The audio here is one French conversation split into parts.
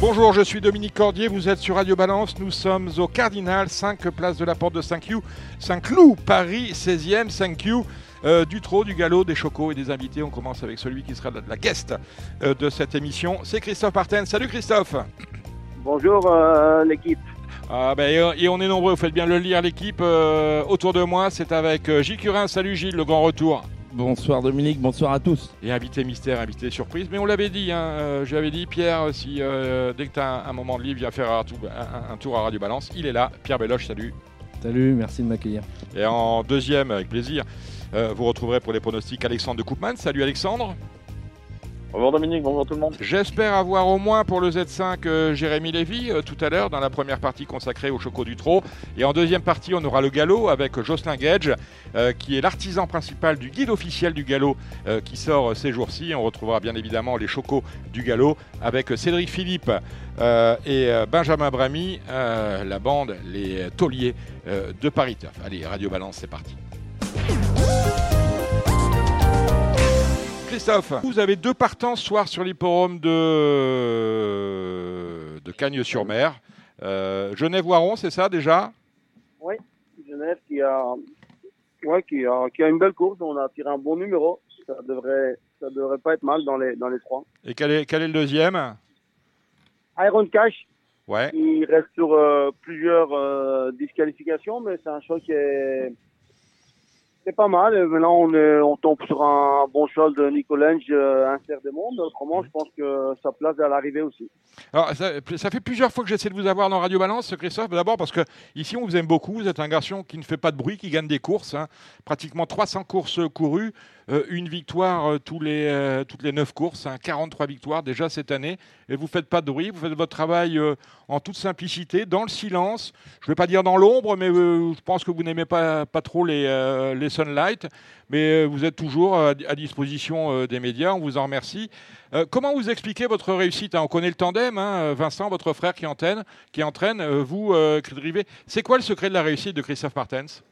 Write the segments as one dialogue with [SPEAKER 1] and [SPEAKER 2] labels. [SPEAKER 1] Bonjour, je suis Dominique Cordier, vous êtes sur Radio Balance, nous sommes au Cardinal, 5 place de la Porte de Saint-Cloud, Saint-Cloud, Paris 16e, Saint-Cloud. Euh, du trot, du galop, des chocos et des invités. On commence avec celui qui sera la, la guest euh, de cette émission. C'est Christophe Parten. Salut Christophe
[SPEAKER 2] Bonjour euh, l'équipe.
[SPEAKER 1] Ah, ben, et, et on est nombreux, vous faites bien le lire l'équipe. euh, autour de moi, c'est avec euh, Gilles Curin. Salut Gilles, le grand retour.
[SPEAKER 3] Bonsoir Dominique, bonsoir à tous.
[SPEAKER 1] Et invité mystère, invité surprise. Mais on l'avait dit, hein, euh, j'avais dit Pierre, euh, si euh, dès que tu as un, un moment de livre, viens faire un, tour- un- un tour à Radio Balance. Il est là, Pierre Beloche, salut.
[SPEAKER 3] Salut, merci de m'accueillir.
[SPEAKER 1] Et en deuxième, avec plaisir, euh, vous retrouverez pour les pronostics Alexandre de Koopman. Salut Alexandre.
[SPEAKER 4] Bonjour Dominique, bonjour tout le monde.
[SPEAKER 1] J'espère avoir au moins pour le Z5 euh, Jérémy Lévy euh, tout à l'heure dans la première partie consacrée au Choco du Trot. Et en deuxième partie, on aura le galop avec Jocelyn Gage, euh, qui est l'artisan principal du guide officiel du galop euh, qui sort euh, ces jours-ci. On retrouvera bien évidemment les Chocos du galop avec Cédric Philippe euh, et euh, Benjamin Brami, euh, la bande, les tauliers euh, de Paris Turf. Allez, Radio Balance, c'est parti. Christophe, vous avez deux partants ce soir sur l'hipporome de, de Cagnes-sur-Mer. Euh, Genève-Waron, c'est ça déjà
[SPEAKER 2] Genève qui a, ouais, qui a, qui a une belle course. On a tiré un bon numéro. Ça devrait, ça devrait pas être mal dans les, dans les trois.
[SPEAKER 1] Et quel est, quel est le deuxième
[SPEAKER 2] Iron Cash,
[SPEAKER 1] Ouais.
[SPEAKER 2] il reste sur euh, plusieurs euh, disqualifications, mais c'est un choc qui est, c'est pas mal. Et Maintenant, on, est- on tombe sur un bon choc de Nicolange, euh, insert des mondes. Autrement, je pense que sa place est à l'arrivée aussi.
[SPEAKER 1] Alors, ça, ça fait plusieurs fois que j'essaie de vous avoir dans Radio Balance, Christophe. D'abord parce que ici, on vous aime beaucoup. Vous êtes un garçon qui ne fait pas de bruit, qui gagne des courses. hein. Pratiquement 300 courses courues, euh, une victoire euh, tous les, euh, toutes les 9 courses, hein. 43 victoires déjà cette année. Et vous ne faites pas de bruit, vous faites votre travail euh, en toute simplicité, dans le silence. Je ne vais pas dire dans l'ombre, mais euh, je pense que vous n'aimez pas, pas trop les, euh, les sunlight. Mais euh, vous êtes toujours euh, à disposition euh, des médias. On vous en remercie. Euh, comment vous expliquez votre réussite hein On connaît le tandem, hein, euh, Vincent, votre frère qui entraîne, qui entraîne euh, vous, euh, Chris Drivet. C'est quoi le secret de la réussite de Christophe Martens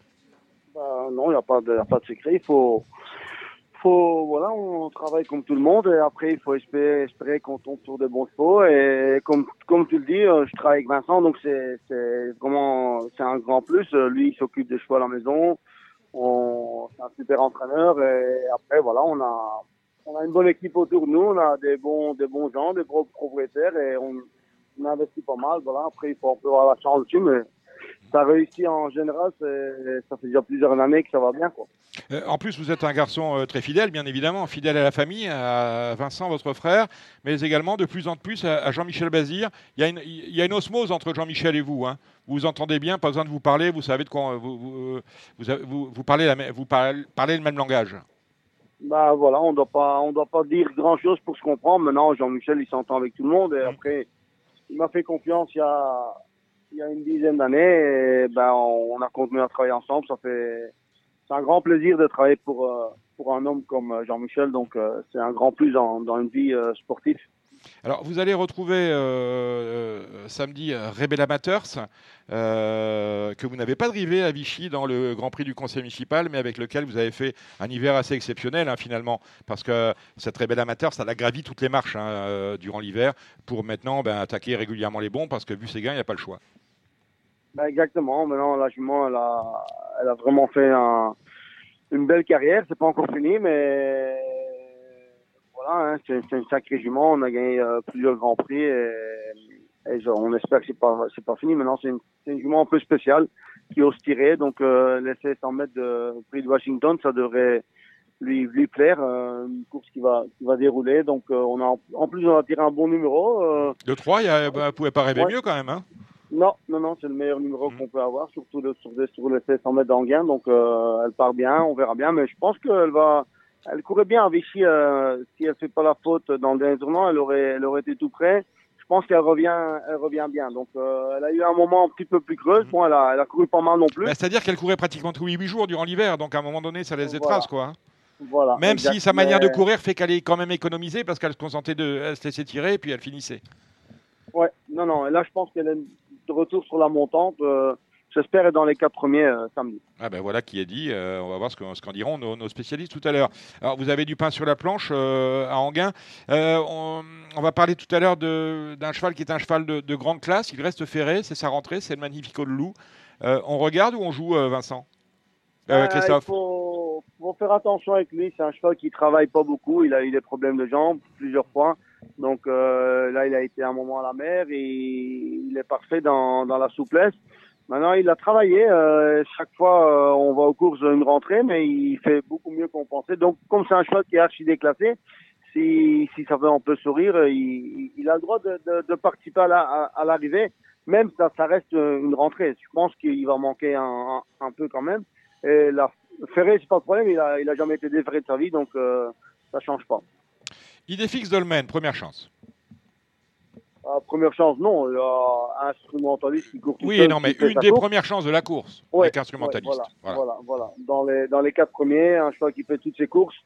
[SPEAKER 2] Bah, non, il n'y a, pas de- y a pas de secret. Il faut, faut, voilà, on travaille comme tout le monde et après, il faut espérer, espérer qu'on tombe sur de bons chevaux. Et comme, comme tu le dis, euh, je travaille avec Vincent, donc c'est, c'est vraiment, c'est un grand plus. Euh, Lui, il s'occupe des chevaux à la maison. On, c'est un super entraîneur et après, voilà, on a, on a une bonne équipe autour de nous. On a des bons, des bons gens, des bons propriétaires et on, on investit pas mal. Voilà, après, il faut un peu avoir la chance dessus, mais ça réussit en général, c'est- ça fait déjà plusieurs années que ça va bien. Quoi.
[SPEAKER 1] Euh, En plus, vous êtes un garçon euh, très fidèle, bien évidemment, fidèle à la famille, à Vincent, votre frère, mais également de plus en plus à, à Jean-Michel Bazir. Il y, a une- il y a une osmose entre Jean-Michel et vous. hein. Vous vous entendez bien, pas besoin de vous parler, vous savez de quoi. Vous, vous, vous, avez- vous- vous parlez, la mê- vous par- parlez le même langage.
[SPEAKER 2] Bah voilà, on doit pas, on doit pas dire grand chose pour se comprendre. Maintenant, Jean-Michel, il s'entend avec tout le monde et après, il m'a fait confiance il y a, il y a une dizaine d'années. et Ben on, on a continué à travailler ensemble. Ça fait, c'est un grand plaisir de travailler pour euh, pour un homme comme euh, Jean-Michel. Donc euh, c'est un grand plus dans, dans une vie euh, sportive.
[SPEAKER 1] Alors, vous allez retrouver euh, euh, samedi euh, Rebel Amateurs, euh, que vous n'avez pas drivé à Vichy dans le Grand Prix du Conseil municipal, mais avec lequel vous avez fait un hiver assez exceptionnel, hein, finalement, parce que cette Rebel Amateurs, ça a gravi toutes les marches hein, euh, durant l'hiver pour maintenant ben, attaquer régulièrement les bons, parce que vu ses gains, il n'y a pas le choix.
[SPEAKER 2] Ben, exactement. Maintenant, la jument, elle a, elle a vraiment fait un- une belle carrière. C'est pas encore fini, mais voilà, hein, c'est c'est une sacrée jument. On a gagné euh, plusieurs grands prix et, et je- on espère que c'est pas, c'est pas fini. Maintenant, c'est une, c'est une jument un peu spéciale qui ose tirer. Donc, euh, laisser 100 mètres de prix de Washington, ça devrait lui, lui plaire. Euh, une course qui va, qui va dérouler. Donc, euh, on a, en- en plus, on a tiré un bon numéro. euh,
[SPEAKER 1] Le 3, il y a- ben, vous ne pouvez pas rêver
[SPEAKER 2] Ouais.
[SPEAKER 1] mieux quand même. hein.
[SPEAKER 2] non, non, non, c'est le meilleur numéro
[SPEAKER 1] Mhm.
[SPEAKER 2] qu'on peut avoir, surtout le, sur, le- sur le 1600 mètres d'Anguin. Donc, euh, elle part bien, on verra bien. Mais je pense qu'elle va, elle courait bien à Vichy. euh, si elle fait pas la faute dans le dernier tournant, elle aurait, elle aurait été tout près. Je pense qu'elle revient, elle revient bien. Donc, euh, elle a eu un moment un petit peu plus creuse. Bon, elle a, elle a couru pas mal non plus.
[SPEAKER 1] Mm. Bah, C'est-à-dire qu'elle courait pratiquement tous les 8 jours durant l'hiver, donc à un moment donné, ça laisse des
[SPEAKER 2] Voilà.
[SPEAKER 1] traces, quoi. hein.
[SPEAKER 2] Voilà.
[SPEAKER 1] Même
[SPEAKER 2] exact.
[SPEAKER 1] si sa manière
[SPEAKER 2] Mais- euh,
[SPEAKER 1] de courir fait qu'elle est quand même économisée parce qu'elle se contentait de elle se laissait tirer et puis elle finissait.
[SPEAKER 2] Ouais. Non, non. Et là, je pense qu'elle est de retour sur la montante. euh, J'espère être dans les quatre premiers euh, samedi.
[SPEAKER 1] Ah ben voilà qui est dit, euh, on va voir ce qu'en ce qu'en diront nos, nos spécialistes tout à l'heure. Alors vous avez du pain sur la planche euh, à Anguin. Euh, on, on va parler tout à l'heure de- d'un cheval qui est un cheval de, de grande classe, il reste ferré, c'est sa rentrée, c'est le Magnifico de Loup. Euh, on regarde ou on joue euh, Vincent Euh,
[SPEAKER 2] Euh, il
[SPEAKER 1] Christophe
[SPEAKER 2] faut, faut faire attention avec lui. C'est un cheval qui travaille pas beaucoup. Il a eu des problèmes de jambes plusieurs fois. Donc euh, là, il a été un moment à la mer et il est parfait dans, dans la souplesse. Maintenant, il a travaillé. euh, chaque fois, euh, on va aux courses une rentrée, mais il fait beaucoup mieux qu'on pensait. Donc, comme c'est un cheval qui est archi déclassé, si, si ça fait un peu sourire, euh, il, il a le droit de, de- de participer à la- à à l'arrivée, même ça, ça reste euh, une rentrée. Je pense qu'il va manquer un- un- un peu quand même. Et la Ferré, c'est pas le problème, il a, il a jamais été déféré de sa vie, donc euh, ça change pas.
[SPEAKER 1] Idéfix Dolmen, première chance.
[SPEAKER 2] Euh, première chance, non, il y a un instrumentaliste qui court tout
[SPEAKER 1] Oui,
[SPEAKER 2] seul,
[SPEAKER 1] non mais
[SPEAKER 2] qui fait
[SPEAKER 1] une
[SPEAKER 2] sa
[SPEAKER 1] des
[SPEAKER 2] course.
[SPEAKER 1] premières chances de la course
[SPEAKER 2] Ouais,
[SPEAKER 1] avec instrumentaliste.
[SPEAKER 2] Ouais, voilà,
[SPEAKER 1] Voilà.
[SPEAKER 2] voilà, voilà. Dans, les, dans les quatre premiers, un cheval qui fait toutes ses courses.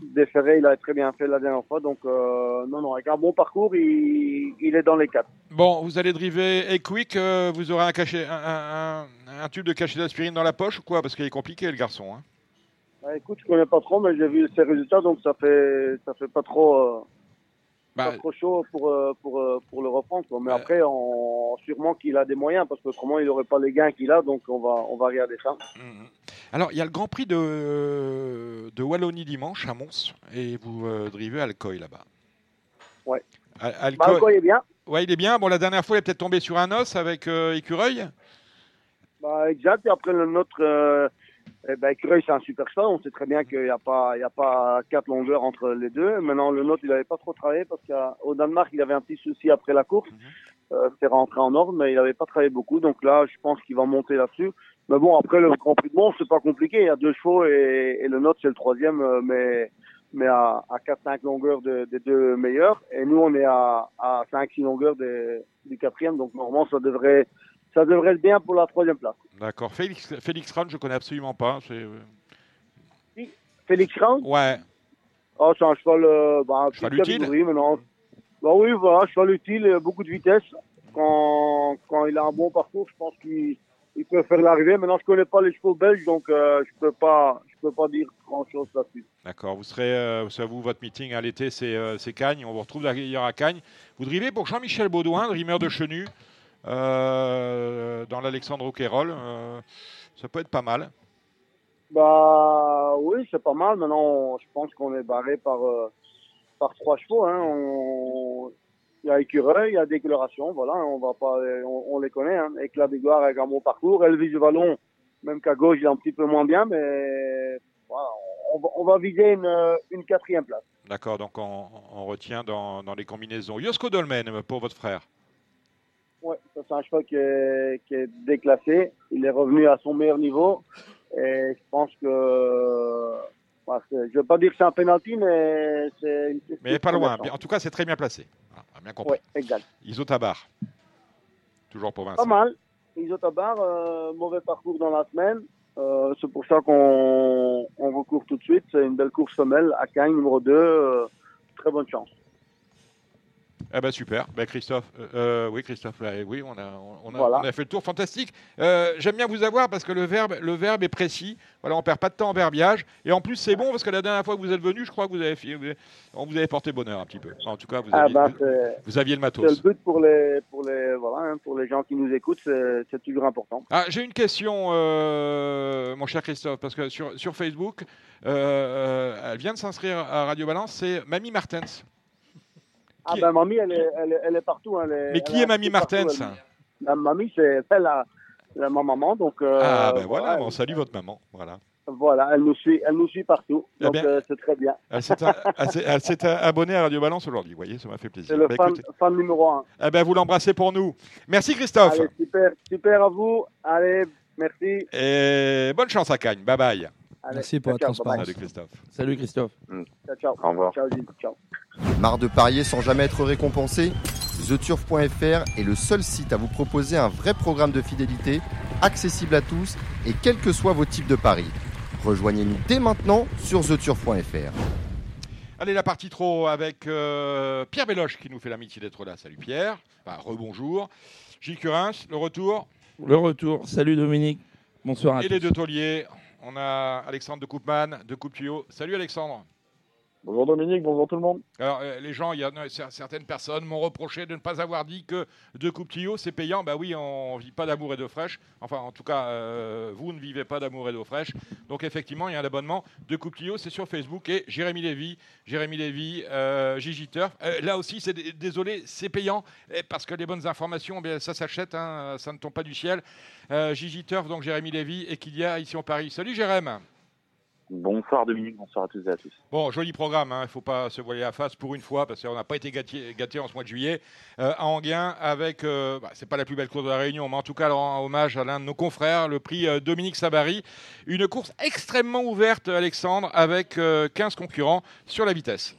[SPEAKER 2] Déféré, il a très bien fait la dernière fois, donc euh, non, non, avec un bon parcours, il, il est dans les quatre.
[SPEAKER 1] Bon, vous allez driver et quick, euh, vous aurez un, cachet, un, un- un- un tube de cachet d'aspirine dans la poche ou quoi Parce qu'il est compliqué le garçon. hein.
[SPEAKER 2] Ouais, Bah, écoute, je connais pas trop, mais j'ai vu ses résultats, donc ça fait, ça fait pas trop. euh,
[SPEAKER 1] Bah,
[SPEAKER 2] pas trop chaud pour, euh, pour, euh, pour le reprendre. quoi. Mais
[SPEAKER 1] Euh.
[SPEAKER 2] après, on, sûrement qu'il a des moyens, parce qu'autrement, il n'aurait pas les gains qu'il a, donc on va, on va regarder ça.
[SPEAKER 1] Mhm. Alors, il y a le Grand Prix de, de Wallonie dimanche à Mons, et vous euh, drivez Alcoy là-bas.
[SPEAKER 2] Ouais.
[SPEAKER 1] Al-
[SPEAKER 2] Bah,
[SPEAKER 1] Alcoy,
[SPEAKER 2] encore, il est bien.
[SPEAKER 1] ouais, il est bien. Bon, la dernière fois, il est peut-être tombé sur un os avec euh, Écureuil.
[SPEAKER 2] Bah, exact. Et après, le nôtre, euh, eh ben, Écureuil, c'est un super cheval. On sait très bien qu'il n'y a, pas- il y a pas quatre longueurs entre les deux. Maintenant, le nôtre, il n'avait pas trop travaillé, parce qu'au Danemark, il avait un petit souci après la course. Euh, c'est rentré en ordre, mais il n'avait pas travaillé beaucoup. Donc là, je pense qu'il va monter là-dessus. Mais bon, après, le Grand Prix de Mons, c'est pas compliqué. Il y a deux chevaux et, et le nôtre, c'est le troisième, euh, mais, mais à, à 4-5 longueurs de- des deux meilleurs. Et nous, on est à, à 5-6 longueurs des- du quatrième. Donc normalement, ça devrait, ça devrait être bien pour la troisième place.
[SPEAKER 1] D'accord. Félix, Félix Rand, je connais absolument pas. hein, c'est- euh,
[SPEAKER 2] Félix Round,
[SPEAKER 1] Ouais.
[SPEAKER 2] oh, c'est un cheval, euh, bah, un
[SPEAKER 1] Cheval
[SPEAKER 2] petit
[SPEAKER 1] utile.
[SPEAKER 2] catégorie, maintenant. Bah oui, voilà, cheval utile, euh, beaucoup de vitesse. Quand, quand il a un bon parcours, je pense qu'il il peut faire l'arrivée. Maintenant, je connais pas les chevaux belges, donc euh, je peux pas, je peux pas dire grand chose là-dessus.
[SPEAKER 1] D'accord. Vous serez, euh, ça vous, votre meeting à l'été, c'est euh, c'est Cagnes. On vous retrouve d'ailleurs à Cagnes. Vous drivez pour Jean-Michel Baudouin, dreamer de Chenu, euh, dans l'Alexandre O'Querol. Euh, ça peut être pas mal.
[SPEAKER 2] Bah oui, c'est pas mal. Maintenant, on- je pense qu'on est barré par euh, par trois chevaux. Hein. On... Il y a Écureuil, il y a Déclaration, voilà, hein, on va pas, on, on les connaît. Hein. Éclat de gloire avec un bon parcours. Elvis du Vallon, même qu'à gauche, il est un petit peu moins bien, mais voilà, on, va- on va viser une, euh, une quatrième place.
[SPEAKER 1] D'accord, donc on, on retient dans, dans les combinaisons. Yosko Dolmen pour votre frère.
[SPEAKER 2] Ouais, ça, c'est un cheval qui est, qui est déclassé. Il est revenu à son meilleur niveau. Et je pense que. bah, c'est- je ne veux pas dire que c'est un penalty, mais c'est. une-
[SPEAKER 1] Mais pas loin. Bien- En tout cas, c'est très bien placé. Voilà, on a bien compris.
[SPEAKER 2] Ouais, exact.
[SPEAKER 1] Iso Tabar. Toujours pour Vincent.
[SPEAKER 2] Pas mal. Isotabar, euh, mauvais parcours dans la semaine. Euh, c'est pour ça qu'on on recourt tout de suite. C'est une belle course femelle à Cagnes, numéro 2. très bonne chance.
[SPEAKER 1] Eh ben super. Ben Christophe, euh, euh, oui Christophe, là, eh oui, on a, on, a,
[SPEAKER 2] Voilà.
[SPEAKER 1] on a fait le tour, fantastique. Euh, J'aime bien vous avoir parce que le verbe, le verbe est précis. Voilà, on perd pas de temps en verbiage. Et en plus, c'est bon parce que la dernière fois que vous êtes venu, je crois que vous avez, fi- vous avez- on vous avait porté bonheur un petit peu. Enfin, en tout cas, vous
[SPEAKER 2] Ah
[SPEAKER 1] aviez,
[SPEAKER 2] ben,
[SPEAKER 1] vous-
[SPEAKER 2] c'est
[SPEAKER 1] vous aviez le
[SPEAKER 2] c'est
[SPEAKER 1] matos.
[SPEAKER 2] le but pour les, pour les, voilà, hein, pour les gens qui nous écoutent. C'est c'est toujours important.
[SPEAKER 1] Ah, j'ai une question, euh, mon cher Christophe, parce que sur, sur Facebook, euh, euh, elle vient de s'inscrire à Radio Balance, c'est Mamie Martens.
[SPEAKER 2] Ah
[SPEAKER 1] Qui est-
[SPEAKER 2] ben mamie, elle est, elle est, elle est partout. hein, elle est-
[SPEAKER 1] Mais qui
[SPEAKER 2] elle
[SPEAKER 1] est Mamie
[SPEAKER 2] partout,
[SPEAKER 1] Martens hein?
[SPEAKER 2] elle- La mamie, c'est elle, la, la ma maman. Donc euh,
[SPEAKER 1] Ah, ben voilà,
[SPEAKER 2] elle,
[SPEAKER 1] bon, salut votre maman. Voilà.
[SPEAKER 2] voilà, elle nous suit, elle nous suit partout.
[SPEAKER 1] Eh
[SPEAKER 2] donc
[SPEAKER 1] bien. Ah,
[SPEAKER 2] euh, c'est très bien.
[SPEAKER 1] Elle s'est elle s'est- elle s'est abonnée à Radio Balance aujourd'hui, vous voyez, ça m'a fait
[SPEAKER 2] C'est
[SPEAKER 1] plaisir.
[SPEAKER 2] le
[SPEAKER 1] Bah,
[SPEAKER 2] fan,
[SPEAKER 1] écoutez,
[SPEAKER 2] fan numéro un.
[SPEAKER 1] eh ben, vous l'embrassez pour nous. Merci Christophe,
[SPEAKER 2] Allez, super, super à vous. Allez, merci.
[SPEAKER 1] et bonne chance à Cagnes. Bye bye.
[SPEAKER 2] Allez,
[SPEAKER 3] Merci pour la
[SPEAKER 2] ciao, ciao, bye bye.
[SPEAKER 1] Salut Christophe.
[SPEAKER 3] Salut
[SPEAKER 5] Hmm.
[SPEAKER 3] Christophe.
[SPEAKER 2] Ciao, ciao.
[SPEAKER 4] Au revoir.
[SPEAKER 2] Ciao, Gilles. Ciao.
[SPEAKER 5] Marre de parier sans jamais être récompensé TheTurf.fr est le seul site à vous proposer un vrai programme de fidélité, accessible à tous et quels que soient vos types de paris. Rejoignez-nous dès maintenant sur TheTurf.fr.
[SPEAKER 1] Allez, la partie trop avec euh, Pierre Béloche qui nous fait l'amitié d'être là. Salut Pierre. Enfin, rebonjour. Gilles Curins, le retour.
[SPEAKER 3] Le retour. Salut Dominique. Bonsoir à
[SPEAKER 1] Et
[SPEAKER 3] tous.
[SPEAKER 1] les deux tauliers. On a Alexandre de Coupman, de Coupio. Salut Alexandre.
[SPEAKER 4] Bonjour Dominique, bonjour tout le monde.
[SPEAKER 1] Alors, euh, les gens, il y en a cer- certaines personnes m'ont reproché de ne pas avoir dit que deux coupes Clio, c'est payant. Bah oui, on vit pas d'amour et d'eau fraîche. Enfin, en tout cas, euh, vous ne vivez pas d'amour et d'eau fraîche. Donc, effectivement, il y a un abonnement. Deux coupes Clio, c'est sur Facebook. Et Jérémy Lévy, Jérémy Lévy, euh, Gigi Turf. Euh, là aussi, c'est dé- désolé, c'est payant. eh, Parce que les bonnes informations, eh bien, ça s'achète, hein, ça ne tombe pas du ciel. Euh, Gigi Turf, donc Jérémy Lévy, et Kilia, ici en Paris. Salut Jérémy
[SPEAKER 4] Bonsoir Dominique, bonsoir à tous et à tous.
[SPEAKER 1] Bon, joli programme, hein. il ne faut pas se voiler la face pour une fois, parce qu'on n'a pas été gâté, gâté en ce mois de juillet, euh, à Anguin, avec, euh, bah, c'est pas la plus belle course de la Réunion, mais en tout cas, elle rend hommage à l'un de nos confrères, le prix euh, Dominique Sabary. Une course extrêmement ouverte, Alexandre, avec euh, 15 concurrents sur la vitesse.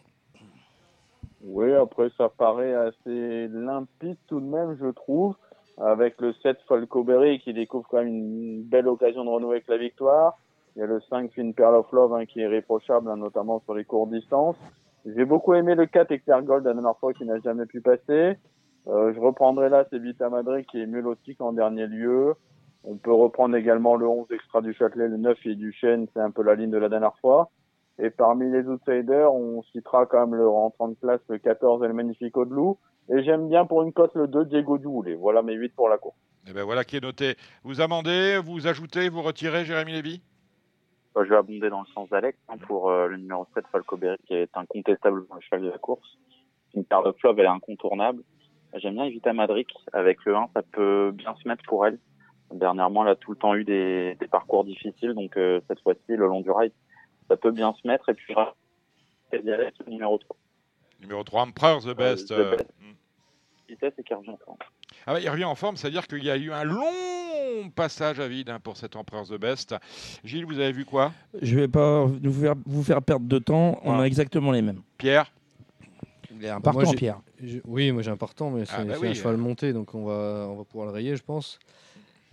[SPEAKER 4] Oui, après ça paraît assez limpide tout de même, je trouve, avec le 7 Berry qui découvre quand même une belle occasion de renouer avec la victoire. Il y a le 5 Finn Pearl of Love hein, qui est réprochable, hein, notamment sur les courtes distances. J'ai beaucoup aimé le 4 Hector Gold la dernière fois qui n'a jamais pu passer. Euh, je reprendrai là c'est Vita Madrid qui est mieux loti qu'en dernier lieu. On peut reprendre également le 11 Extra du Châtelet, le 9 et du Chêne, c'est un peu la ligne de la dernière fois. Et parmi les outsiders, on citera quand même le rentrant de place, le 14 et le Magnifico de Loup. Et j'aime bien pour une cote le 2, Diego Duoulé. Voilà mes 8 pour la course.
[SPEAKER 1] Et ben voilà qui est noté. Vous amendez, vous ajoutez, vous retirez, Jérémy Lévy
[SPEAKER 6] Bah, je vais abonder dans le sens d'Alex hein, pour euh, le numéro 7, Falco Berry, qui est incontestablement le cheval de la course. Une paire de flop, elle est incontournable. J'aime bien Evita Madrick. Avec le 1, ça peut bien se mettre pour elle. Dernièrement, elle a tout le temps eu des, des parcours difficiles, donc euh, cette fois-ci, le long du rail, ça peut bien se mettre. Et puis, c'est Dialex, le numéro 3.
[SPEAKER 1] Numéro 3, Emperor the Best.
[SPEAKER 6] Ah, the
[SPEAKER 1] euh,
[SPEAKER 6] best. Vitesse et qui revient en forme.
[SPEAKER 1] Ah bah, il revient en forme, c'est-à-dire qu'il y a eu un long passage à vide hein, pour cet Emperor the Best. Gilles, vous avez vu quoi
[SPEAKER 3] Je vais pas nous faire- vous faire perdre de temps. On
[SPEAKER 1] Voilà.
[SPEAKER 3] a exactement les mêmes.
[SPEAKER 1] Pierre
[SPEAKER 7] Il est
[SPEAKER 8] Bah, moi,
[SPEAKER 7] important,
[SPEAKER 8] j'ai-
[SPEAKER 7] Pierre.
[SPEAKER 8] Je- oui, moi j'ai un partant, mais c'est
[SPEAKER 1] Ah, bah
[SPEAKER 8] c'est
[SPEAKER 1] oui.
[SPEAKER 8] un cheval monté, donc on va, on va pouvoir le rayer, je pense.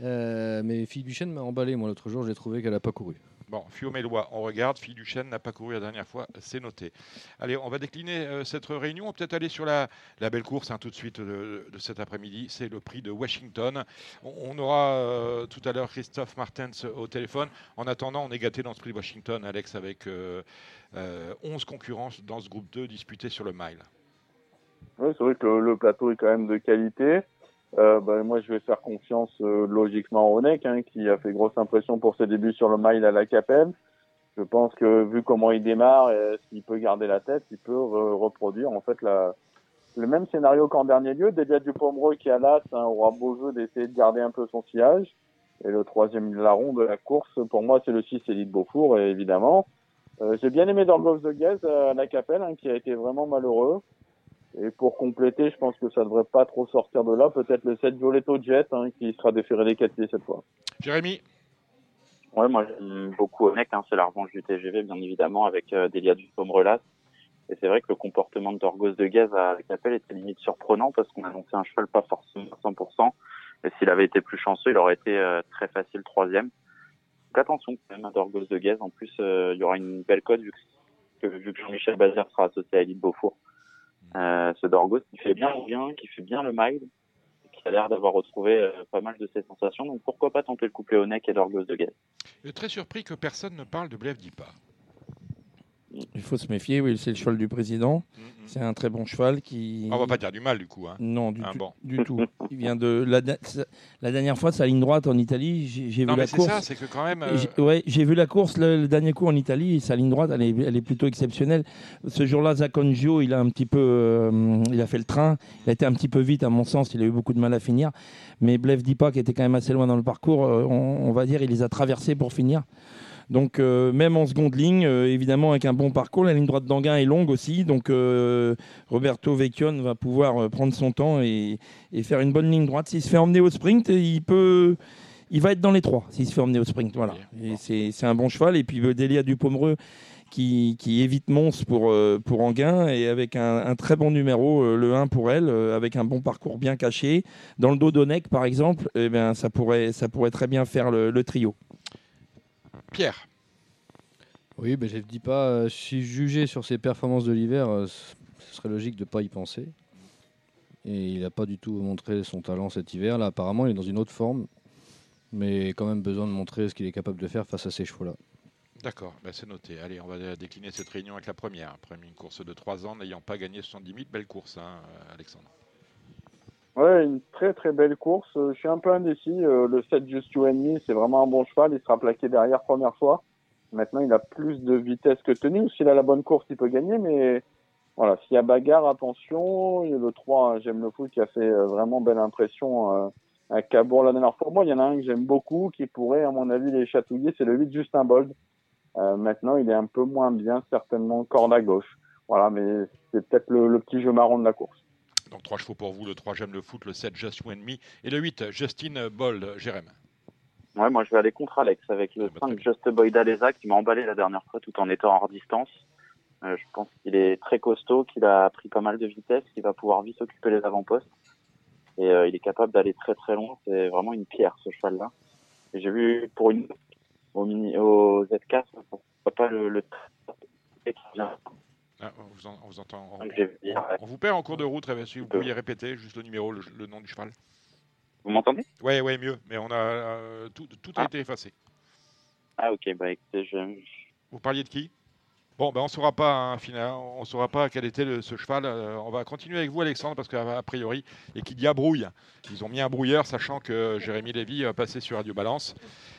[SPEAKER 8] Euh, mais Fille du Chêne m'a emballé, moi l'autre jour, j'ai trouvé qu'elle a pas couru.
[SPEAKER 1] Bon, Fiumelois, on regarde. Fille du chêne n'a pas couru la dernière fois, c'est noté. Allez, on va décliner euh, cette réunion. On va peut-être aller sur la, la belle course hein, tout de suite de, de cet après-midi. C'est le prix de Washington. On, on aura euh, tout à l'heure Christophe Martens au téléphone. En attendant, on est gâté dans ce prix de Washington, Alex, avec euh, euh, 11 concurrences dans ce groupe 2 disputé sur le mile.
[SPEAKER 4] Oui, c'est vrai que le, le plateau est quand même de qualité. Euh, bah, moi, je vais faire confiance euh, logiquement au NEC, hein, qui a fait grosse impression pour ses débuts sur le mile à la Capelle. Je pense que vu comment il démarre, euh, s'il peut garder la tête, il peut re- reproduire en fait la, le même scénario qu'en dernier lieu. Déjà du Pomereux qui à l'as hein, aura beau jeu d'essayer de garder un peu son sillage. Et le troisième larron de la course, pour moi, c'est le 6 Elite Beaufour, et évidemment. Euh, J'ai bien aimé Dorgos de Gaz à la Capelle, hein, qui a été vraiment malheureux. Et pour compléter, je pense que ça devrait pas trop sortir de là. Peut-être le 7 Violetto Jet hein, qui sera déféré des 4 pieds cette fois.
[SPEAKER 1] Jérémy
[SPEAKER 6] Ouais, moi j'aime beaucoup Onek, hein, c'est la revanche du TGV bien évidemment avec euh, Delia du Pomerelasse. Et c'est vrai que le comportement de Dorgos de Gaz à Capel était limite surprenant parce qu'on annonçait un cheval pas forcément à 100%. Et s'il avait été plus chanceux, il aurait été euh, très facile troisième. Donc attention quand même à Dorgos de Gaz. En plus, euh, il y aura une belle cote vu que, que- vu que Jean-Michel Bazir sera associé à Elite Beaufour. Euh, ce Dorgos qui fait bien le bien, qui fait bien le mild, qui a l'air d'avoir retrouvé euh, pas mal de ses sensations. Donc pourquoi pas tenter le couplet Onek et Dorgos de Gaz
[SPEAKER 1] Je suis Très surpris que personne ne parle de Blève Dipa.
[SPEAKER 3] Il faut se méfier. Oui, c'est le cheval du président. C'est un très bon cheval qui.
[SPEAKER 1] Mm-hmm. Ah, On va pas dire du mal du coup. hein.
[SPEAKER 3] Non, du,
[SPEAKER 1] Ah,
[SPEAKER 3] tout,
[SPEAKER 1] bon.
[SPEAKER 3] du tout. Il vient de la, da- sa- la dernière fois, sa ligne droite en Italie, j'ai j'ai vu
[SPEAKER 1] Non mais
[SPEAKER 3] la
[SPEAKER 1] c'est
[SPEAKER 3] course.
[SPEAKER 1] ça, c'est que quand même...
[SPEAKER 3] Et
[SPEAKER 1] euh,
[SPEAKER 3] j'ai- Ouais, j'ai vu la course le, le dernier coup en Italie. et Sa ligne droite, elle est, elle est plutôt exceptionnelle. Ce jour-là, Zacongio, il a un petit peu, euh, il a fait le train. Il a été un petit peu vite, à mon sens. Il a eu beaucoup de mal à finir. Mais Blef Dipa, qui était quand même assez loin dans le parcours, euh, on, on va dire, il les a traversés pour finir. Donc euh, même en seconde ligne, euh, évidemment avec un bon parcours, la ligne droite d'Anguin est longue aussi, donc euh, Roberto Vecchione va pouvoir euh, prendre son temps et, et faire une bonne ligne droite. S'il se fait emmener au sprint, il peut, il va être dans les trois s'il se fait emmener au sprint. Voilà.
[SPEAKER 1] Bien.
[SPEAKER 3] Et c'est c'est un bon cheval. Et puis euh, Delia Dupomereux, qui, qui évite Mons pour, euh, pour Anguin et avec un, un très bon numéro, euh, le 1 pour elle, euh, avec un bon parcours bien caché. Dans le dos d'Onec, par exemple, eh ben, ça, pourrait, ça pourrait très bien faire le, le trio.
[SPEAKER 1] Pierre.
[SPEAKER 8] Oui, mais je ne dis pas, euh, si jugé sur ses performances de l'hiver, euh, c- ce serait logique de ne pas y penser. Et il n'a pas du tout montré son talent cet hiver. Là, apparemment, il est dans une autre forme. Mais quand même besoin de montrer ce qu'il est capable de faire face à ces chevaux-là.
[SPEAKER 1] D'accord, bah, c'est noté. Allez, on va euh, décliner cette réunion avec la première. Après une course de 3 ans, n'ayant pas gagné 70 000, belle course, hein, euh, Alexandre.
[SPEAKER 4] Ouais, une très très belle course. Euh, Je suis un peu indécis. Euh, le 7 Just You and Me, c'est vraiment un bon cheval. Il sera plaqué derrière première fois. Maintenant, il a plus de vitesse que Tenning. S'il a la bonne course, il peut gagner. Mais voilà, s'il y a bagarre, attention. Et le 3, j'aime le foot, qui a fait euh, vraiment belle impression euh, à Cabourg la dernière fois. Moi, il y en a un que j'aime beaucoup, qui pourrait, à mon avis, les chatouiller. C'est le 8 Justin Bold. Euh, maintenant, il est un peu moins bien, certainement, corde à gauche. Voilà, mais c'est peut-être le- le petit jeu marron de la course.
[SPEAKER 1] Donc 3 chevaux pour vous, le 3 j'aime le foot, le 7 Just You and Me et le 8 Justin Bold, euh, Jérém.
[SPEAKER 6] Ouais, moi je vais aller contre Alex avec le
[SPEAKER 1] Ah bah,
[SPEAKER 6] 5 Just Boy d'Alesa qui m'a emballé la dernière fois tout en étant hors distance. Euh, je pense qu'il est très costaud, qu'il a pris pas mal de vitesse, qu'il va pouvoir vite occuper les avant-postes. Et euh, il est capable d'aller très très loin. C'est vraiment une pierre ce cheval-là. Et J'ai vu pour une au, mini, au ZK, pourquoi pas le, le...
[SPEAKER 1] Ah, on, vous en- on vous entend.
[SPEAKER 6] Donc,
[SPEAKER 1] On,
[SPEAKER 6] j'ai vu dire, euh,
[SPEAKER 1] on vous perd en cours de route, Réveil, si vous pouviez répéter juste le numéro, le, le nom du cheval.
[SPEAKER 6] Vous m'entendez
[SPEAKER 1] Ouais, ouais, mieux, mais on a euh, tout, tout a
[SPEAKER 6] Ah.
[SPEAKER 1] été effacé.
[SPEAKER 6] Ah ok, bah écoutez, je,
[SPEAKER 1] Vous parliez de qui Bon, ben on saura pas, hein, finalement, on saura pas quel était le- ce cheval. Euh, on va continuer avec vous, Alexandre, parce qu'a a priori, et qu'il y a brouille. Ils ont mis un brouilleur, sachant que Jérémy Lévy euh, passait sur Radio Balance.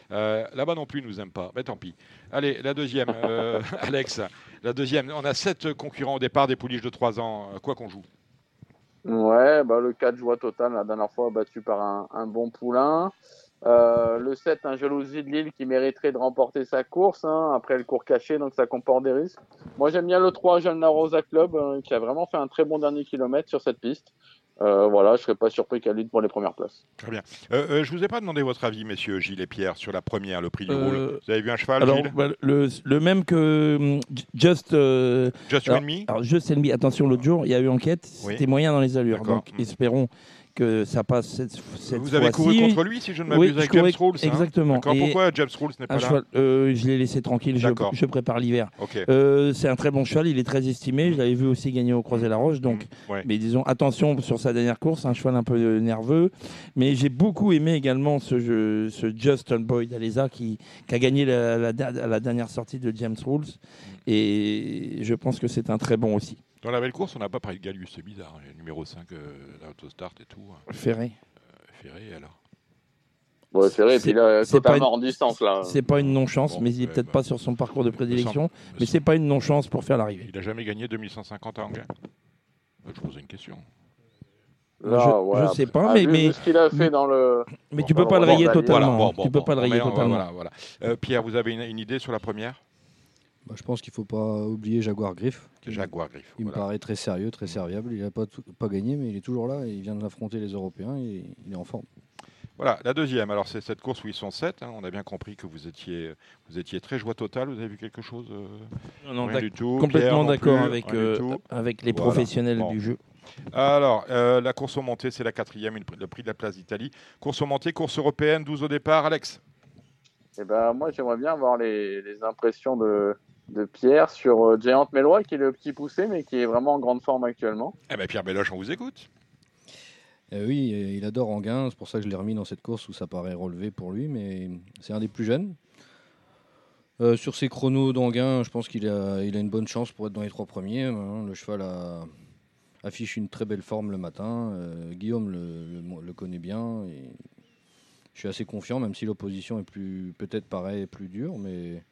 [SPEAKER 1] Euh, Là-bas non plus, ils nous aiment pas. Mais tant pis. Allez, la deuxième, euh, Alex. La deuxième. On a sept concurrents au départ des pouliches de 3 ans. euh, Quoi qu'on joue.
[SPEAKER 4] Ouais, bah le 4 joie totale la dernière fois battu par un, un bon poulain. Euh, le 7, un jalousie de Lille qui mériterait de remporter sa course hein, après le cours caché, donc ça comporte des risques. Moi j'aime bien le 3, Jeanne La Rosa Club, hein, qui a vraiment fait un très bon dernier kilomètre sur cette piste. Euh, voilà, je serais pas surpris qu'elle lutte pour les premières places.
[SPEAKER 1] Euh, euh, je vous ai pas demandé votre avis, messieurs Gilles et Pierre, sur la première, le prix du
[SPEAKER 3] Euh,
[SPEAKER 1] roule. Vous avez vu un cheval,
[SPEAKER 3] Alors,
[SPEAKER 1] Gilles
[SPEAKER 3] bah, le, le même que hum, J- Just. euh,
[SPEAKER 1] Just You and Me
[SPEAKER 3] alors, Just Envy, attention, l'autre jour, il y a eu enquête,
[SPEAKER 1] Oui.
[SPEAKER 3] c'était moyen dans les allures.
[SPEAKER 1] D'accord.
[SPEAKER 3] Donc,
[SPEAKER 1] Mm.
[SPEAKER 3] espérons que ça passe cette, cette
[SPEAKER 1] Vous avez couru
[SPEAKER 3] fois-ci.
[SPEAKER 1] contre lui, si je ne
[SPEAKER 3] Oui,
[SPEAKER 1] m'abuse,
[SPEAKER 3] je
[SPEAKER 1] avec James
[SPEAKER 3] courais-
[SPEAKER 1] Rawls. hein
[SPEAKER 3] Exactement.
[SPEAKER 1] D'accord,
[SPEAKER 3] Et-
[SPEAKER 1] pourquoi James Rawls n'est
[SPEAKER 3] Un
[SPEAKER 1] pas là
[SPEAKER 3] cheval, euh, je l'ai laissé tranquille, je,
[SPEAKER 1] D'accord.
[SPEAKER 3] je prépare l'hiver.
[SPEAKER 1] Ok.
[SPEAKER 3] Euh, c'est un très bon cheval, il est très estimé, je l'avais vu aussi gagner au Croisé-la-Roche. Donc,
[SPEAKER 1] Mm, Ouais.
[SPEAKER 3] Mais disons, attention sur sa dernière course, un cheval un peu euh, nerveux. Mais j'ai beaucoup aimé également ce, jeu, ce Justin Boyd d'Alesa qui, qui a gagné la, la- la- la dernière sortie de James Rules.
[SPEAKER 1] Mm.
[SPEAKER 3] Et je pense que c'est un très bon aussi.
[SPEAKER 1] Dans la belle course, on n'a pas parlé de Galius, c'est bizarre. hein. Numéro 5, euh, l'autostart et tout. hein.
[SPEAKER 3] Ferré.
[SPEAKER 1] Ferré, alors.
[SPEAKER 4] Ouais, c'est vrai, et
[SPEAKER 3] C'est-
[SPEAKER 4] puis là,
[SPEAKER 3] c'est pas
[SPEAKER 4] totalement
[SPEAKER 3] une-
[SPEAKER 4] hors distance là.
[SPEAKER 3] C'est pas une non-chance,
[SPEAKER 1] Bon,
[SPEAKER 3] mais il est
[SPEAKER 1] ouais,
[SPEAKER 3] peut-être
[SPEAKER 1] bah,
[SPEAKER 3] pas sur son parcours de prédilection.
[SPEAKER 1] Il me
[SPEAKER 3] Mais c'est
[SPEAKER 1] semble-
[SPEAKER 3] pas une non-chance pour faire l'arrivée.
[SPEAKER 1] Il n'a jamais gagné 2150 à Anguin. Euh, Je posais une question.
[SPEAKER 3] Moi, Euh, je- je sais pas,
[SPEAKER 4] Ah,
[SPEAKER 3] mais-
[SPEAKER 4] vu-
[SPEAKER 3] mais-
[SPEAKER 4] vu ce qu'il a fait dans le.
[SPEAKER 3] Mais
[SPEAKER 4] Bon,
[SPEAKER 3] tu peux
[SPEAKER 4] bah,
[SPEAKER 3] pas le
[SPEAKER 4] bon,
[SPEAKER 3] rayer
[SPEAKER 4] bah,
[SPEAKER 3] totalement.
[SPEAKER 1] Voilà,
[SPEAKER 3] hein.
[SPEAKER 1] bon, bon,
[SPEAKER 3] tu peux
[SPEAKER 1] bon,
[SPEAKER 3] pas le
[SPEAKER 1] on
[SPEAKER 3] rayer
[SPEAKER 1] est- on-
[SPEAKER 3] totalement.
[SPEAKER 1] Voilà, voilà. Euh, Pierre, vous avez une, une idée sur la première
[SPEAKER 8] Bah, je pense qu'il ne faut pas oublier Jaguar Griff.
[SPEAKER 1] Jaguar Griff.
[SPEAKER 8] Il me
[SPEAKER 1] voilà. Mm.
[SPEAKER 8] paraît très sérieux, très serviable. Il n'a pas, tout- pas gagné, mais il est toujours là. et Il vient de l'affronter les Européens et il est en forme.
[SPEAKER 1] Voilà, la deuxième. Alors, c'est cette course où ils sont 7. hein. On a bien compris que vous étiez, vous étiez très joie totale. Vous avez vu quelque chose euh,
[SPEAKER 3] Non, non,
[SPEAKER 1] Rien du tout. Pierre
[SPEAKER 3] complètement
[SPEAKER 1] non
[SPEAKER 3] d'accord
[SPEAKER 1] plus,
[SPEAKER 3] avec,
[SPEAKER 1] rien du
[SPEAKER 3] euh,
[SPEAKER 1] tout.
[SPEAKER 3] avec les
[SPEAKER 1] Voilà.
[SPEAKER 3] professionnels
[SPEAKER 1] Bon.
[SPEAKER 3] du jeu.
[SPEAKER 1] Alors, euh, la course en montée, c'est la quatrième, une- le prix de la place d'Italie. Course en montée, course européenne, 12 au départ. Alex
[SPEAKER 4] Eh ben, moi, j'aimerais bien avoir les, les impressions de, de Pierre sur euh, Giant Melroy, qui est le petit poussé, mais qui est vraiment en grande forme actuellement.
[SPEAKER 1] Eh bien, Pierre Béloche, on vous écoute.
[SPEAKER 8] Eh oui, euh, il adore Anguin, c'est pour ça que je l'ai remis dans cette course où ça paraît relevé pour lui, mais c'est un des plus jeunes. Euh, sur ses chronos d'Anguin, je pense qu'il a, il a une bonne chance pour être dans les trois premiers. hein. Le cheval a- affiche une très belle forme le matin. Euh, Guillaume le, le- le connaît bien. et je suis assez confiant, même si l'opposition est plus peut-être pareil, plus dure, mais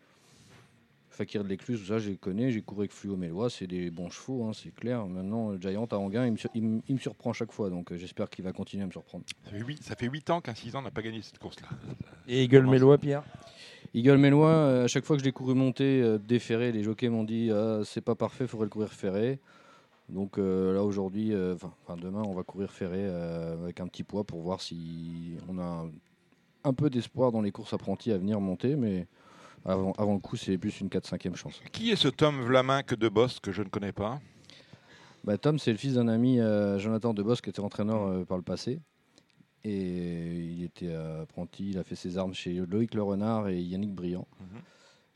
[SPEAKER 8] Fakir de l'Écluse, tout ça, je les connais. J'ai couru avec Fluo Mélois, c'est des bons chevaux, hein, c'est clair. Maintenant, le Giant à Anguin, il me, sur- il me- il me surprend chaque fois, donc euh, j'espère qu'il va continuer à me surprendre.
[SPEAKER 1] Ça fait 8, ans qu'un 6 ans n'a pas gagné cette course-là.
[SPEAKER 3] Et Eagle Mélois, Pierre
[SPEAKER 8] Eagle Mélois, euh, à chaque fois que je l'ai couru monter, euh, déferré, les jockeys m'ont dit Ah, c'est pas parfait, faudrait le courir ferré. Donc euh, là aujourd'hui, euh, enfin enfin, demain, on va courir ferré euh, avec un petit poids pour voir si on a un, un peu d'espoir dans les courses apprentis à venir monter. Mais Avant, avant le coup, c'est plus une 4-5e chance.
[SPEAKER 1] Qui est ce Tom Vlamin que de Bost que je ne connais pas
[SPEAKER 8] Bah, Tom, c'est le fils d'un ami, euh, Jonathan Debos, qui était entraîneur euh, par le passé. Et il était euh, apprenti, il a fait ses armes chez Loïc Le Renard et Yannick Briand.
[SPEAKER 1] Mhm.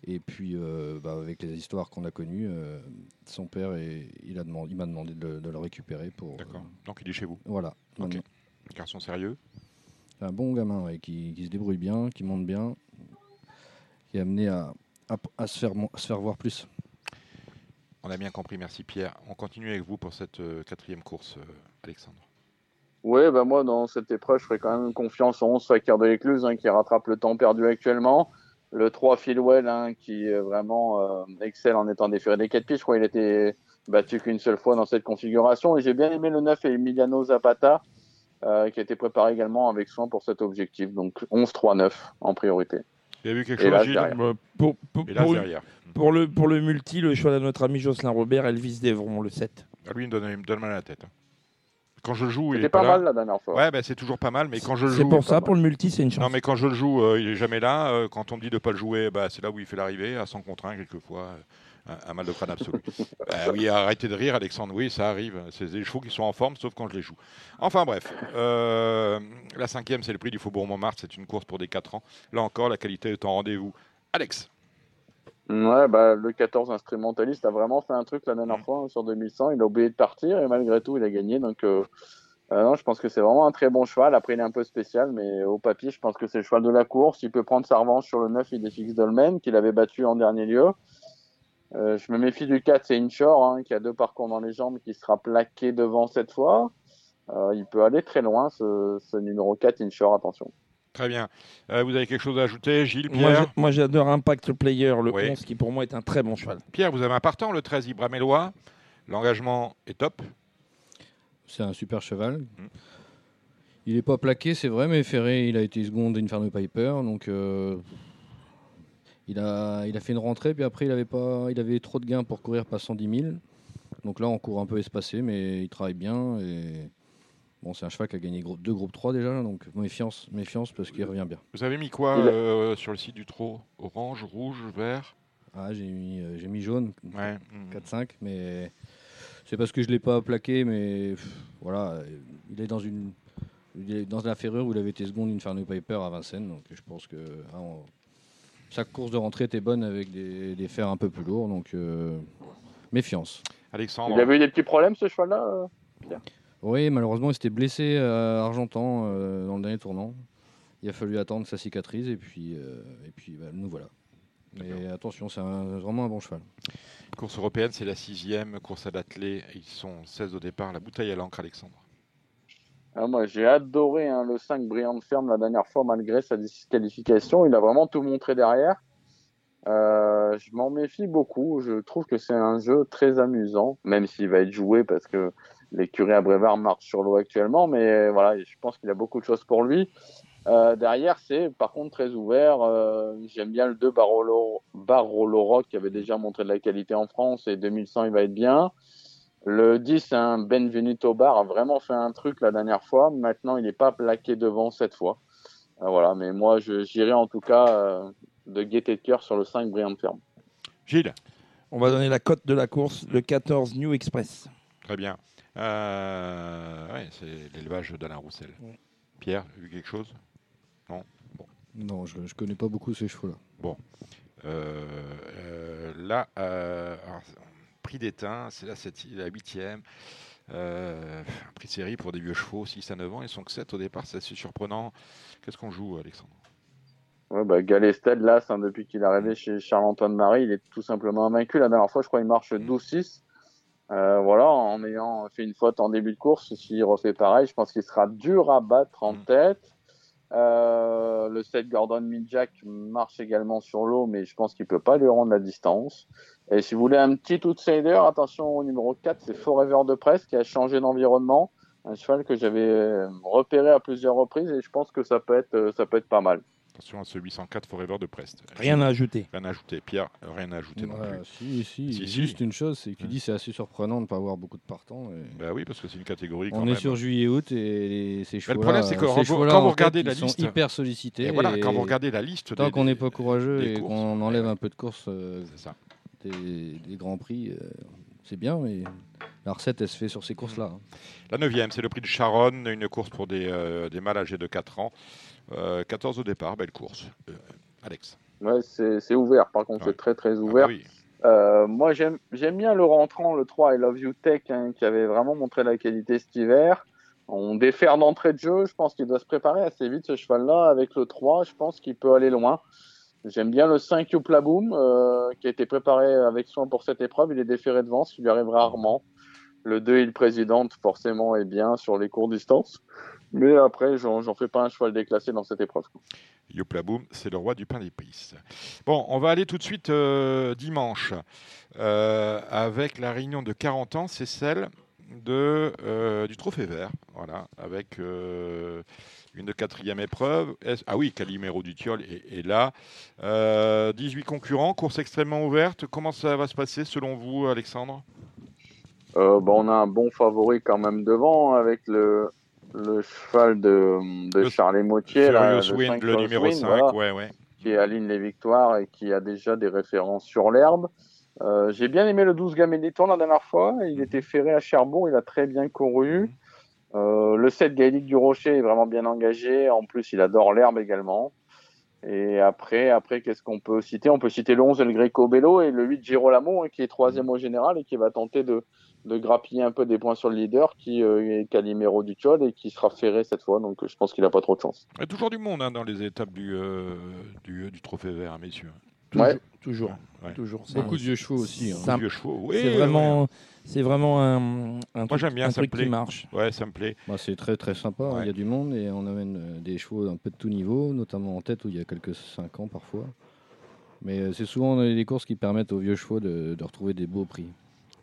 [SPEAKER 8] Et puis, euh, bah, avec les histoires qu'on a connues, euh, son père, est- il a demandé- il m'a demandé de le, de le récupérer pour.
[SPEAKER 1] D'accord.
[SPEAKER 8] euh,
[SPEAKER 1] Donc il est chez vous.
[SPEAKER 8] voilà.
[SPEAKER 1] Ok.
[SPEAKER 8] maintenant.
[SPEAKER 1] Garçon sérieux.
[SPEAKER 8] C'est un bon gamin ouais, qui, qui se débrouille bien, qui monte bien, qui est amené à, à- à se, faire, mon- à se faire voir plus.
[SPEAKER 1] On a bien compris. Merci Pierre. On continue avec vous pour cette euh, quatrième course, euh, Alexandre.
[SPEAKER 4] Oui, bah moi, dans cette épreuve, je ferai quand même confiance au 11 Fakir de l'Écluse hein, qui rattrape le temps perdu actuellement. Le 3 Philwell hein, qui est vraiment euh, excelle en étant déféré des 4 pieds. Je crois qu'il était battu qu'une seule fois dans cette configuration. Et j'ai bien aimé le 9 et Emiliano Zapata euh, qui a été préparé également avec soin pour cet objectif. Donc 11-3-9 en priorité.
[SPEAKER 1] Il y a vu quelque
[SPEAKER 4] Et là,
[SPEAKER 1] chose, Gilles
[SPEAKER 4] derrière.
[SPEAKER 3] Bah, Pour, pour,
[SPEAKER 1] Et là,
[SPEAKER 3] pour-
[SPEAKER 1] derrière.
[SPEAKER 3] pour le, pour le multi, le choix de notre ami Jocelyn Robert, Elvis Devron, le 7.
[SPEAKER 1] Ah, Lui, il me donne, il me donne mal à la tête. hein. Quand je le joue, il est
[SPEAKER 4] C'était
[SPEAKER 1] pas,
[SPEAKER 4] pas
[SPEAKER 1] là.
[SPEAKER 4] mal la dernière fois.
[SPEAKER 1] Ouais, ben, c'est toujours pas mal, mais quand je le
[SPEAKER 3] C'est
[SPEAKER 1] joue.
[SPEAKER 3] pour ça, pour le multi, c'est une chance.
[SPEAKER 1] Non, mais quand je le joue, euh, il est jamais là. Euh, quand on me dit de pas le jouer, bah, c'est là où il fait l'arrivée, à 100 contre 1, quelquefois. euh, un, un mal de crâne absolu. Bah oui, arrêtez de rire, Alexandre. Oui, ça arrive. C'est des chevaux qui sont en forme, sauf quand je les joue. Enfin, bref. Euh, la cinquième, c'est le prix du Faubourg Montmartre. C'est une course pour des 4 ans. Là encore, la qualité est en rendez-vous. Alex,
[SPEAKER 4] Ouais, bah, le 14 instrumentaliste a vraiment fait un truc la dernière
[SPEAKER 1] Mhm.
[SPEAKER 4] fois hein, sur 2100. Il a oublié de partir et malgré tout, il a gagné. Donc, euh, euh, non, je pense que c'est vraiment un très bon cheval. Après, il est un peu spécial, mais au papier, je pense que c'est le cheval de la course. Il peut prendre sa revanche sur le 9 Idéfix Dolmen qu'il avait battu en dernier lieu. Euh, je me méfie du 4, c'est Inshore, hein, qui a deux parcours dans les jambes, qui sera plaqué devant cette fois. Euh, il peut aller très loin, ce, ce numéro 4, Inshore, attention.
[SPEAKER 1] très bien. Euh, vous avez quelque chose à ajouter, Gilles,
[SPEAKER 3] Moi,
[SPEAKER 1] Pierre
[SPEAKER 3] j'a- Moi, j'adore Impact Player, le
[SPEAKER 1] Oui.
[SPEAKER 3] 11, qui pour moi est un très bon cheval.
[SPEAKER 1] Pierre, vous avez un partant, le 13 Ibrahim Eloy. L'engagement est top.
[SPEAKER 8] C'est un super cheval. Il n'est pas plaqué, c'est vrai, mais Ferré, il a été second d'Inferno Piper. Donc, euh, il, a, il a fait une rentrée, puis après, il avait, pas, il avait trop de gains pour courir pas 110 000. Donc là, on court un peu espacé, mais il travaille bien. Et... Bon, c'est un cheval qui a gagné groupe- deux groupes 3 déjà, donc méfiance, méfiance parce qu'il revient bien.
[SPEAKER 1] Vous avez mis quoi
[SPEAKER 4] Il a-
[SPEAKER 1] euh, sur le site du trot Orange, rouge, vert
[SPEAKER 8] Ah, j'ai mis, euh, j'ai mis jaune,
[SPEAKER 1] Ouais. mm.
[SPEAKER 8] 4-5, mais c'est parce que je ne l'ai pas plaqué, mais pff, voilà, euh, il est dans une il est dans la ferrure où il avait été seconde Inferno Piper à Vincennes, donc je pense que ah, on- chaque course de rentrée était bonne avec des, des fers un peu plus lourds, donc euh, méfiance.
[SPEAKER 1] Alexandre.
[SPEAKER 4] Il avait eu des petits problèmes, ce cheval-là euh
[SPEAKER 8] Oui, malheureusement, il s'était blessé à Argentan euh, dans le dernier tournant. Il a fallu attendre sa cicatrice et puis, euh, et puis bah, nous voilà. Mais attention, c'est un- vraiment un bon cheval.
[SPEAKER 1] Course européenne, c'est la sixième course à l'attelé. Ils sont 16 au départ. La bouteille à l'encre, Alexandre.
[SPEAKER 4] Ah, moi, j'ai adoré hein, le 5 brillant de ferme la dernière fois, malgré sa disqualification. Il a vraiment tout montré derrière. Euh, je m'en méfie beaucoup. Je trouve que c'est un jeu très amusant, même s'il va être joué parce que l'écurie à Brevard marche sur l'eau actuellement. Mais voilà, je pense qu'il a beaucoup de choses pour lui. Euh, derrière, c'est par contre très ouvert. Euh, J'aime bien le 2 Barolo, Barolo Rock qui avait déjà montré de la qualité en France et 2100, il va être bien. Le 10, hein, Benvenuto Bar a vraiment fait un truc la dernière fois. Maintenant, il n'est pas plaqué devant cette fois. Euh, voilà, mais moi, je- j'irai en tout cas euh, de gaieté de cœur sur le 5 Brillant de Ferme.
[SPEAKER 1] Gilles.
[SPEAKER 3] On va donner la cote de la course, le 14 New Express.
[SPEAKER 1] Très bien. Euh, ouais, c'est l'élevage d'Alain Roussel.
[SPEAKER 3] Ouais.
[SPEAKER 1] Pierre, vu quelque chose
[SPEAKER 8] Non, je ne connais pas beaucoup ces chevaux-là.
[SPEAKER 1] Euh, euh, Là, euh, alors, prix d'étain, c'est la, septi- la huitième. Euh, prix de série pour des vieux chevaux, 6 à 9 ans. Ils sont que 7 au départ, c'est assez surprenant. Qu'est-ce qu'on joue, Alexandre
[SPEAKER 4] Ouais, bah, Galestad, là, c'est un- depuis qu'il est arrivé chez Charles-Antoine Marie, il est tout simplement invaincu. La dernière fois, je crois, il marche 12-6. Euh, voilà, en ayant fait une faute en début de course, s'il refait pareil, je pense qu'il sera dur à battre en
[SPEAKER 1] Mm.
[SPEAKER 4] tête. Euh, le 7 Gordon Midjack marche également sur l'eau, mais je pense qu'il peut pas lui rendre la distance. Et si vous voulez un petit outsider, attention au numéro 4, c'est Forever de Presse qui a changé d'environnement. Un cheval que j'avais euh, repéré à plusieurs reprises et je pense que ça peut être, euh, ça peut être pas mal.
[SPEAKER 1] Attention à ce 804 Forever de Prest.
[SPEAKER 3] Rien à ajouter.
[SPEAKER 1] Rien à ajouter. Pierre, rien à ajouter non
[SPEAKER 8] Voilà,
[SPEAKER 1] plus.
[SPEAKER 8] si, si,
[SPEAKER 1] Si,
[SPEAKER 8] juste
[SPEAKER 1] si.
[SPEAKER 8] une chose, c'est que tu
[SPEAKER 1] Ouais.
[SPEAKER 8] dis c'est assez surprenant de ne pas avoir beaucoup de partants. et-
[SPEAKER 1] Bah oui, parce que c'est une catégorie quand
[SPEAKER 8] On est
[SPEAKER 1] même.
[SPEAKER 8] sur juillet-août et les- ces chevaux-là,
[SPEAKER 1] problème, c'est que quand vous-
[SPEAKER 8] ces chevaux-là,
[SPEAKER 1] quand vous
[SPEAKER 8] en fait,
[SPEAKER 1] regardez
[SPEAKER 8] ils
[SPEAKER 1] la liste-
[SPEAKER 8] sont hyper sollicités.
[SPEAKER 1] Et voilà, quand
[SPEAKER 8] et
[SPEAKER 1] vous regardez la liste.
[SPEAKER 8] Tant
[SPEAKER 1] des-
[SPEAKER 8] qu'on n'est pas
[SPEAKER 1] des
[SPEAKER 8] courageux et
[SPEAKER 1] courses,
[SPEAKER 8] qu'on enlève
[SPEAKER 1] ouais.
[SPEAKER 8] un peu de course euh,
[SPEAKER 1] C'est ça.
[SPEAKER 8] des, des grands prix, euh, c'est bien, mais la recette, elle se fait sur ces courses-là. hein.
[SPEAKER 1] La neuvième, c'est le prix de Charonne, une course pour des, euh, des mâles âgés de 4 ans. Euh, 14 au départ, belle course. Euh, Alex.
[SPEAKER 4] Ouais, c'est c'est ouvert, par contre,
[SPEAKER 1] Ouais.
[SPEAKER 4] c'est très très
[SPEAKER 1] Ah bah
[SPEAKER 4] ouvert.
[SPEAKER 1] oui.
[SPEAKER 4] Euh, moi, j'aime j'aime bien le rentrant, le 3 I Love You Tech, hein, qui avait vraiment montré la qualité cet hiver. On défère d'entrée de jeu, je pense qu'il doit se préparer assez vite ce cheval-là. Avec le 3, je pense qu'il peut aller loin. J'aime bien le 5 Youplaboom, euh, qui a été préparé avec soin pour cette épreuve. Il est déféré devant, ce qui lui
[SPEAKER 1] Mhm.
[SPEAKER 4] arrive rarement. Le 2 Il Présidente, forcément, est bien sur les courtes distances. Mais après, j'en j'en fais pas un cheval déclassé dans cette épreuve.
[SPEAKER 1] Yoplaboum, c'est le roi du pain d'épices. Bon, on va aller tout de suite euh, dimanche euh, avec la réunion de 40 ans, c'est celle de, euh, du Trophée Vert, voilà, avec euh, une quatrième épreuve. Est-ce- Ah oui, Calimero du Tiol est, est là. Euh, 18 concurrents, course extrêmement ouverte. Comment ça va se passer selon vous, Alexandre
[SPEAKER 4] Euh, bah, on a un bon favori quand même devant avec le, le cheval de, de
[SPEAKER 1] Le-
[SPEAKER 4] Charlie Mautier, là,
[SPEAKER 1] Furious Wind,
[SPEAKER 4] cinq
[SPEAKER 1] le
[SPEAKER 4] Furious
[SPEAKER 1] numéro
[SPEAKER 4] Wind,
[SPEAKER 1] 5,
[SPEAKER 4] voilà,
[SPEAKER 1] ouais, ouais.
[SPEAKER 4] qui aligne les victoires et qui a déjà des références sur l'herbe. Euh, J'ai bien aimé le 12 Gaménéton la dernière fois.
[SPEAKER 1] Mhm.
[SPEAKER 4] Il était ferré à Charbon, il a très bien couru. Euh, le 7 Gaélique du Rocher est vraiment bien engagé. En plus, il adore l'herbe également. Et après, après qu'est-ce qu'on peut citer On peut citer le 11 El Greco Bello et le 8 Girolamo, hein, qui est
[SPEAKER 1] Mhm.
[SPEAKER 4] troisième au général et qui va tenter de, de grappiller un peu des points sur le leader, qui euh, est Calimero Duchol et qui sera ferré cette fois. Donc, euh, je pense qu'il n'a pas trop de chance.
[SPEAKER 1] Il y a toujours du monde hein, dans les étapes du, euh, du, du Trophée Vert, hein, messieurs.
[SPEAKER 3] Toujours.
[SPEAKER 4] Ouais.
[SPEAKER 3] Toujours.
[SPEAKER 1] Ouais.
[SPEAKER 3] toujours. C'est
[SPEAKER 8] Beaucoup
[SPEAKER 3] un-
[SPEAKER 8] de vieux chevaux aussi. hein.
[SPEAKER 3] Ça-
[SPEAKER 1] Vieux chevaux, oui,
[SPEAKER 3] C'est
[SPEAKER 1] oui, hein.
[SPEAKER 3] vraiment, c'est vraiment un, un truc,
[SPEAKER 1] j'aime bien,
[SPEAKER 3] un
[SPEAKER 1] ça
[SPEAKER 3] truc
[SPEAKER 1] me
[SPEAKER 3] qui
[SPEAKER 1] plaît.
[SPEAKER 3] marche.
[SPEAKER 1] oui. Ouais, ça me plaît.
[SPEAKER 8] Bah, c'est très très sympa, hein. il
[SPEAKER 1] Ouais.
[SPEAKER 8] y a du monde et on amène euh, des chevaux un peu de tout niveau, notamment en tête où il y a quelques 5 ans parfois. Mais euh, c'est souvent dans les courses qui permettent aux vieux chevaux de, de retrouver des beaux prix.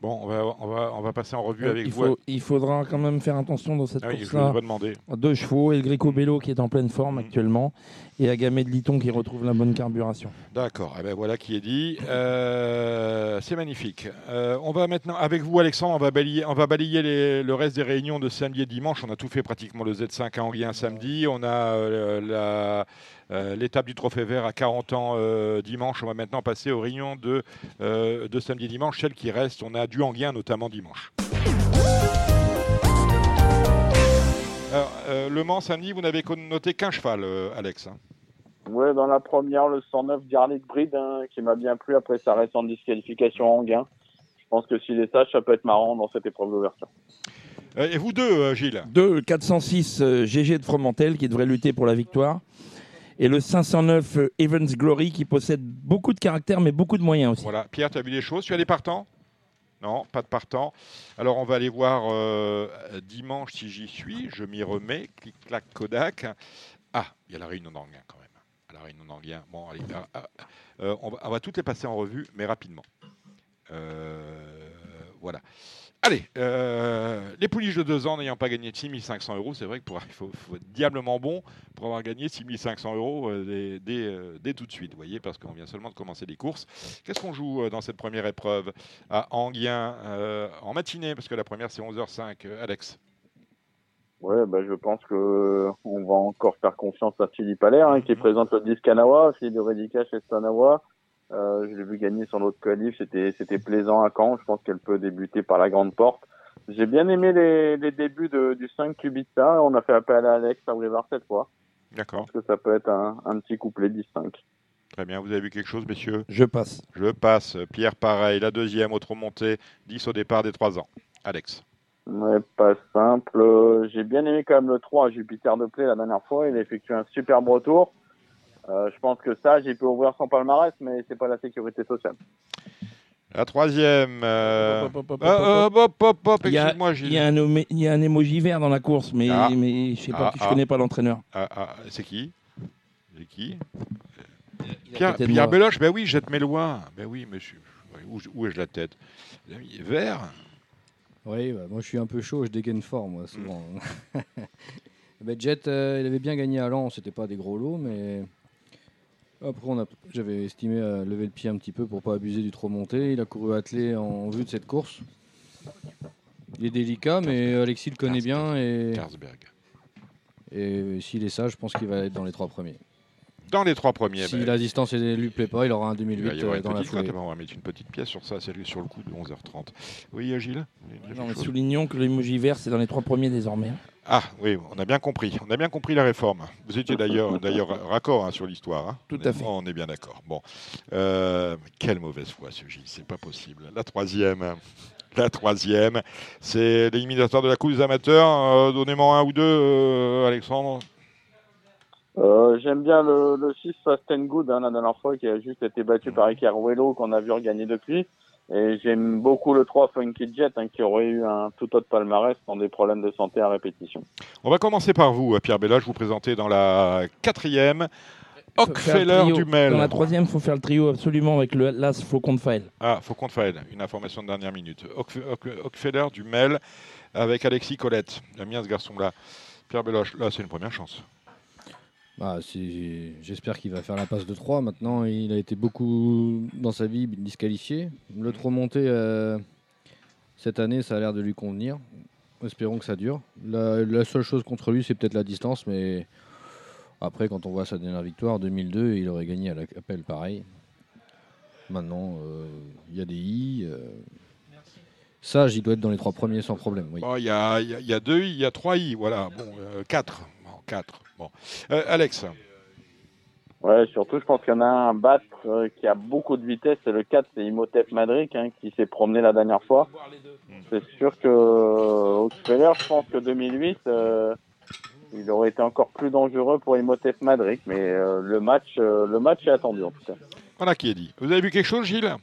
[SPEAKER 1] Bon, on va, on va, on va passer en revue avec
[SPEAKER 3] Euh, il,
[SPEAKER 1] vous.
[SPEAKER 3] faut- il faudra quand même faire attention dans cette
[SPEAKER 1] Ah oui, je
[SPEAKER 3] course-là.
[SPEAKER 1] vous demander.
[SPEAKER 3] Deux chevaux, El Greco Bello qui est en pleine forme
[SPEAKER 1] Mhm.
[SPEAKER 3] actuellement, et Agamé de Liton qui retrouve la bonne carburation.
[SPEAKER 1] D'accord, eh ben voilà qui est dit. Euh, c'est magnifique. Euh, on va maintenant, avec vous Alexandre, on va balayer, on va balayer les- le reste des réunions de samedi et dimanche. On a tout fait pratiquement le Z5 à Anguien samedi. On a euh, la- euh, l'étape du Trophée Vert à 40 ans euh, dimanche. On va maintenant passer aux réunions de, euh, de samedi et dimanche. Celles qui restent, on a du Anguien notamment dimanche. Alors, euh, le Mans samedi, vous n'avez noté qu'un cheval, euh, Alex. hein.
[SPEAKER 4] Ouais, dans la première, le 109 Garlic Breed, hein, qui m'a bien plu après sa récente disqualification en gain. Je pense que s'il est sage, ça peut être marrant dans cette épreuve d'ouverture.
[SPEAKER 1] Euh, et vous deux, euh, Gilles
[SPEAKER 3] 2 406 euh, GG de Fromentel qui devrait lutter pour la victoire. Et le 509 euh, Evans Glory qui possède beaucoup de caractère mais beaucoup de moyens aussi.
[SPEAKER 1] Voilà, Pierre, tu as vu des choses Tu as des partants Non, pas de partants. Alors, on va aller voir euh, dimanche si j'y suis. Je m'y remets. Clic, clac, Kodak. Ah, il y a la réunion d'Anguien quand même. À La réunion d'Anguien. Bon, allez, ah, ah, euh, on, va, on va toutes les passer en revue, mais rapidement. Euh, voilà. Allez, euh, les pouliches de deux ans n'ayant pas gagné 6500 euros, c'est vrai qu'il faut, faut être diablement bon pour avoir gagné 6500 euros euh, dès, dès, euh, dès tout de suite, vous voyez, parce qu'on vient seulement de commencer les courses. Qu'est-ce qu'on joue euh, dans cette première épreuve à Anguien euh, en matinée Parce que la première, c'est 11h05. Euh, Alex
[SPEAKER 4] Ouais, bah, je pense que euh, on va encore faire confiance à Philippe Allaire, hein, qui
[SPEAKER 1] Mhm.
[SPEAKER 4] présente le 10 Kanawa, Philippe de Redica chez Stanawa. Euh, je l'ai vu gagner son autre qualif, c'était, c'était plaisant à Caen. Je pense qu'elle peut débuter par la grande porte. J'ai bien aimé les, les débuts de, du 5 Cubita. On a fait appel à Alex Abrivard cette fois.
[SPEAKER 1] D'accord,
[SPEAKER 4] Je pense que ça peut être un, un petit couplet 10-5.
[SPEAKER 1] très bien. Vous avez vu quelque chose, messieurs
[SPEAKER 3] Je passe.
[SPEAKER 1] Je passe. Pierre, pareil. La deuxième, autre montée, 10 au départ des 3 ans. Alex
[SPEAKER 4] Ouais, pas simple. Euh, J'ai bien aimé quand même le 3 à Jupiter de Play la dernière fois. Il a effectué un superbe retour. Euh, je pense que ça, j'ai pu ouvrir son palmarès, mais c'est pas la sécurité sociale.
[SPEAKER 1] La troisième. euh,
[SPEAKER 3] Hop, hop, hop, hop,
[SPEAKER 1] euh,
[SPEAKER 3] hop, hop.
[SPEAKER 1] euh, hop, hop, hop,
[SPEAKER 3] Il y a-
[SPEAKER 1] excuse-moi,
[SPEAKER 3] Il y,
[SPEAKER 1] Gilles.
[SPEAKER 3] a un, omé- il y a un emoji vert dans la course, mais,
[SPEAKER 1] Ah.
[SPEAKER 3] mais je sais pas,
[SPEAKER 1] Ah,
[SPEAKER 3] qui- je
[SPEAKER 1] ah.
[SPEAKER 3] connais pas l'entraîneur.
[SPEAKER 1] Ah, ah, c'est qui C'est qui
[SPEAKER 3] à
[SPEAKER 1] Pierre,
[SPEAKER 3] côté de
[SPEAKER 1] Pierre
[SPEAKER 3] moi.
[SPEAKER 1] Beloche, ben oui, jette mes lois. Ben oui, monsieur. Où, où ai-je la tête Vert
[SPEAKER 8] Oui, bah, moi je suis un peu chaud, je dégaine fort moi souvent. Bah, Jet, euh, il avait bien gagné à Lens, c'était pas des gros lots, mais Après, on a- j'avais estimé à lever le pied un petit peu pour pas abuser du trop monté. Il a couru attelé en vue de cette course. Il est délicat, mais Alexis le connaît bien et,
[SPEAKER 1] Carlsberg.
[SPEAKER 8] et s'il est sage, je pense qu'il va être dans les trois premiers.
[SPEAKER 1] Dans les trois premiers.
[SPEAKER 8] Si
[SPEAKER 1] ben,
[SPEAKER 8] la distance ne lui plaît pas, il aura un
[SPEAKER 1] il va
[SPEAKER 8] 2008
[SPEAKER 1] y avoir
[SPEAKER 8] euh,
[SPEAKER 1] une
[SPEAKER 8] dans la
[SPEAKER 1] petite cote,
[SPEAKER 8] foulée.
[SPEAKER 1] ben, on va mettre une petite pièce sur ça, c'est lui sur le coup de 11h30. Oui, euh, Gilles Il y a
[SPEAKER 3] Non, mais
[SPEAKER 1] quelque chose
[SPEAKER 3] soulignons que l'emoji vert, c'est dans les trois premiers désormais.
[SPEAKER 1] Ah oui, on a bien compris. On a bien compris la réforme. Vous étiez d'ailleurs d'ailleurs raccord hein, sur l'histoire. hein.
[SPEAKER 3] Tout à fait.
[SPEAKER 1] On est bien d'accord. Bon, Euh, quelle mauvaise foi ce Gilles, c'est pas possible. La troisième. La troisième, c'est l'éliminatoire de la Coupe des amateurs. Euh, Donnez-moi un ou deux, euh, Alexandre.
[SPEAKER 4] Euh, J'aime bien le, le 6 Fast and Good, hein, la dernière fois, qui a juste été battu par Icaruelo, qu'on a vu regagner depuis. Et j'aime beaucoup le 3 Funky Jet, hein, qui aurait eu un tout autre palmarès sans des problèmes de santé à répétition.
[SPEAKER 1] On va commencer par vous, euh, Pierre Bella. Je vous présenter dans la quatrième, Oh, Rockefeller
[SPEAKER 3] Faut faire le trio.
[SPEAKER 1] Dumel.
[SPEAKER 3] Dans la troisième, il faut faire le trio absolument avec le Atlas Faucon de Fael.
[SPEAKER 1] Ah, faut qu'on te faille. Une information de dernière minute. Hockf- Hock- Hockfeller du Mel avec Alexis Colette. J'aime bien ce garçon-là. Pierre Beloche, là, c'est une première chance.
[SPEAKER 8] Ah, si, J'espère qu'il va faire la passe de 3. Maintenant, il a été beaucoup dans sa vie disqualifié. Le 3 monté euh, cette année, ça a l'air de lui convenir. Espérons que ça dure. La, la seule chose contre lui, c'est peut-être la distance, mais après, quand on voit sa dernière victoire, 2002, il aurait gagné à l'appel pareil. Maintenant, euh, il y a des i. euh, Sage, il doit être dans les trois premiers sans problème. Oui.
[SPEAKER 1] Bon, Il y, a, il y a- il y a deux I, il y a trois I, voilà. Bon, euh, quatre. Bon, quatre. Bon. Euh, Alex,
[SPEAKER 4] Ouais, surtout, je pense qu'il y en a un à battre euh, qui a beaucoup de vitesse. C'est le 4, c'est Imhotep Madrick, hein, qui s'est promené la dernière fois. C'est sûr que euh, Oxfeller, je pense que 2008, euh, il aurait été encore plus dangereux pour Imhotep Madrick. Mais euh, le match, euh, le match est attendu en tout cas.
[SPEAKER 1] voilà qui est dit. Vous avez vu quelque chose, Gilles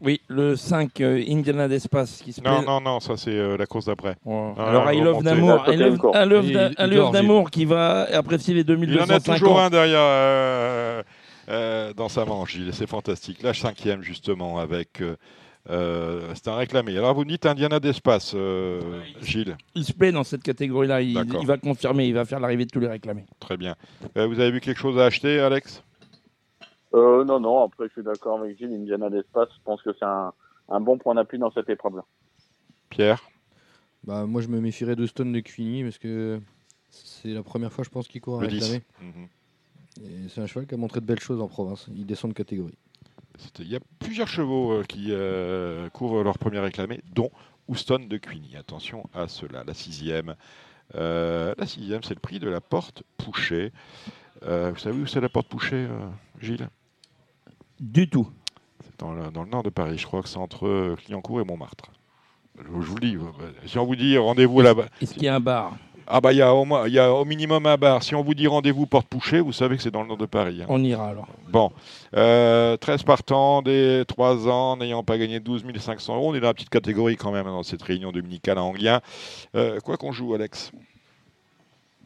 [SPEAKER 3] Oui, le 5, euh, Indiana d'Espace, qui se
[SPEAKER 1] Non,
[SPEAKER 3] plaît-
[SPEAKER 1] non, non, ça c'est euh, la course d'après.
[SPEAKER 3] Ouais.
[SPEAKER 1] Ah,
[SPEAKER 3] Alors, I
[SPEAKER 1] vous
[SPEAKER 3] Love
[SPEAKER 1] remontez.
[SPEAKER 3] d'amour,
[SPEAKER 4] La
[SPEAKER 3] I
[SPEAKER 4] deuxième
[SPEAKER 3] Love-
[SPEAKER 4] course.
[SPEAKER 3] I Love
[SPEAKER 8] Il-
[SPEAKER 3] d'a-
[SPEAKER 8] il
[SPEAKER 3] I Love
[SPEAKER 8] dort,
[SPEAKER 3] d'amour qui va apprécier les
[SPEAKER 1] Il en a toujours
[SPEAKER 3] 2250.
[SPEAKER 1] un derrière euh, euh, dans sa manche, Gilles. C'est fantastique. Là, cinquième, justement, avec. euh, euh, c'est un réclamé. Alors, vous me dites Indiana d'espace, euh, Gilles.
[SPEAKER 3] Il se plaît dans cette catégorie-là. Il,
[SPEAKER 1] D'accord.
[SPEAKER 3] il va confirmer, il va faire l'arrivée de tous les réclamés.
[SPEAKER 1] Très bien. Euh, vous avez vu quelque chose à acheter, Alex
[SPEAKER 4] Euh, non, non, après, je suis d'accord avec Gilles. Indiana d'Espace, je pense que c'est un, un bon point d'appui dans cette épreuve-là.
[SPEAKER 1] Pierre
[SPEAKER 8] Bah, moi, je me méfierais de Stone de Cuny parce que c'est la première fois, je pense, qu'il court à
[SPEAKER 1] Le 10.
[SPEAKER 8] réclamer.
[SPEAKER 1] Mhm.
[SPEAKER 8] Et C'est un cheval qui a montré de belles choses en province. Il descend de catégorie.
[SPEAKER 1] C'était- Il y a plusieurs chevaux euh, qui euh, courent leur premier réclamé, dont Houston de Cuigny. Attention à cela. La sixième, euh, la sixième, c'est le prix de la porte Pouchet. Euh, vous savez où c'est la porte Pouchet, euh, Gilles
[SPEAKER 3] Du tout.
[SPEAKER 1] C'est dans le, dans le nord de Paris. Je crois que c'est entre euh, Clignancourt et Montmartre. Je vous le dis. euh, Si on vous dit rendez-vous là-bas,
[SPEAKER 3] Est-ce qu'il y a un bar
[SPEAKER 1] ah bah il y a au moins- il y a au minimum un bar. Si on vous dit rendez-vous porte Pouchet, vous savez que c'est dans le nord de Paris. hein.
[SPEAKER 3] On ira alors.
[SPEAKER 1] Bon, Euh, 13 partants des 3 ans, n'ayant pas gagné 12 500 euros. On est dans la petite catégorie quand même hein, dans cette réunion dominicale à Anglien. Euh, quoi qu'on joue, Alex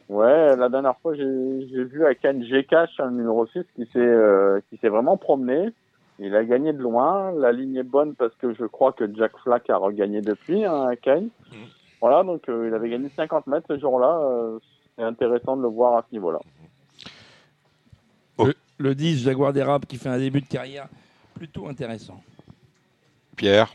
[SPEAKER 4] Ouais, la dernière fois, j'ai j'ai vu à Cannes Gcash, un numéro 6, qui s'est euh, qui s'est vraiment promené. Il a gagné de loin. La ligne est bonne parce que je crois que Jack Flack a regagné depuis hein, à Cannes. Voilà, donc euh, il avait gagné 50 mètres ce jour-là. euh, c'est intéressant de le voir à ce niveau-là.
[SPEAKER 1] Oh.
[SPEAKER 3] Le 10, Jaguar d'Érable, qui fait un début de carrière plutôt intéressant.
[SPEAKER 1] Pierre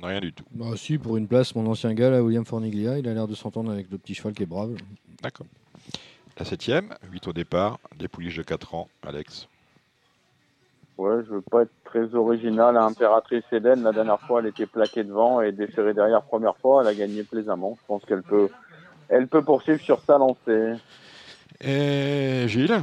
[SPEAKER 1] Non, Rien du tout.
[SPEAKER 8] Bah si, pour une place, mon ancien gars, là, William Forniglia, il a l'air de s'entendre avec le petit cheval qui est brave.
[SPEAKER 1] D'accord. La septième, 8 au départ, des pouliches de 4 ans, Alex.
[SPEAKER 4] Ouais, je veux pas être très original. Impératrice Eden, la dernière fois, elle était plaquée devant et déférée derrière première fois. Elle a gagné plaisamment. Je pense qu'elle peut, elle peut poursuivre sur sa lancée.
[SPEAKER 1] Et Gilles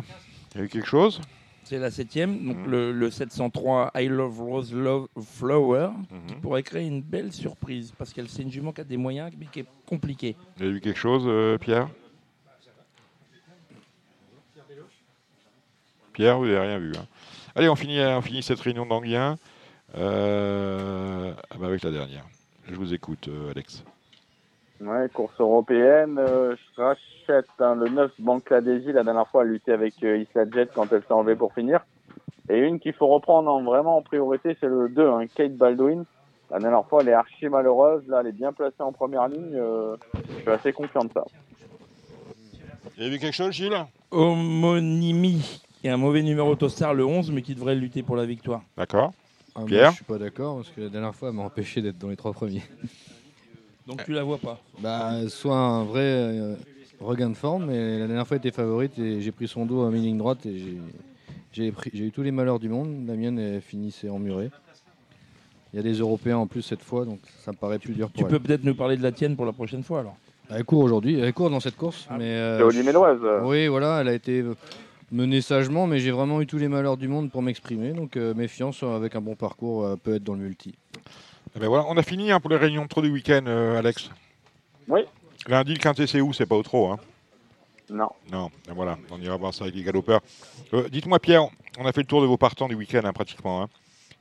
[SPEAKER 1] Il y a eu quelque chose
[SPEAKER 3] C'est la septième, donc
[SPEAKER 1] Mhm.
[SPEAKER 3] le, le 703 I Love Rose Love Flower
[SPEAKER 1] Mhm.
[SPEAKER 3] pourrait créer une belle surprise parce qu'elle c'est une jument qui a des moyens mais qui est compliquée.
[SPEAKER 1] Il y a eu quelque chose, euh, Pierre Pierre, vous n'avez rien vu. hein. Allez, on finit, on finit cette réunion d'Anguien euh, ah bah avec la dernière. Je vous écoute, euh, Alex.
[SPEAKER 4] Ouais, course européenne. euh, je rachète hein, le 9 Bangladeshi. La dernière fois, elle luttait avec euh, Isla Jet quand elle s'est enlevée pour finir. Et une qu'il faut reprendre en- vraiment en priorité, c'est le 2, hein, Kate Baldwin. La dernière fois, elle est archi malheureuse. Là, elle est bien placée en première ligne. euh, je suis assez confiant de ça.
[SPEAKER 1] Il y a eu quelque chose, Gilles
[SPEAKER 3] Homonymie et un mauvais numéro Autostar, le 11, mais qui devrait lutter pour la victoire.
[SPEAKER 1] D'accord.
[SPEAKER 8] Ah, moi,
[SPEAKER 1] Pierre
[SPEAKER 8] Je suis pas d'accord parce que la dernière fois, elle m'a empêché d'être dans les trois premiers.
[SPEAKER 3] Donc tu la vois pas.
[SPEAKER 8] Bah, soit un vrai euh, regain de forme, mais la dernière fois, elle était favorite et j'ai pris son dos à mi-ligne droite et j'ai- j'ai pris- j'ai eu tous les malheurs du monde. La mienne elle finissait emmurée. Il y a des Européens en plus cette fois, donc ça me paraît plus dur
[SPEAKER 3] Tu
[SPEAKER 8] pour elle. Bah,
[SPEAKER 3] peux peut-être nous parler de la tienne pour la prochaine fois alors. Ah,
[SPEAKER 8] Elle court aujourd'hui, elle court dans cette course, mais euh,
[SPEAKER 4] C'est Oli Méloise.
[SPEAKER 8] Oui, voilà, elle a été euh, menée sagement, mais j'ai vraiment eu tous les malheurs du monde pour m'exprimer. Donc euh, méfiance euh, avec un bon parcours euh, peut être dans le multi.
[SPEAKER 1] Eh ben voilà, on a fini hein, pour les réunions de trop du week-end, euh, Alex.
[SPEAKER 4] Oui.
[SPEAKER 1] Lundi, le quintet, c'est où C'est pas au trop. Hein
[SPEAKER 6] Non.
[SPEAKER 1] Non, ben voilà, on ira voir ça avec les galopeurs. Euh, Dites-moi, Pierre, on a fait le tour de vos partants du week-end, hein, pratiquement. hein.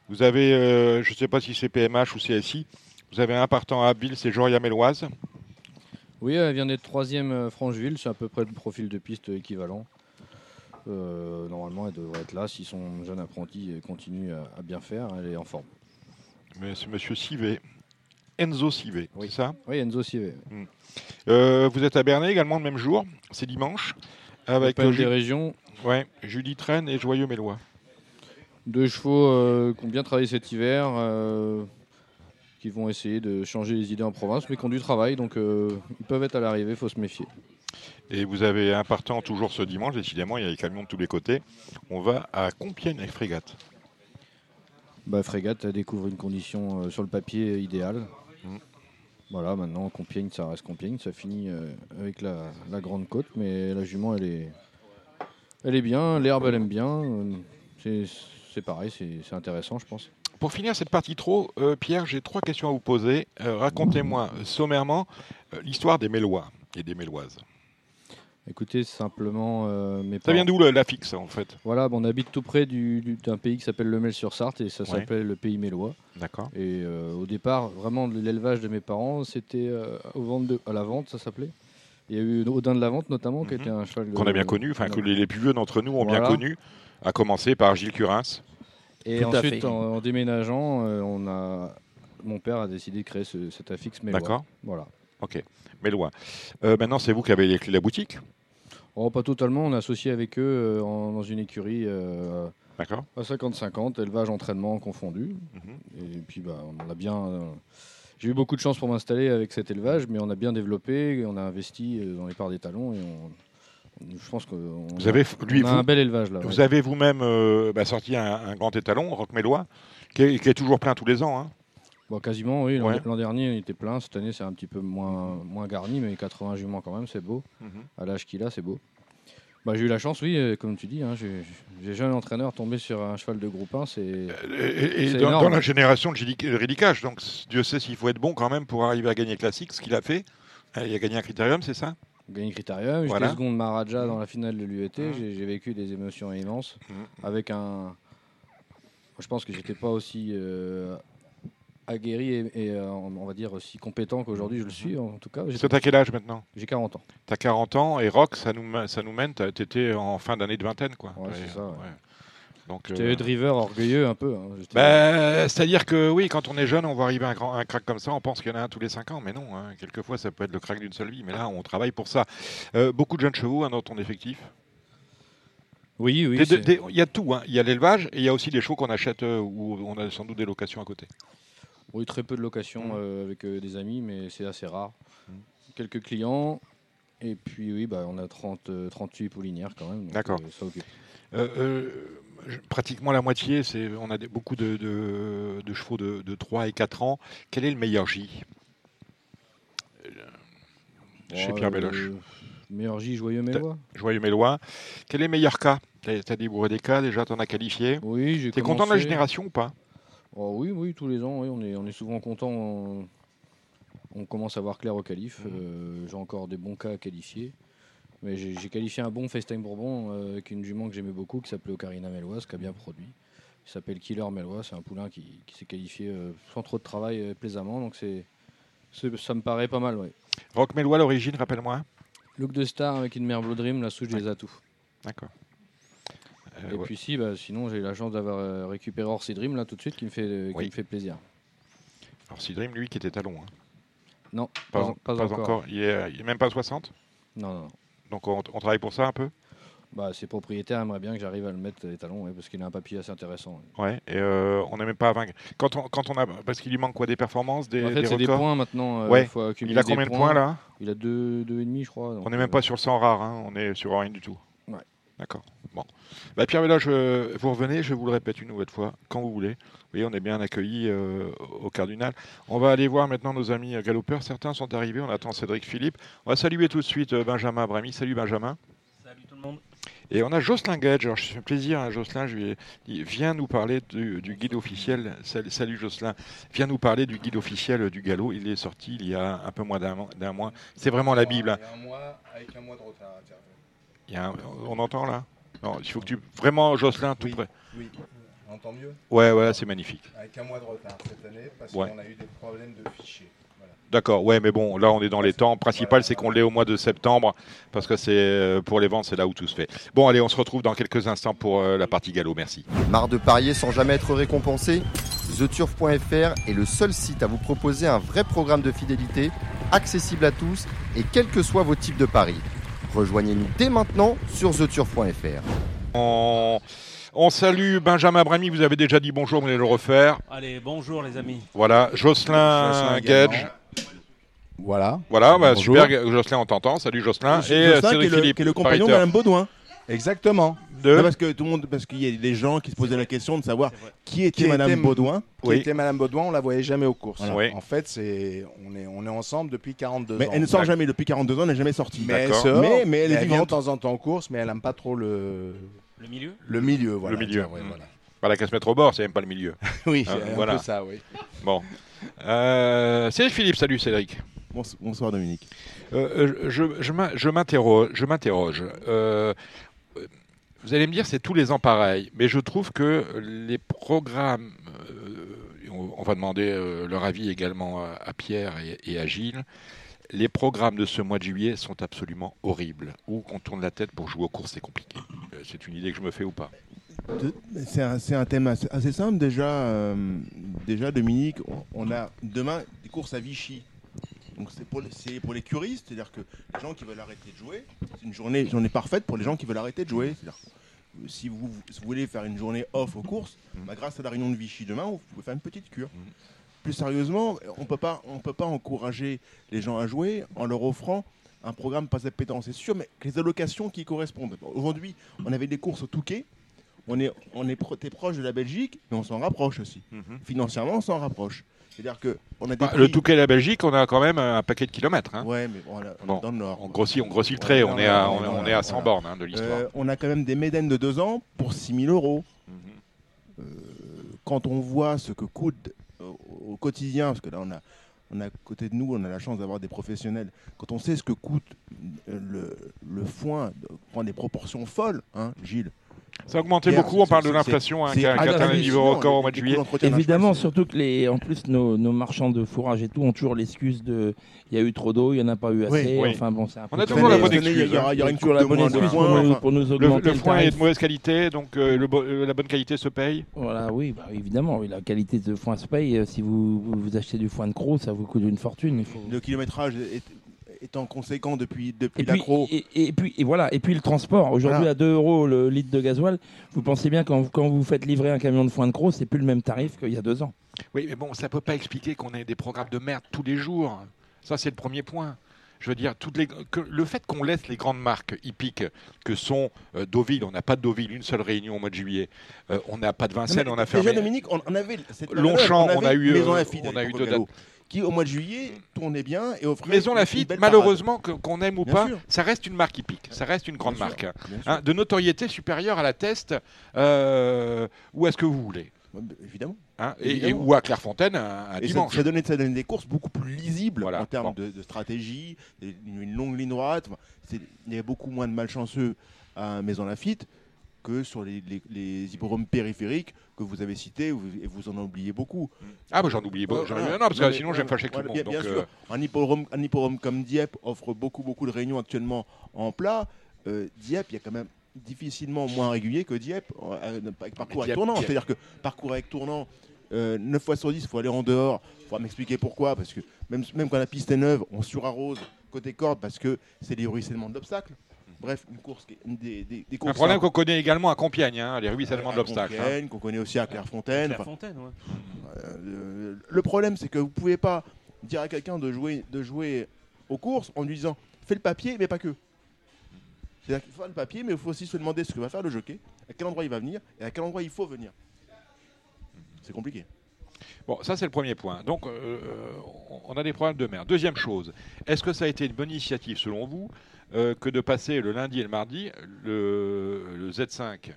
[SPEAKER 1] Vous avez, euh, je ne sais pas si c'est PMH ou CSI, vous avez un partant à Abbeville, c'est Joria Méloise.
[SPEAKER 8] Oui, elle vient d'être troisième euh, Francheville, c'est à peu près le profil de piste équivalent. Euh, normalement, elle devrait être là si son jeune apprenti euh, continue à, à bien faire, elle est en forme.
[SPEAKER 1] Mais c'est monsieur Sivet. Enzo Sivet,
[SPEAKER 8] Oui.
[SPEAKER 1] c'est ça Hmm.
[SPEAKER 8] Oui, Enzo Sivé.
[SPEAKER 1] Euh, Vous êtes à Bernay également le même jour, c'est dimanche, avec
[SPEAKER 8] Avec
[SPEAKER 1] euh,
[SPEAKER 8] des
[SPEAKER 1] Ju-
[SPEAKER 8] régions,
[SPEAKER 1] ouais, Julie Traine et Joyeux Mélois.
[SPEAKER 8] deux chevaux euh, qui ont bien travaillé cet hiver, euh, qui vont essayer de changer les idées en province, mais qui ont du travail, donc euh, ils peuvent être à l'arrivée, faut se méfier.
[SPEAKER 1] Et vous avez un partant toujours ce dimanche, décidément, il y a les camions de tous les côtés. On va à Compiègne avec Frégate.
[SPEAKER 8] Bah, Frégate elle découvre une condition euh, sur le papier euh, idéale.
[SPEAKER 1] Mhm.
[SPEAKER 8] Voilà, maintenant Compiègne, ça reste Compiègne, ça finit euh, avec la, la grande côte, mais la jument, elle est, elle est bien, l'herbe, elle aime bien. euh, C'est c'est pareil, c'est c'est intéressant, je pense.
[SPEAKER 1] Pour finir cette partie trop, euh, Pierre, j'ai trois questions à vous poser. Euh, Racontez-moi euh, sommairement euh, l'histoire des Mélois et des Méloises.
[SPEAKER 8] Écoutez, simplement, euh, mes
[SPEAKER 1] Ça
[SPEAKER 8] parents-
[SPEAKER 1] vient d'où le- la fixe en fait
[SPEAKER 8] Voilà, bah, on habite tout près du- du- d'un pays qui s'appelle le Mel-sur-Sarthe et ça
[SPEAKER 1] Ouais.
[SPEAKER 8] s'appelle le pays mélois.
[SPEAKER 1] D'accord.
[SPEAKER 8] Et euh, au départ, vraiment, l'élevage de mes parents, c'était euh, aux ventes de- à la vente, ça s'appelait. Il y a eu Odin de la Vente, notamment, qui
[SPEAKER 1] Mhm.
[SPEAKER 8] était un cheval.
[SPEAKER 1] Qu'on a bien
[SPEAKER 8] euh,
[SPEAKER 1] connu, enfin que
[SPEAKER 8] voilà.
[SPEAKER 1] les les plus vieux d'entre nous ont bien
[SPEAKER 8] Voilà.
[SPEAKER 1] connu, à commencer par Gilles Curins.
[SPEAKER 8] Et
[SPEAKER 3] Tout à
[SPEAKER 8] ensuite,
[SPEAKER 3] fait.
[SPEAKER 8] en, euh, en déménageant, euh, on a, mon père a décidé de créer ce- cet affixe mélois.
[SPEAKER 1] D'accord
[SPEAKER 8] Voilà.
[SPEAKER 1] Mélois. Euh, maintenant, c'est vous qui avez les clés de la boutique.
[SPEAKER 8] Oh, pas totalement, on est associé avec eux euh, en- dans une écurie euh,
[SPEAKER 1] D'accord
[SPEAKER 8] à 50-50, élevage, entraînement confondu.
[SPEAKER 1] Mhm.
[SPEAKER 8] Et puis, bah, on a bien. euh, j'ai eu beaucoup de chance pour m'installer avec cet élevage, mais on a bien développé, et on a investi euh, dans les parts des talons et on- on- je pense que on
[SPEAKER 1] Vous
[SPEAKER 8] a-
[SPEAKER 1] avez, lui,
[SPEAKER 8] on a
[SPEAKER 1] vous,
[SPEAKER 8] un bel élevage là. ouais.
[SPEAKER 1] vous avez vous-même euh, bah, sorti un, un grand étalon, Rock Mélois, qui est, qui est toujours plein tous les ans. hein.
[SPEAKER 8] Bon, quasiment, oui. L'an
[SPEAKER 1] Ouais.
[SPEAKER 8] l'an dernier, il était plein. Cette année, c'est un petit peu moins, moins garni, mais 80 juments quand même, c'est beau.
[SPEAKER 1] Mhm.
[SPEAKER 8] à l'âge qu'il a, c'est beau. Bah, j'ai eu la chance, oui, euh, comme tu dis, hein, j'ai j'ai jeune entraîneur tombé sur un cheval de groupe 1, c'est
[SPEAKER 1] Et- Euh, Et, et
[SPEAKER 8] C'est
[SPEAKER 1] dans,
[SPEAKER 8] énorme.
[SPEAKER 1] dans la génération de Ridicage, donc s- Dieu sait s'il faut être bon quand même pour arriver à gagner classique, ce qu'il a fait. Euh, Il a gagné un critérium, c'est ça
[SPEAKER 8] gagné critérium. Ah, J'étais
[SPEAKER 1] Voilà.
[SPEAKER 8] seconde Maharaja dans la finale de l'UET,
[SPEAKER 1] Mhm.
[SPEAKER 8] j'ai j'ai vécu des émotions immenses
[SPEAKER 1] Mhm.
[SPEAKER 8] avec un. Je pense que j'étais pas aussi euh, aguerri et, et, euh, on va dire aussi compétent qu'aujourd'hui je le suis, en tout cas. J'ai-
[SPEAKER 1] Parce que Mmh. t'as quel âge maintenant
[SPEAKER 8] J'ai 40 ans.
[SPEAKER 1] T'as 40 ans et Rock, ça nous, ma- ça nous mène, t'as- t'étais en fin d'année de vingtaine, quoi.
[SPEAKER 8] Ouais, c'est ça, ouais.
[SPEAKER 1] Donc,
[SPEAKER 8] J'étais
[SPEAKER 1] euh,
[SPEAKER 8] driver orgueilleux un peu. hein, j'étais-
[SPEAKER 1] bah, c'est-à-dire que oui, quand on est jeune, on voit arriver un, grand, un crack comme ça, on pense qu'il y en a un tous les 5 ans, mais non, hein. quelquefois ça peut être le crack d'une seule vie, mais là on travaille pour ça. Euh, beaucoup de jeunes chevaux hein, dans ton effectif.
[SPEAKER 8] Oui, oui.
[SPEAKER 1] Des-
[SPEAKER 8] c'est-
[SPEAKER 1] des- des- Il y a tout, hein. il y a l'élevage et il y a aussi des chevaux qu'on achète euh, où on a sans doute des locations à côté.
[SPEAKER 8] Oui, très peu de locations euh, avec euh, des amis, mais c'est assez rare. Quelques clients. Et puis oui, bah, on a 30, euh, 38 poulinières quand même. donc,
[SPEAKER 1] D'accord.
[SPEAKER 8] euh, ça occupe.
[SPEAKER 1] Euh, euh, je- pratiquement la moitié, c'est, on a des- beaucoup de, de- de chevaux de, de 3 et 4 ans. Quel est le meilleur J Euh, Chez
[SPEAKER 8] Bon,
[SPEAKER 1] Pierre
[SPEAKER 8] euh,
[SPEAKER 1] Belloche,
[SPEAKER 8] meilleur J, joyeux Mélois.
[SPEAKER 1] Joyeux Mélois. Quel est le meilleur cas T'as, t'as débourré des cas, déjà t'en as qualifié.
[SPEAKER 8] Oui, j'ai
[SPEAKER 1] T'es content de la
[SPEAKER 8] commencé-
[SPEAKER 1] génération ou pas
[SPEAKER 8] Oh, Oui, oui, tous les ans, oui, on, est, on est souvent content. On, on commence à voir clair au qualif.
[SPEAKER 1] Mmh.
[SPEAKER 8] Euh, j'ai encore des bons cas à qualifier. Mais j'ai j'ai qualifié un bon FaceTime Bourbon euh, avec une jument que j'aimais beaucoup qui s'appelait Ocarina Méloise, qui a bien produit. Il s'appelle Killer Méloise, c'est un poulain qui, qui s'est qualifié euh, sans trop de travail euh, plaisamment. Donc c'est c'est- ça me paraît pas mal. Ouais.
[SPEAKER 1] Rock Mélois, l'origine, rappelle-moi.
[SPEAKER 8] Look de star avec une Merbleu Dream, la souche des atouts.
[SPEAKER 1] D'accord. Euh,
[SPEAKER 8] Et
[SPEAKER 1] ouais.
[SPEAKER 8] puis si, bah, sinon j'ai eu la chance d'avoir euh, récupéré Orsi Dream là tout de suite qui me fait, euh, qui
[SPEAKER 1] Oui.
[SPEAKER 8] me fait plaisir.
[SPEAKER 1] Alors, Sidrim, lui, qui était talon. hein.
[SPEAKER 8] Non,
[SPEAKER 1] Pas,
[SPEAKER 8] pas,
[SPEAKER 1] en-
[SPEAKER 8] en- pas
[SPEAKER 1] pas encore. Il, est, il est même pas à 60.
[SPEAKER 8] Non, non, non.
[SPEAKER 1] Donc, on, on travaille pour ça un peu
[SPEAKER 8] Bah, ses propriétaires aimeraient bien que j'arrive à le mettre à l'étalon, ouais, parce qu'il a un papier assez intéressant. ouais.
[SPEAKER 1] Ouais, et euh, on n'est même pas à vaincre. Quand on, quand on a, parce qu'il lui manque quoi Des performances Des,
[SPEAKER 8] en fait,
[SPEAKER 1] des
[SPEAKER 8] c'est des
[SPEAKER 1] records
[SPEAKER 8] points maintenant. euh,
[SPEAKER 1] Ouais.
[SPEAKER 8] faut accumuler
[SPEAKER 1] Il a
[SPEAKER 8] des
[SPEAKER 1] combien de points là
[SPEAKER 8] Il a 2,5, deux, deux et demi, je crois. donc,
[SPEAKER 1] On n'est même
[SPEAKER 8] euh,
[SPEAKER 1] pas sur le 100 rare, hein, on est sur rien du tout.
[SPEAKER 8] Ouais.
[SPEAKER 1] D'accord. Bon. Bah, Pierre Véloche, euh, vous revenez, je vous le répète une nouvelle fois, quand vous voulez. Vous voyez, on est bien accueillis euh, au Cardinal. On va aller voir maintenant nos amis euh, galopeurs. Certains sont arrivés, on attend Cédric Philippe. On va saluer tout de suite euh, Benjamin Abrami. Salut Benjamin.
[SPEAKER 7] Salut tout le monde.
[SPEAKER 1] Et on a Jocelyn Gage. Alors, je suis un plaisir, hein, Jocelyn. Je lui ai dit, viens nous parler du, du guide officiel. Salut, salut, Jocelyn. Viens nous parler du guide officiel du galop. Il est sorti il y a un peu moins d'un mois- d'un mois. C'est vraiment la Bible. hein.
[SPEAKER 9] Il y a un mois, avec un mois de retard. à Pierre.
[SPEAKER 1] Il y a un- On entend là Non, il faut que tu. Vraiment, Jocelyn, tout
[SPEAKER 9] Oui.
[SPEAKER 1] près.
[SPEAKER 9] Oui, on entend mieux.
[SPEAKER 1] Ouais, ouais, c'est magnifique.
[SPEAKER 9] Avec un mois de retard cette année, parce
[SPEAKER 1] Ouais.
[SPEAKER 9] qu'on a eu des problèmes de fichiers. Voilà.
[SPEAKER 1] D'accord, ouais, mais bon, là, on est dans les temps. Principal, c'est qu'on l'est au mois de septembre, parce que c'est euh, pour les ventes, c'est là où tout se fait. Bon, allez, on se retrouve dans quelques instants pour euh, la partie galop. Merci.
[SPEAKER 5] Marre de parier sans jamais être récompensé TheTurf.fr est le seul site à vous proposer un vrai programme de fidélité, accessible à tous et quels que soient vos types de paris. Rejoignez-nous dès maintenant sur TheTurf.fr.
[SPEAKER 1] On, on salue Benjamin Brami. Vous avez déjà dit bonjour, mais allez le refaire.
[SPEAKER 7] Allez, bonjour les amis.
[SPEAKER 1] Voilà, Jocelyn,
[SPEAKER 9] Jocelyn
[SPEAKER 1] Gage.
[SPEAKER 9] également.
[SPEAKER 10] Voilà.
[SPEAKER 1] Voilà, bah,
[SPEAKER 10] Bonjour.
[SPEAKER 1] super, Jocelyn, on t'entend. Salut Jocelyn. Et
[SPEAKER 10] Jocelyn
[SPEAKER 1] euh,
[SPEAKER 10] qui est
[SPEAKER 1] Cédric
[SPEAKER 10] le-
[SPEAKER 1] Philippe,
[SPEAKER 10] qui est le compagnon de
[SPEAKER 1] pariteur.
[SPEAKER 10] Madame Baudouin. Exactement.
[SPEAKER 1] Deux.
[SPEAKER 10] Non, parce que tout le monde, parce qu'il y a des gens qui se posaient la question de savoir
[SPEAKER 7] C'est vrai.
[SPEAKER 10] qui était
[SPEAKER 9] Qui
[SPEAKER 10] Madame
[SPEAKER 9] était-
[SPEAKER 10] Baudouin.
[SPEAKER 9] Qui
[SPEAKER 1] Oui.
[SPEAKER 9] était Madame Baudouin, on la voyait jamais aux courses. hein,
[SPEAKER 1] Voilà. Oui.
[SPEAKER 9] En fait, c'est on est on est ensemble depuis 42
[SPEAKER 10] Mais
[SPEAKER 9] ans.
[SPEAKER 10] elle ne sort
[SPEAKER 1] D'accord.
[SPEAKER 10] jamais depuis 42 ans, elle n'est jamais sortie.
[SPEAKER 9] mais elle
[SPEAKER 1] D'accord.
[SPEAKER 9] sort,
[SPEAKER 10] Mais- mais elle est
[SPEAKER 9] vient de
[SPEAKER 10] vivante.
[SPEAKER 9] temps en temps en course, mais elle aime pas trop le
[SPEAKER 7] Le milieu
[SPEAKER 9] le milieu. Voilà,
[SPEAKER 1] Le milieu.
[SPEAKER 9] Tiens, ouais,
[SPEAKER 1] Mm.
[SPEAKER 9] voilà.
[SPEAKER 1] Pas la casse mettre au bord, c'est même pas le milieu.
[SPEAKER 9] oui,
[SPEAKER 1] Ah,
[SPEAKER 9] c'est
[SPEAKER 1] voilà.
[SPEAKER 9] un peu ça, oui.
[SPEAKER 1] Bon. Euh, Cédric Philippe, salut Cédric.
[SPEAKER 10] Bonso- Bonsoir Dominique.
[SPEAKER 1] Euh, je, je m'in- je m'interroge. je m'interroge. Euh, euh, vous allez me dire, c'est tous les ans pareil, mais je trouve que les programmes, euh, et on, on va demander euh, leur avis également à, à Pierre et, et à Gilles, les programmes de ce mois de juillet sont absolument horribles. Ou qu'on tourne la tête pour jouer aux courses, c'est compliqué. Euh, C'est une idée que je me fais ou pas.
[SPEAKER 10] De- C'est un, c'est un thème assez, assez simple déjà. euh, déjà, Dominique, on, on a demain des courses à Vichy. Donc c'est pour, les- c'est pour les curistes, c'est-à-dire que les gens qui veulent arrêter de jouer, c'est une journée, une journée parfaite pour les gens qui veulent arrêter de jouer. C'est-à-dire que euh, si vous, si vous voulez faire une journée off aux courses,
[SPEAKER 1] Mhm.
[SPEAKER 10] bah, grâce à la réunion de Vichy demain, vous pouvez faire une petite cure.
[SPEAKER 1] Mhm.
[SPEAKER 10] Plus sérieusement, on peut pas, on peut pas encourager les gens à jouer en leur offrant un programme pas appétant, c'est sûr, mais que les allocations qui correspondent. Bon, Aujourd'hui, on avait des courses au Touquet, on est, on est pro- t'es proche de la Belgique, mais on s'en rapproche aussi. Financièrement, on s'en rapproche. C'est-à-dire que on a des
[SPEAKER 1] Bah, le
[SPEAKER 10] prix-
[SPEAKER 1] Touquet et la Belgique, on a quand même un paquet de kilomètres. hein.
[SPEAKER 10] Ouais, mais bon, là, on est
[SPEAKER 1] Bon,
[SPEAKER 10] dans le Nord.
[SPEAKER 1] On grossit, on grossit le trait, on est à, on, on est à 100 bornes hein, de l'histoire.
[SPEAKER 10] Euh, on a quand même des médaines de 2 ans pour 6000 euros.
[SPEAKER 1] Mhm.
[SPEAKER 10] Euh, Quand on voit ce que coûte euh, au quotidien, parce que là, on a, on a à côté de nous, on a la chance d'avoir des professionnels. Quand on sait ce que coûte euh, le, le foin, euh, prend des proportions folles, hein, Gilles.
[SPEAKER 1] Ça a augmenté
[SPEAKER 10] Pierre,
[SPEAKER 1] beaucoup, on
[SPEAKER 10] c'est-
[SPEAKER 1] parle de
[SPEAKER 10] c'est-
[SPEAKER 1] l'inflation hein,
[SPEAKER 10] C'est
[SPEAKER 1] qui a qui a atteint un niveau
[SPEAKER 10] hallucinant,
[SPEAKER 1] record au
[SPEAKER 10] Ah, les-
[SPEAKER 1] mois de
[SPEAKER 10] les
[SPEAKER 1] juillet.
[SPEAKER 10] coûts d'entretien d'un
[SPEAKER 3] Évidemment,
[SPEAKER 10] cheval, c'est-
[SPEAKER 3] surtout que les, en plus nos, nos marchands de fourrage et tout ont toujours l'excuse de, il y a eu trop d'eau, il y en a pas eu assez.
[SPEAKER 1] Oui.
[SPEAKER 3] Enfin bon, c'est un
[SPEAKER 1] On
[SPEAKER 3] peu
[SPEAKER 1] a
[SPEAKER 3] comme-
[SPEAKER 1] toujours la
[SPEAKER 10] Cette
[SPEAKER 1] bonne
[SPEAKER 10] année,
[SPEAKER 1] excuse, hein.
[SPEAKER 10] Il y aura, il y aura une
[SPEAKER 3] toujours
[SPEAKER 10] coupe
[SPEAKER 3] la
[SPEAKER 10] de
[SPEAKER 3] bonne
[SPEAKER 10] moins de
[SPEAKER 3] excuse
[SPEAKER 10] foin,
[SPEAKER 3] pour nous,
[SPEAKER 10] enfin,
[SPEAKER 3] pour nous
[SPEAKER 1] Le,
[SPEAKER 3] augmenter
[SPEAKER 1] le foin est
[SPEAKER 3] tarif.
[SPEAKER 1] de mauvaise qualité, donc euh, le bo- euh, la bonne qualité se paye.
[SPEAKER 3] Voilà, oui, bah, évidemment, oui, la qualité de foin se paye. Euh, Si vous, vous- vous achetez du foin de croc, ça vous coûte une fortune. Il faut...
[SPEAKER 10] Le kilométrage est, étant conséquent depuis, depuis
[SPEAKER 3] Et puis,
[SPEAKER 10] l'accro.
[SPEAKER 3] et, et puis et voilà, et puis le transport. Aujourd'hui
[SPEAKER 10] Voilà.
[SPEAKER 3] à 2 euros le litre de gasoil, vous pensez bien quand, vous- quand vous faites livrer un camion de foin de croc, c'est plus le même tarif qu'il y a deux ans.
[SPEAKER 1] Oui, mais bon, ça peut pas expliquer qu'on ait des programmes de merde tous les jours. Ça, c'est le premier point. Je veux dire, toutes les, que- le fait qu'on laisse les grandes marques hippiques, que sont euh, Deauville, on n'a pas de Deauville, une seule réunion au mois de juillet, Euh, on n'a pas de
[SPEAKER 10] Non,
[SPEAKER 1] Vincennes,
[SPEAKER 10] mais
[SPEAKER 1] on a
[SPEAKER 10] Déjà,
[SPEAKER 1] fermé.
[SPEAKER 10] Dominique, on, on avait cette
[SPEAKER 1] Longchamp,
[SPEAKER 10] période,
[SPEAKER 1] on a
[SPEAKER 10] avait
[SPEAKER 1] eu,
[SPEAKER 10] Maison
[SPEAKER 1] euh,
[SPEAKER 10] Lafitte
[SPEAKER 1] on a
[SPEAKER 10] à
[SPEAKER 1] eu
[SPEAKER 10] l'époque
[SPEAKER 1] deux
[SPEAKER 10] au galop, qui au mois de juillet tournait bien et offrait
[SPEAKER 1] Maison
[SPEAKER 10] une
[SPEAKER 1] Lafitte,
[SPEAKER 10] belle
[SPEAKER 1] malheureusement, que- qu'on aime ou
[SPEAKER 10] Bien
[SPEAKER 1] pas,
[SPEAKER 10] sûr.
[SPEAKER 1] ça reste une marque hippique, ça reste une grande
[SPEAKER 10] Bien
[SPEAKER 1] marque.
[SPEAKER 10] parade. Bien sûr.
[SPEAKER 1] hein, de notoriété supérieure à la Teste, euh, où est-ce que vous voulez
[SPEAKER 10] Ouais, bah, évidemment.
[SPEAKER 1] hein, et, et
[SPEAKER 10] Évidemment.
[SPEAKER 1] ou à Clairefontaine hein. un, un
[SPEAKER 10] Et ça,
[SPEAKER 1] dimanche.
[SPEAKER 10] ça donnait, ça donnait des courses beaucoup plus lisibles
[SPEAKER 1] Voilà.
[SPEAKER 10] en termes
[SPEAKER 1] Bon.
[SPEAKER 10] de, de stratégie, une une longue ligne droite. Enfin, c'est- il y avait beaucoup moins de malchanceux à Maison Lafitte que sur les, les- les hippodromes périphériques que vous avez cités vous- et vous en oubliez beaucoup.
[SPEAKER 1] Ah, bah j'en oublie pas. j'en
[SPEAKER 10] Voilà.
[SPEAKER 1] oublie- Non, parce que
[SPEAKER 10] Non, mais-
[SPEAKER 1] sinon, j'ai
[SPEAKER 10] non,
[SPEAKER 1] fâché tout le
[SPEAKER 10] voilà,
[SPEAKER 1] monde.
[SPEAKER 10] Bien,
[SPEAKER 1] donc,
[SPEAKER 10] bien
[SPEAKER 1] euh,
[SPEAKER 10] sûr, un hippodrome, un hippodrome comme Dieppe offre beaucoup, beaucoup de réunions actuellement en plat. Euh, Dieppe, il y a quand même difficilement moins régulier que Dieppe euh, euh, avec parcours avec
[SPEAKER 1] Dieppe,
[SPEAKER 10] tournant.
[SPEAKER 1] Dieppe.
[SPEAKER 10] C'est-à-dire que parcours avec tournant, euh, 9 fois sur 10, il faut aller en dehors. Il faudra m'expliquer pourquoi. Parce que même, même quand la piste est neuve, on surarrose côté corde parce que c'est des ruissellements de l'obstacle. Bref, une course, qui- une des, des, des courses.
[SPEAKER 1] Un problème qu'on connaît également à Compiègne, hein, les ruissellements
[SPEAKER 10] à
[SPEAKER 1] de l'obstacle.
[SPEAKER 10] Compiègne, qu'on connaît aussi à Clairefontaine. enfin,
[SPEAKER 7] Clairefontaine, ouais.
[SPEAKER 10] euh, le- le problème, c'est que vous pouvez pas dire à quelqu'un de jouer, de jouer aux courses en lui disant fais le papier, mais pas que. C'est-à-dire qu'il faut faire le papier, mais il faut aussi se demander ce que va faire le jockey, à quel endroit il va venir et à quel endroit il faut venir. C'est compliqué.
[SPEAKER 1] Bon, ça c'est le premier point. Donc, euh, on a des problèmes de mer. Deuxième chose, est-ce que ça a été une bonne initiative selon vous euh, que de passer le lundi et le mardi le, le Z5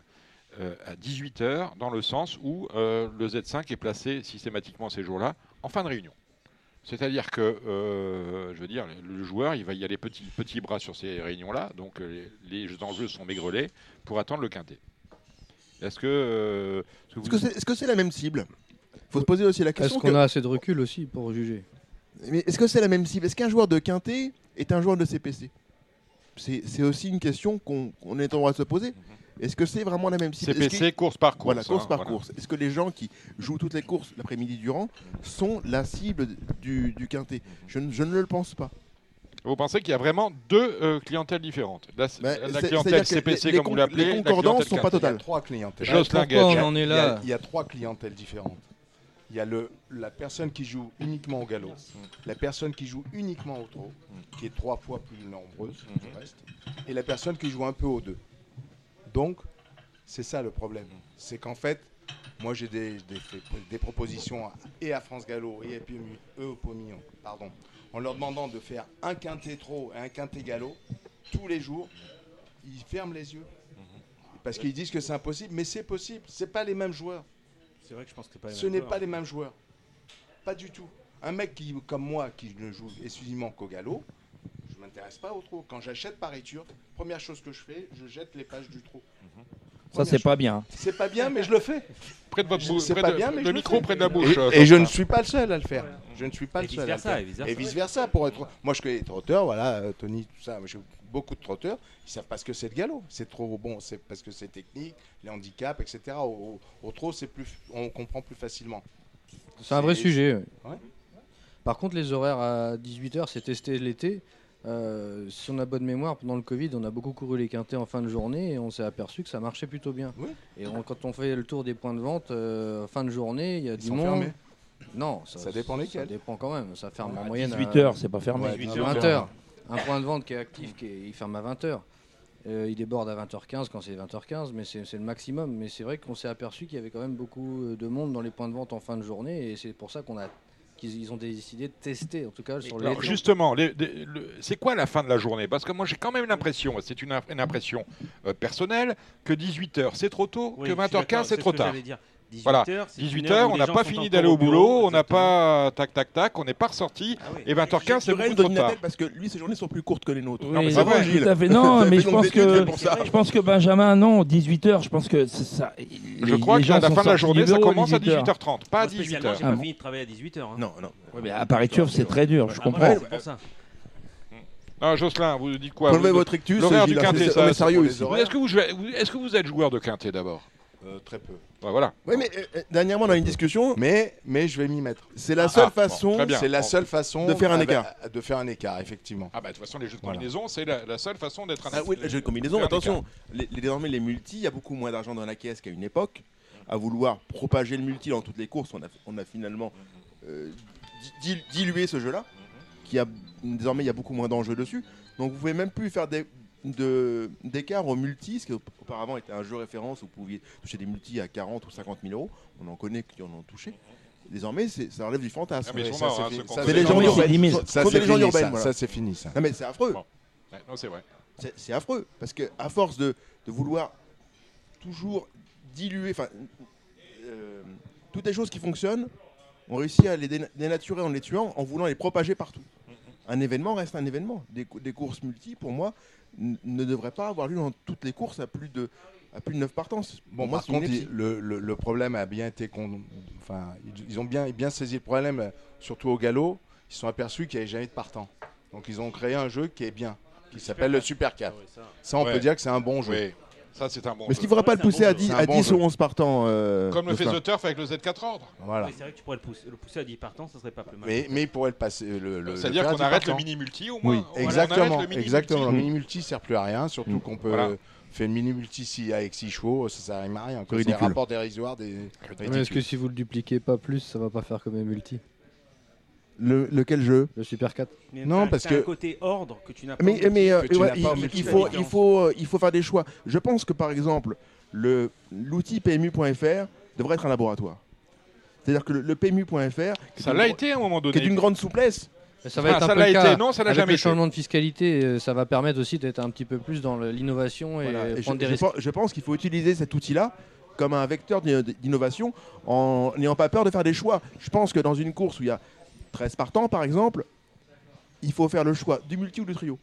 [SPEAKER 1] euh, à 18h dans le sens où euh, le Z5 est placé systématiquement ces jours-là en fin de réunion c'est-à-dire que, euh, je veux dire, le joueur, il va y aller petit, petit bras sur ces réunions-là, donc euh, les, les enjeux sont maigrelés pour attendre le quintet. Est-ce que... euh, est-ce que
[SPEAKER 10] Est-ce
[SPEAKER 1] vous-
[SPEAKER 10] que c'est est-ce que c'est la même cible faut se poser aussi la question.
[SPEAKER 8] Est-ce qu'on
[SPEAKER 10] que-
[SPEAKER 8] a assez de recul aussi pour juger
[SPEAKER 10] Mais est-ce que c'est la même cible Est-ce qu'un joueur de Quintet est un joueur de CPC C'est c'est aussi une question qu'on qu'on est en droit de se poser. Est-ce que c'est vraiment la même cible Est-ce
[SPEAKER 1] CPC,
[SPEAKER 10] que-
[SPEAKER 1] course par course,
[SPEAKER 10] Voilà, course
[SPEAKER 1] hein,
[SPEAKER 10] par
[SPEAKER 1] voilà.
[SPEAKER 10] course. Est-ce que les gens qui jouent toutes les courses l'après-midi durant sont la cible du, du Quintet je, ne- je ne le pense pas.
[SPEAKER 1] Vous pensez qu'il y a vraiment deux euh, clientèles différentes La, la
[SPEAKER 10] Ben, c'est- c'est-à-dire
[SPEAKER 1] clientèelle
[SPEAKER 10] que
[SPEAKER 1] CPC,
[SPEAKER 10] les- les
[SPEAKER 1] comme
[SPEAKER 10] con-
[SPEAKER 1] vous l'appelez.
[SPEAKER 10] les
[SPEAKER 1] la
[SPEAKER 10] concordances
[SPEAKER 1] clientèle
[SPEAKER 10] sont
[SPEAKER 1] carte.
[SPEAKER 9] Il y a
[SPEAKER 10] pas totales.
[SPEAKER 9] trois clientèles.
[SPEAKER 1] Jocelyn
[SPEAKER 9] Il y a-
[SPEAKER 1] Gage.
[SPEAKER 9] il y a- Il y a trois clientèles différentes. Il y a le, la personne qui joue uniquement au galop, la personne qui joue uniquement au trot, qui est trois fois plus nombreuse que le reste, et la personne qui joue un peu aux deux. Donc, c'est ça le problème. C'est qu'en fait, moi j'ai des, des, fait- des propositions à- et à France Gallo et à PMU, eux au Pomillon, pardon, en leur demandant de faire un quintet trot et un quintet galop tous les jours. Ils ferment les yeux. Parce qu'ils disent que c'est impossible, mais c'est possible. C'est pas les mêmes joueurs.
[SPEAKER 7] C'est vrai que je pense que c'est pas les
[SPEAKER 9] Ce
[SPEAKER 7] mêmes
[SPEAKER 9] n'est
[SPEAKER 7] joueurs.
[SPEAKER 9] pas les mêmes joueurs. Pas du tout. Un mec qui, comme moi, qui ne joue exclusivement qu'au galop, je m'intéresse pas au trot. Quand j'achète pariture, première chose que je fais, je jette les pages du trot.
[SPEAKER 3] Ça, c'est pas bien.
[SPEAKER 9] C'est pas bien, mais je le fais.
[SPEAKER 1] Près de votre
[SPEAKER 9] Je-
[SPEAKER 1] bou-
[SPEAKER 9] c'est
[SPEAKER 1] près
[SPEAKER 9] pas
[SPEAKER 1] de-
[SPEAKER 9] bien, mais
[SPEAKER 1] le
[SPEAKER 9] je le
[SPEAKER 1] micro
[SPEAKER 9] fais.
[SPEAKER 1] près de la bouche,
[SPEAKER 9] Et-
[SPEAKER 1] euh,
[SPEAKER 9] Et, je
[SPEAKER 1] Chopin.
[SPEAKER 9] ne suis pas le seul à le faire. Je ne suis pas
[SPEAKER 7] Et
[SPEAKER 9] le seul. à le
[SPEAKER 7] vice-versa,
[SPEAKER 9] faire.
[SPEAKER 7] et vice-versa.
[SPEAKER 9] Et vice versa pour être. Moi, je connais trotteur, voilà, euh, Tony, tout ça. Moi, j'ai beaucoup de trotteurs. Ils savent pas ce que c'est de galop. C'est trop bon. C'est parce que c'est technique, les handicaps, etc. Au, au- au trot, c'est plus, on comprend plus facilement.
[SPEAKER 8] C'est un vrai
[SPEAKER 9] C'est-
[SPEAKER 8] sujet. ouais.
[SPEAKER 9] Ouais.
[SPEAKER 8] Par contre, les horaires à 18h, c'est testé l'été. Euh, si on a bonne mémoire, pendant le Covid, on a beaucoup couru les quintés en fin de journée et on s'est aperçu que ça marchait plutôt bien.
[SPEAKER 9] Oui.
[SPEAKER 8] Et on- quand on fait le tour des points de vente, euh, fin de journée, il y a du
[SPEAKER 9] sont
[SPEAKER 8] monde.
[SPEAKER 9] fermés.
[SPEAKER 8] Non, ça,
[SPEAKER 9] Ça dépend
[SPEAKER 8] Ça
[SPEAKER 9] lesquels.
[SPEAKER 8] dépend quand même. Ça ferme
[SPEAKER 9] Ouais,
[SPEAKER 8] en
[SPEAKER 9] à
[SPEAKER 8] moyenne.
[SPEAKER 3] 18h, c'est pas fermé.
[SPEAKER 8] Ouais,
[SPEAKER 9] 18h,
[SPEAKER 8] à 20h.
[SPEAKER 9] fermé.
[SPEAKER 8] Un point de vente qui est actif, qui est- il ferme à 20h. Euh, il déborde à 20h15 quand c'est 20h15, mais c'est c'est le maximum. Mais c'est vrai qu'on s'est aperçu qu'il y avait quand même beaucoup euh, de monde dans les points de vente en fin de journée, et c'est pour ça qu'on a qu'ils ils ont décidé de tester, en tout cas sur les.
[SPEAKER 1] Alors, justement, les- les- le- c'est quoi la fin de la journée Parce que moi j'ai quand même l'impression, c'est une, une impression euh, personnelle, que 18h c'est trop tôt,
[SPEAKER 7] Oui,
[SPEAKER 1] que
[SPEAKER 7] je suis
[SPEAKER 1] 18h15
[SPEAKER 7] d'accord,
[SPEAKER 1] c'est
[SPEAKER 7] ce
[SPEAKER 1] trop
[SPEAKER 7] que
[SPEAKER 1] tard.
[SPEAKER 7] j'allais dire. 18
[SPEAKER 1] Voilà,
[SPEAKER 7] heures, c'est une
[SPEAKER 1] 18h,
[SPEAKER 7] où
[SPEAKER 1] on
[SPEAKER 7] les
[SPEAKER 1] n'a
[SPEAKER 7] gens
[SPEAKER 1] pas
[SPEAKER 7] sont
[SPEAKER 1] fini
[SPEAKER 7] encore
[SPEAKER 1] d'aller au boulot, on n'a
[SPEAKER 7] exactement. Ah
[SPEAKER 1] pas tac tac tac, on n'est pas ressorti, et 20h15 c'est
[SPEAKER 10] Jurel
[SPEAKER 1] beaucoup
[SPEAKER 10] donne
[SPEAKER 1] trop
[SPEAKER 10] une
[SPEAKER 1] tard.
[SPEAKER 10] attaque parce que lui, ses journées sont plus courtes que les nôtres.
[SPEAKER 3] Oui,
[SPEAKER 10] c'est vrai, Gilles.
[SPEAKER 3] tout à fait. Non,
[SPEAKER 10] Ça
[SPEAKER 3] mais
[SPEAKER 10] fait
[SPEAKER 3] je
[SPEAKER 10] donc
[SPEAKER 3] pense,
[SPEAKER 10] des études
[SPEAKER 3] que,
[SPEAKER 10] pour ça.
[SPEAKER 3] je pense que Benjamin, non, 18h, je pense que c'est ça.
[SPEAKER 1] Je crois que
[SPEAKER 3] qu'à
[SPEAKER 1] la fin de la journée ça commence à 18h30, pas à
[SPEAKER 7] Moi, spécialement,
[SPEAKER 1] 18h.
[SPEAKER 3] Ah
[SPEAKER 7] j'ai pas
[SPEAKER 3] bon.
[SPEAKER 7] fini de travailler à 18h. hein.
[SPEAKER 10] Non, non.
[SPEAKER 3] mais à Paris-Turf, c'est très dur, je
[SPEAKER 7] Ah,
[SPEAKER 3] comprends.
[SPEAKER 7] voilà, c'est pour ça.
[SPEAKER 1] Non, Ah, Jocelyn, vous dites quoi
[SPEAKER 10] Enlevez
[SPEAKER 1] Vous-
[SPEAKER 10] votre ictus.
[SPEAKER 1] L'horaire du
[SPEAKER 10] Gilles,
[SPEAKER 1] quintet,
[SPEAKER 10] c'est-
[SPEAKER 1] ça,
[SPEAKER 10] on
[SPEAKER 1] c'est
[SPEAKER 10] est
[SPEAKER 1] pour
[SPEAKER 10] sérieux
[SPEAKER 1] les
[SPEAKER 10] ici.
[SPEAKER 1] horaires. Est-ce que, vous jouez- vous- est-ce que vous êtes joueur de quintet d'abord
[SPEAKER 9] Euh, très peu.
[SPEAKER 1] Ben Voilà.
[SPEAKER 10] Oui, mais euh, euh, dernièrement, on a eu une discussion.
[SPEAKER 9] Mais, mais je vais m'y mettre.
[SPEAKER 10] C'est la
[SPEAKER 1] ah,
[SPEAKER 10] seule
[SPEAKER 1] bon,
[SPEAKER 10] façon.
[SPEAKER 1] très bien.
[SPEAKER 9] C'est la
[SPEAKER 1] Bon.
[SPEAKER 9] seule façon
[SPEAKER 10] De faire un
[SPEAKER 9] avec-
[SPEAKER 10] écart.
[SPEAKER 9] De faire un écart, effectivement.
[SPEAKER 1] Ah bah de toute façon les jeux de
[SPEAKER 9] Voilà.
[SPEAKER 1] combinaison c'est la, la seule façon d'être un
[SPEAKER 10] Ah oui, le jeu de combinaison,
[SPEAKER 1] faire un
[SPEAKER 10] attention, les, les- désormais les multis, il y a beaucoup moins d'argent dans la caisse qu'à une époque. À vouloir propager le multi dans toutes les courses, on a, on a finalement euh, di- dil- dilué ce jeu-là. Qui a, désormais, il y a beaucoup moins d'enjeux dessus. Donc vous pouvez même plus faire des de- d'écart au multi, ce qui aup- auparavant était un jeu référence où vous pouviez toucher des multis à 40 ou 50 000 euros. On en connaît qui en ont touché. Désormais, c'est- ça enlève du fantasme.
[SPEAKER 1] Ah, mais ils
[SPEAKER 9] Ouais,
[SPEAKER 1] sont
[SPEAKER 9] ça,
[SPEAKER 1] morts,
[SPEAKER 9] c'est
[SPEAKER 1] hein,
[SPEAKER 9] fini.
[SPEAKER 1] ceux qu'on
[SPEAKER 9] Ça,
[SPEAKER 1] fait.
[SPEAKER 10] C'est les gens
[SPEAKER 3] Mais c'est
[SPEAKER 10] urbaines.
[SPEAKER 3] 10 000.
[SPEAKER 10] Faut-
[SPEAKER 9] Ça,
[SPEAKER 10] faut
[SPEAKER 9] c'est
[SPEAKER 10] des gens
[SPEAKER 9] fini,
[SPEAKER 10] urbaines,
[SPEAKER 9] ça.
[SPEAKER 10] voilà.
[SPEAKER 9] Ça, c'est fini, ça.
[SPEAKER 10] Non mais c'est affreux.
[SPEAKER 1] Ouais, non c'est vrai.
[SPEAKER 10] C'est c'est affreux parce que à force de, de vouloir toujours diluer, enfin, euh, toutes les choses qui fonctionnent, on réussit à les déna- dénaturer en les tuant, en voulant les propager partout. Un événement reste un événement. Des, cou- des courses multi, pour moi, n- ne devraient pas avoir lieu dans toutes les courses à plus de à plus de 9 partants.
[SPEAKER 9] Bon,
[SPEAKER 10] Pour moi,
[SPEAKER 9] par
[SPEAKER 10] c'est une
[SPEAKER 9] contre, il-
[SPEAKER 10] ineptie.
[SPEAKER 9] le, le- le problème a bien été. con- Enfin, ils- ils ont bien, bien saisi le problème, euh, surtout au galop. Ils se sont aperçus qu'il n'y avait jamais de partant. Donc, ils ont créé un jeu qui est bien, qui s'appelle le Super 4.
[SPEAKER 7] Ouais, ça.
[SPEAKER 9] Ça, on
[SPEAKER 1] Ouais.
[SPEAKER 9] peut dire que c'est un bon jeu.
[SPEAKER 1] Oui. Ah Ça, c'est un bon.
[SPEAKER 10] Mais est-ce qu'il
[SPEAKER 1] jeu.
[SPEAKER 10] ne faudra pas le pousser à 10,
[SPEAKER 1] C'est un
[SPEAKER 10] à
[SPEAKER 1] bon
[SPEAKER 10] 10
[SPEAKER 1] jeu.
[SPEAKER 10] ou 11 partants euh,
[SPEAKER 1] Comme le fait
[SPEAKER 10] Jocelyn
[SPEAKER 1] The Turf avec le Z4 ordre.
[SPEAKER 10] Voilà.
[SPEAKER 7] Oui, c'est vrai que tu pourrais le pousser, le pousser à 10 partants, ça serait pas plus mal.
[SPEAKER 9] Mais, mais il pourrait le passer. euh, Le, le-
[SPEAKER 1] C'est-à-dire
[SPEAKER 9] le faire
[SPEAKER 1] qu'on arrête le
[SPEAKER 9] partant.
[SPEAKER 1] mini-multi, au moins. Oui. Voilà, on
[SPEAKER 9] exactement.
[SPEAKER 1] arrête le mini-multi.
[SPEAKER 9] exactement. Le
[SPEAKER 1] Mm.
[SPEAKER 9] mini-multi sert plus à rien, surtout
[SPEAKER 10] Mm.
[SPEAKER 9] qu'on peut
[SPEAKER 10] Voilà.
[SPEAKER 9] euh, faire le mini-multi si, avec 6 chevaux, ça sert à rien. quoi. C'est des
[SPEAKER 10] Ridicule.
[SPEAKER 9] rapports dérisoires. Des...
[SPEAKER 8] Mais est-ce que si vous le dupliquez pas plus, ça va pas faire comme un multi
[SPEAKER 10] le, Lequel jeu
[SPEAKER 8] Le Super 4
[SPEAKER 7] Mais
[SPEAKER 10] Non,
[SPEAKER 7] t'as-
[SPEAKER 10] parce
[SPEAKER 7] t'as
[SPEAKER 10] que.
[SPEAKER 7] un côté ordre que tu n'as pas.
[SPEAKER 10] Mais,
[SPEAKER 7] en
[SPEAKER 10] mais euh,
[SPEAKER 7] multi, que tu
[SPEAKER 10] ouais,
[SPEAKER 7] n'as
[SPEAKER 10] il,
[SPEAKER 7] pas en
[SPEAKER 10] il
[SPEAKER 7] multi.
[SPEAKER 10] faut,
[SPEAKER 7] Avec
[SPEAKER 10] il, faut, euh, il faut faire des choix. Je pense que par exemple, le- l'outil PMU.fr devrait être un laboratoire. C'est-à-dire que le, le PMU.fr. qui
[SPEAKER 1] Ça
[SPEAKER 10] est
[SPEAKER 1] l'a
[SPEAKER 10] une-
[SPEAKER 1] été Ah, à un moment
[SPEAKER 10] Qui
[SPEAKER 1] donné.
[SPEAKER 10] est d'une grande souplesse.
[SPEAKER 8] Ça va être un peu le cas avec le changement de fiscalité, euh, ça va permettre aussi d'être un petit peu plus dans le- l'innovation et
[SPEAKER 10] Voilà. Et
[SPEAKER 8] euh,
[SPEAKER 10] je,
[SPEAKER 8] prendre des
[SPEAKER 10] je
[SPEAKER 8] risques.
[SPEAKER 10] pense, je pense qu'il faut utiliser cet outil-là comme un vecteur d'in- d'innovation en n'ayant pas peur de faire des choix. Je pense que dans une course où il y a 13 partants, par exemple, il faut faire le choix du multi ou du trio.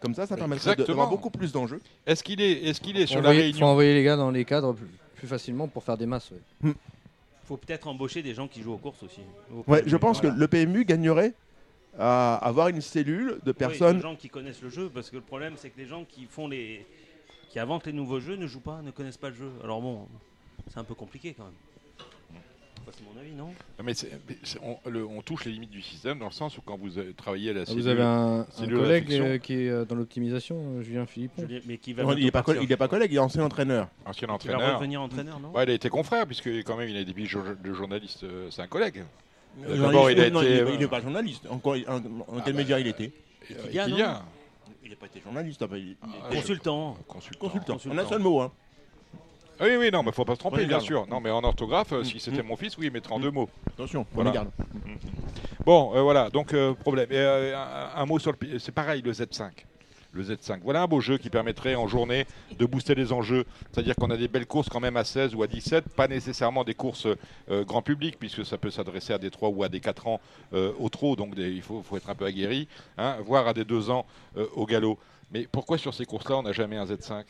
[SPEAKER 10] Comme ça, ça permettra de-
[SPEAKER 1] Exactement.
[SPEAKER 10] d'avoir beaucoup plus d'enjeux.
[SPEAKER 1] Est-ce qu'il est, est, qu'il est
[SPEAKER 8] Faut
[SPEAKER 1] sur la
[SPEAKER 8] envoyer- faut
[SPEAKER 1] réunion
[SPEAKER 8] envoyer les gars dans les cadres plus, plus facilement pour faire des masses. ouais.
[SPEAKER 10] Hmm.
[SPEAKER 8] Ah,
[SPEAKER 7] Faut peut-être embaucher des gens qui jouent aux courses aussi. Au
[SPEAKER 10] Ouais,
[SPEAKER 7] PMU,
[SPEAKER 10] je pense
[SPEAKER 7] voilà.
[SPEAKER 10] que le PMU gagnerait à avoir une cellule de
[SPEAKER 7] Oui,
[SPEAKER 10] personnes.
[SPEAKER 7] des gens qui connaissent le jeu, parce que le problème, c'est que les gens qui font les, qui inventent les nouveaux jeux ne jouent pas, ne connaissent pas le jeu. Alors bon, c'est un peu compliqué quand même. Enfin, c'est mon avis, non
[SPEAKER 1] Non, mais c'est- mais c'est- on, le- on touche les limites du système dans le sens où quand vous euh, travaillez à la cellule,
[SPEAKER 8] Ah, Vous avez un, un
[SPEAKER 1] cellule à
[SPEAKER 8] collègue
[SPEAKER 1] friction,
[SPEAKER 8] euh, qui est euh, dans l'optimisation, euh, Julien Philippe.
[SPEAKER 7] Julien, mais qui
[SPEAKER 10] Non, il n'est pas, coll- il est pas collègue, il est ancien entraîneur.
[SPEAKER 1] ancien
[SPEAKER 7] qui va
[SPEAKER 1] entraîneur.
[SPEAKER 7] redevenir entraîneur, non
[SPEAKER 1] Ouais, il a été confrère, puisque quand même il a des billes jo- de journaliste, euh, c'est un collègue. Euh,
[SPEAKER 10] Non,
[SPEAKER 1] D'abord, il a
[SPEAKER 10] non,
[SPEAKER 1] été.
[SPEAKER 10] il est- il est pas journaliste. Encore, en, en quel média il était
[SPEAKER 1] euh,
[SPEAKER 7] Kylian,
[SPEAKER 1] Kylian.
[SPEAKER 7] non
[SPEAKER 10] Il n'a pas été journaliste. après, il- il était-
[SPEAKER 7] Consultant.
[SPEAKER 1] Ah, Consultant.
[SPEAKER 10] Consultant. En un
[SPEAKER 7] Consultant.
[SPEAKER 10] seul mot. Hein.
[SPEAKER 1] Ah Oui, oui, non, mais faut pas se tromper,
[SPEAKER 10] Prenez
[SPEAKER 1] bien
[SPEAKER 10] garde. Mm.
[SPEAKER 1] sûr. Non, mais en orthographe, euh, si c'était mon fils, oui, il mettrait en deux mots.
[SPEAKER 10] Attention,
[SPEAKER 1] Voilà.
[SPEAKER 10] prenez garde.
[SPEAKER 1] Bon, euh, voilà, donc euh, problème. Et, euh, un, un mot sur le. pi- C'est pareil, le Z5. Le Z5. Voilà un beau jeu qui permettrait en journée de booster les enjeux. C'est-à-dire qu'on a des belles courses quand même à 16 ou à 17, pas nécessairement des courses euh, grand public, puisque ça peut s'adresser à des 3 ou à des 4 ans euh, au trot, donc des- il faut, faut être un peu aguerri, hein, voire à des 2 ans euh, au galop. Mais pourquoi sur ces courses-là, on n'a jamais un Z5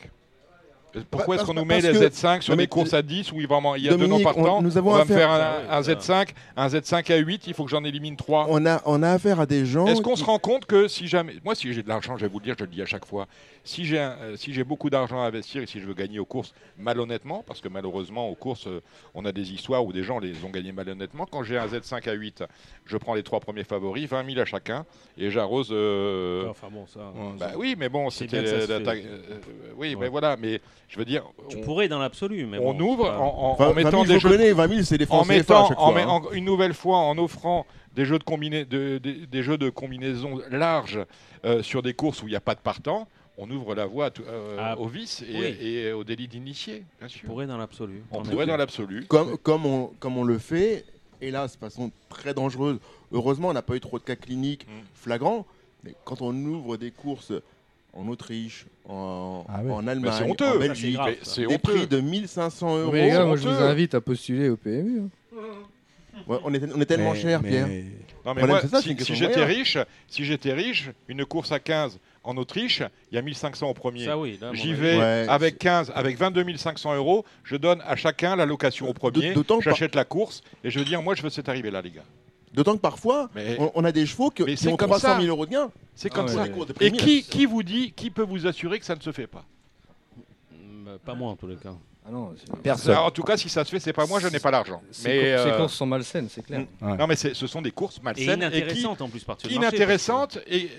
[SPEAKER 1] pourquoi est-ce
[SPEAKER 10] Parce-
[SPEAKER 1] qu'on nous met
[SPEAKER 10] parce
[SPEAKER 1] les
[SPEAKER 10] que-
[SPEAKER 1] Z5 sur
[SPEAKER 10] Non, mais-
[SPEAKER 1] des courses à 10 où il, va en- il y a deux noms
[SPEAKER 10] Dominique,
[SPEAKER 1] par
[SPEAKER 10] on-
[SPEAKER 1] temps
[SPEAKER 10] nous avons
[SPEAKER 1] On va me
[SPEAKER 10] affaire-
[SPEAKER 1] faire un, un Z5, un Z5 à 8, il faut que j'en élimine 3.
[SPEAKER 10] On a, on a affaire à des gens.
[SPEAKER 1] Est-ce qu'on
[SPEAKER 10] qui-
[SPEAKER 1] se rend compte que si jamais, moi si j'ai de l'argent, je vais vous le dire, je le dis à chaque fois, si j'ai un- euh, si j'ai beaucoup d'argent à investir et si je veux gagner aux courses malhonnêtement, parce que malheureusement aux courses euh, on a des histoires où des gens les ont gagnés malhonnêtement. Quand j'ai un Z5 à 8, je prends les trois premiers favoris, 20 000 à chacun, et j'arrose. euh,
[SPEAKER 7] Enfin bon, ça. hein.
[SPEAKER 1] bah oui, mais bon,
[SPEAKER 7] C'est
[SPEAKER 1] c'était
[SPEAKER 7] bien que ça se
[SPEAKER 1] l'attaque-
[SPEAKER 7] fait.
[SPEAKER 1] euh, euh, oui,
[SPEAKER 7] Ouais.
[SPEAKER 1] mais voilà, mais je veux dire,
[SPEAKER 7] Tu
[SPEAKER 1] on,
[SPEAKER 7] pourrais dans l'absolu, mais
[SPEAKER 1] on
[SPEAKER 7] bon,
[SPEAKER 1] ouvre
[SPEAKER 7] c'est pas-
[SPEAKER 1] en- en, en
[SPEAKER 10] 20 000,
[SPEAKER 1] mettant
[SPEAKER 10] je
[SPEAKER 1] des jeux de
[SPEAKER 10] reconnais, 20 000, c'est des
[SPEAKER 1] en
[SPEAKER 10] francs CFA à
[SPEAKER 1] mettant
[SPEAKER 10] chaque
[SPEAKER 1] en
[SPEAKER 10] fois,
[SPEAKER 1] met-
[SPEAKER 10] hein.
[SPEAKER 1] en- une nouvelle fois en offrant des jeux de, combina- de- des- des jeux de combinaison larges euh, sur des courses où il n'y a pas de partant, on ouvre la voie à tout- euh,
[SPEAKER 7] Ah,
[SPEAKER 1] au vice et,
[SPEAKER 7] oui.
[SPEAKER 1] et euh, au délit d'initié, bien sûr.
[SPEAKER 7] Tu pourrais dans l'absolu.
[SPEAKER 1] On
[SPEAKER 7] T'en
[SPEAKER 1] pourrait
[SPEAKER 7] as-
[SPEAKER 1] dans l'absolu.
[SPEAKER 10] Comme, comme, on, comme on le fait, hélas, de façon très dangereuse. Heureusement, on n'a pas eu trop de cas cliniques
[SPEAKER 1] Mm.
[SPEAKER 10] flagrants. Mais quand on ouvre des courses en Autriche, en,
[SPEAKER 9] Ah ouais.
[SPEAKER 10] en
[SPEAKER 1] Mais
[SPEAKER 10] Allemagne,
[SPEAKER 1] c'est honteux.
[SPEAKER 10] en
[SPEAKER 1] Mais
[SPEAKER 10] Belgique,
[SPEAKER 7] grave, ça.
[SPEAKER 1] C'est
[SPEAKER 10] des prix
[SPEAKER 1] honteux.
[SPEAKER 10] de 1500 euros.
[SPEAKER 8] Mais les gars, moi je vous
[SPEAKER 1] honteux.
[SPEAKER 8] invite à postuler au PMU. hein.
[SPEAKER 10] Ouais, on, est, on est tellement
[SPEAKER 9] Mais-
[SPEAKER 10] cher,
[SPEAKER 9] mais-
[SPEAKER 10] Pierre.
[SPEAKER 1] Non, mais
[SPEAKER 10] Problème,
[SPEAKER 1] moi,
[SPEAKER 10] c'est ça, c'est
[SPEAKER 1] si,
[SPEAKER 10] une question
[SPEAKER 1] si
[SPEAKER 10] de
[SPEAKER 1] j'étais
[SPEAKER 10] moyens.
[SPEAKER 1] riche, si j'étais riche, une course à 15 en Autriche, il y a 1500 au premier.
[SPEAKER 7] Ça oui. là, à mon
[SPEAKER 1] J'y
[SPEAKER 7] avis.
[SPEAKER 1] vais
[SPEAKER 10] Ouais,
[SPEAKER 1] avec 15, avec 22 500 euros. Je donne à chacun la location au premier.
[SPEAKER 10] Euh, d'autant que par-
[SPEAKER 1] J'achète la course et je veux dire, moi, je veux cette arrivée-là, les gars.
[SPEAKER 10] D'autant que parfois,
[SPEAKER 1] Mais-
[SPEAKER 10] on, on a des chevaux que-
[SPEAKER 1] Mais
[SPEAKER 10] qui
[SPEAKER 1] c'est
[SPEAKER 10] ont
[SPEAKER 1] comme
[SPEAKER 10] 300
[SPEAKER 1] ça.
[SPEAKER 10] 000 euros de gains. Ah
[SPEAKER 1] C'est comme
[SPEAKER 8] ouais.
[SPEAKER 1] ça.
[SPEAKER 10] Des courses de
[SPEAKER 1] Et qui,
[SPEAKER 10] prix
[SPEAKER 1] qui vous dit, qui peut vous assurer que ça ne se fait pas
[SPEAKER 7] Mm, Pas moi en tous les cas.
[SPEAKER 8] Ah non, c'est-
[SPEAKER 3] Personne.
[SPEAKER 1] Alors, En tout cas, si ça se fait, c'est pas moi, je n'ai pas l'argent.
[SPEAKER 8] ces cour-
[SPEAKER 1] Mais
[SPEAKER 8] ces
[SPEAKER 1] euh, Mm.
[SPEAKER 8] courses sont malsaines, c'est clair.
[SPEAKER 1] non, mais c'est- ce sont des courses
[SPEAKER 7] Et
[SPEAKER 1] malsaines et, qui
[SPEAKER 7] inintéressante en plus par
[SPEAKER 1] inintéressantes et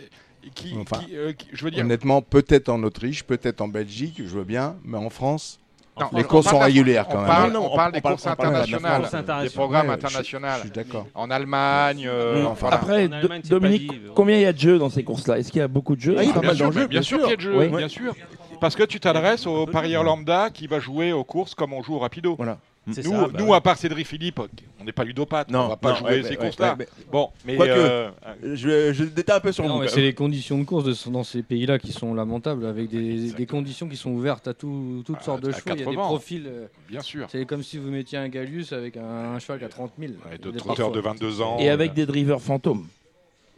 [SPEAKER 1] et qui,
[SPEAKER 9] Enfin,
[SPEAKER 1] qui, euh, qui- je veux dire,
[SPEAKER 9] Honnêtement, peut-être en Autriche, peut-être en Belgique, je veux bien, mais en France,
[SPEAKER 1] Non,
[SPEAKER 9] les
[SPEAKER 1] on
[SPEAKER 9] courses
[SPEAKER 1] parle de
[SPEAKER 9] sont
[SPEAKER 1] la-
[SPEAKER 9] régulières
[SPEAKER 1] on
[SPEAKER 9] quand même.
[SPEAKER 1] Parle,
[SPEAKER 10] Non, non,
[SPEAKER 1] on, parle
[SPEAKER 10] on parle-
[SPEAKER 1] des
[SPEAKER 10] on
[SPEAKER 1] courses
[SPEAKER 10] parle pas de la
[SPEAKER 1] internationales,
[SPEAKER 7] France internationale.
[SPEAKER 1] des programmes
[SPEAKER 9] Ouais, je-
[SPEAKER 1] internationaux
[SPEAKER 9] Je suis d'accord.
[SPEAKER 1] en Allemagne. euh,
[SPEAKER 9] Mm.
[SPEAKER 1] enfin,
[SPEAKER 9] Voilà.
[SPEAKER 3] Ah Après,
[SPEAKER 7] En Allemagne,
[SPEAKER 3] Do-
[SPEAKER 7] c'est pas
[SPEAKER 3] Dominique,
[SPEAKER 7] vivre.
[SPEAKER 3] combien il y a de jeux dans ces courses-là Est-ce qu'il y a beaucoup de jeux
[SPEAKER 10] Ah, il y a
[SPEAKER 3] Ah,
[SPEAKER 10] pas
[SPEAKER 1] bien
[SPEAKER 10] mal
[SPEAKER 1] sûr,
[SPEAKER 10] d'enjeux,
[SPEAKER 1] mais bien
[SPEAKER 10] bien
[SPEAKER 1] sûr
[SPEAKER 10] sûr.
[SPEAKER 1] qu'il y a de jeux,
[SPEAKER 3] Oui.
[SPEAKER 1] bien sûr. Parce que tu t'adresses au parieur lambda qui va jouer aux courses comme on joue au rapido.
[SPEAKER 10] Voilà.
[SPEAKER 7] C'est
[SPEAKER 1] Nous,
[SPEAKER 7] ça, bah
[SPEAKER 1] nous,
[SPEAKER 7] ouais.
[SPEAKER 1] à part Cédric Philippe, on n'est pas ludopathe,
[SPEAKER 10] Non,
[SPEAKER 1] on va pas
[SPEAKER 10] non,
[SPEAKER 1] jouer
[SPEAKER 10] ouais,
[SPEAKER 1] ces
[SPEAKER 10] ouais,
[SPEAKER 1] courses-là.
[SPEAKER 10] ouais,
[SPEAKER 1] Bon, mais
[SPEAKER 10] Quoique,
[SPEAKER 1] euh,
[SPEAKER 10] Je, je détaille un peu sur
[SPEAKER 8] Non,
[SPEAKER 10] vous.
[SPEAKER 8] mais
[SPEAKER 10] quand
[SPEAKER 8] c'est les conditions de course de ce- dans ces pays-là qui sont lamentables, avec des, des conditions qui sont ouvertes à tout- toutes
[SPEAKER 1] Ah,
[SPEAKER 8] sortes de
[SPEAKER 1] à
[SPEAKER 8] chevaux. Il y a des
[SPEAKER 1] 80.
[SPEAKER 8] profils. euh,
[SPEAKER 1] bien sûr.
[SPEAKER 8] C'est comme si vous mettiez un Gallius avec un, un cheval qui a 30 000.
[SPEAKER 1] Et de
[SPEAKER 8] Des
[SPEAKER 1] trotteurs de 22 ans.
[SPEAKER 3] Et avec des drivers fantômes.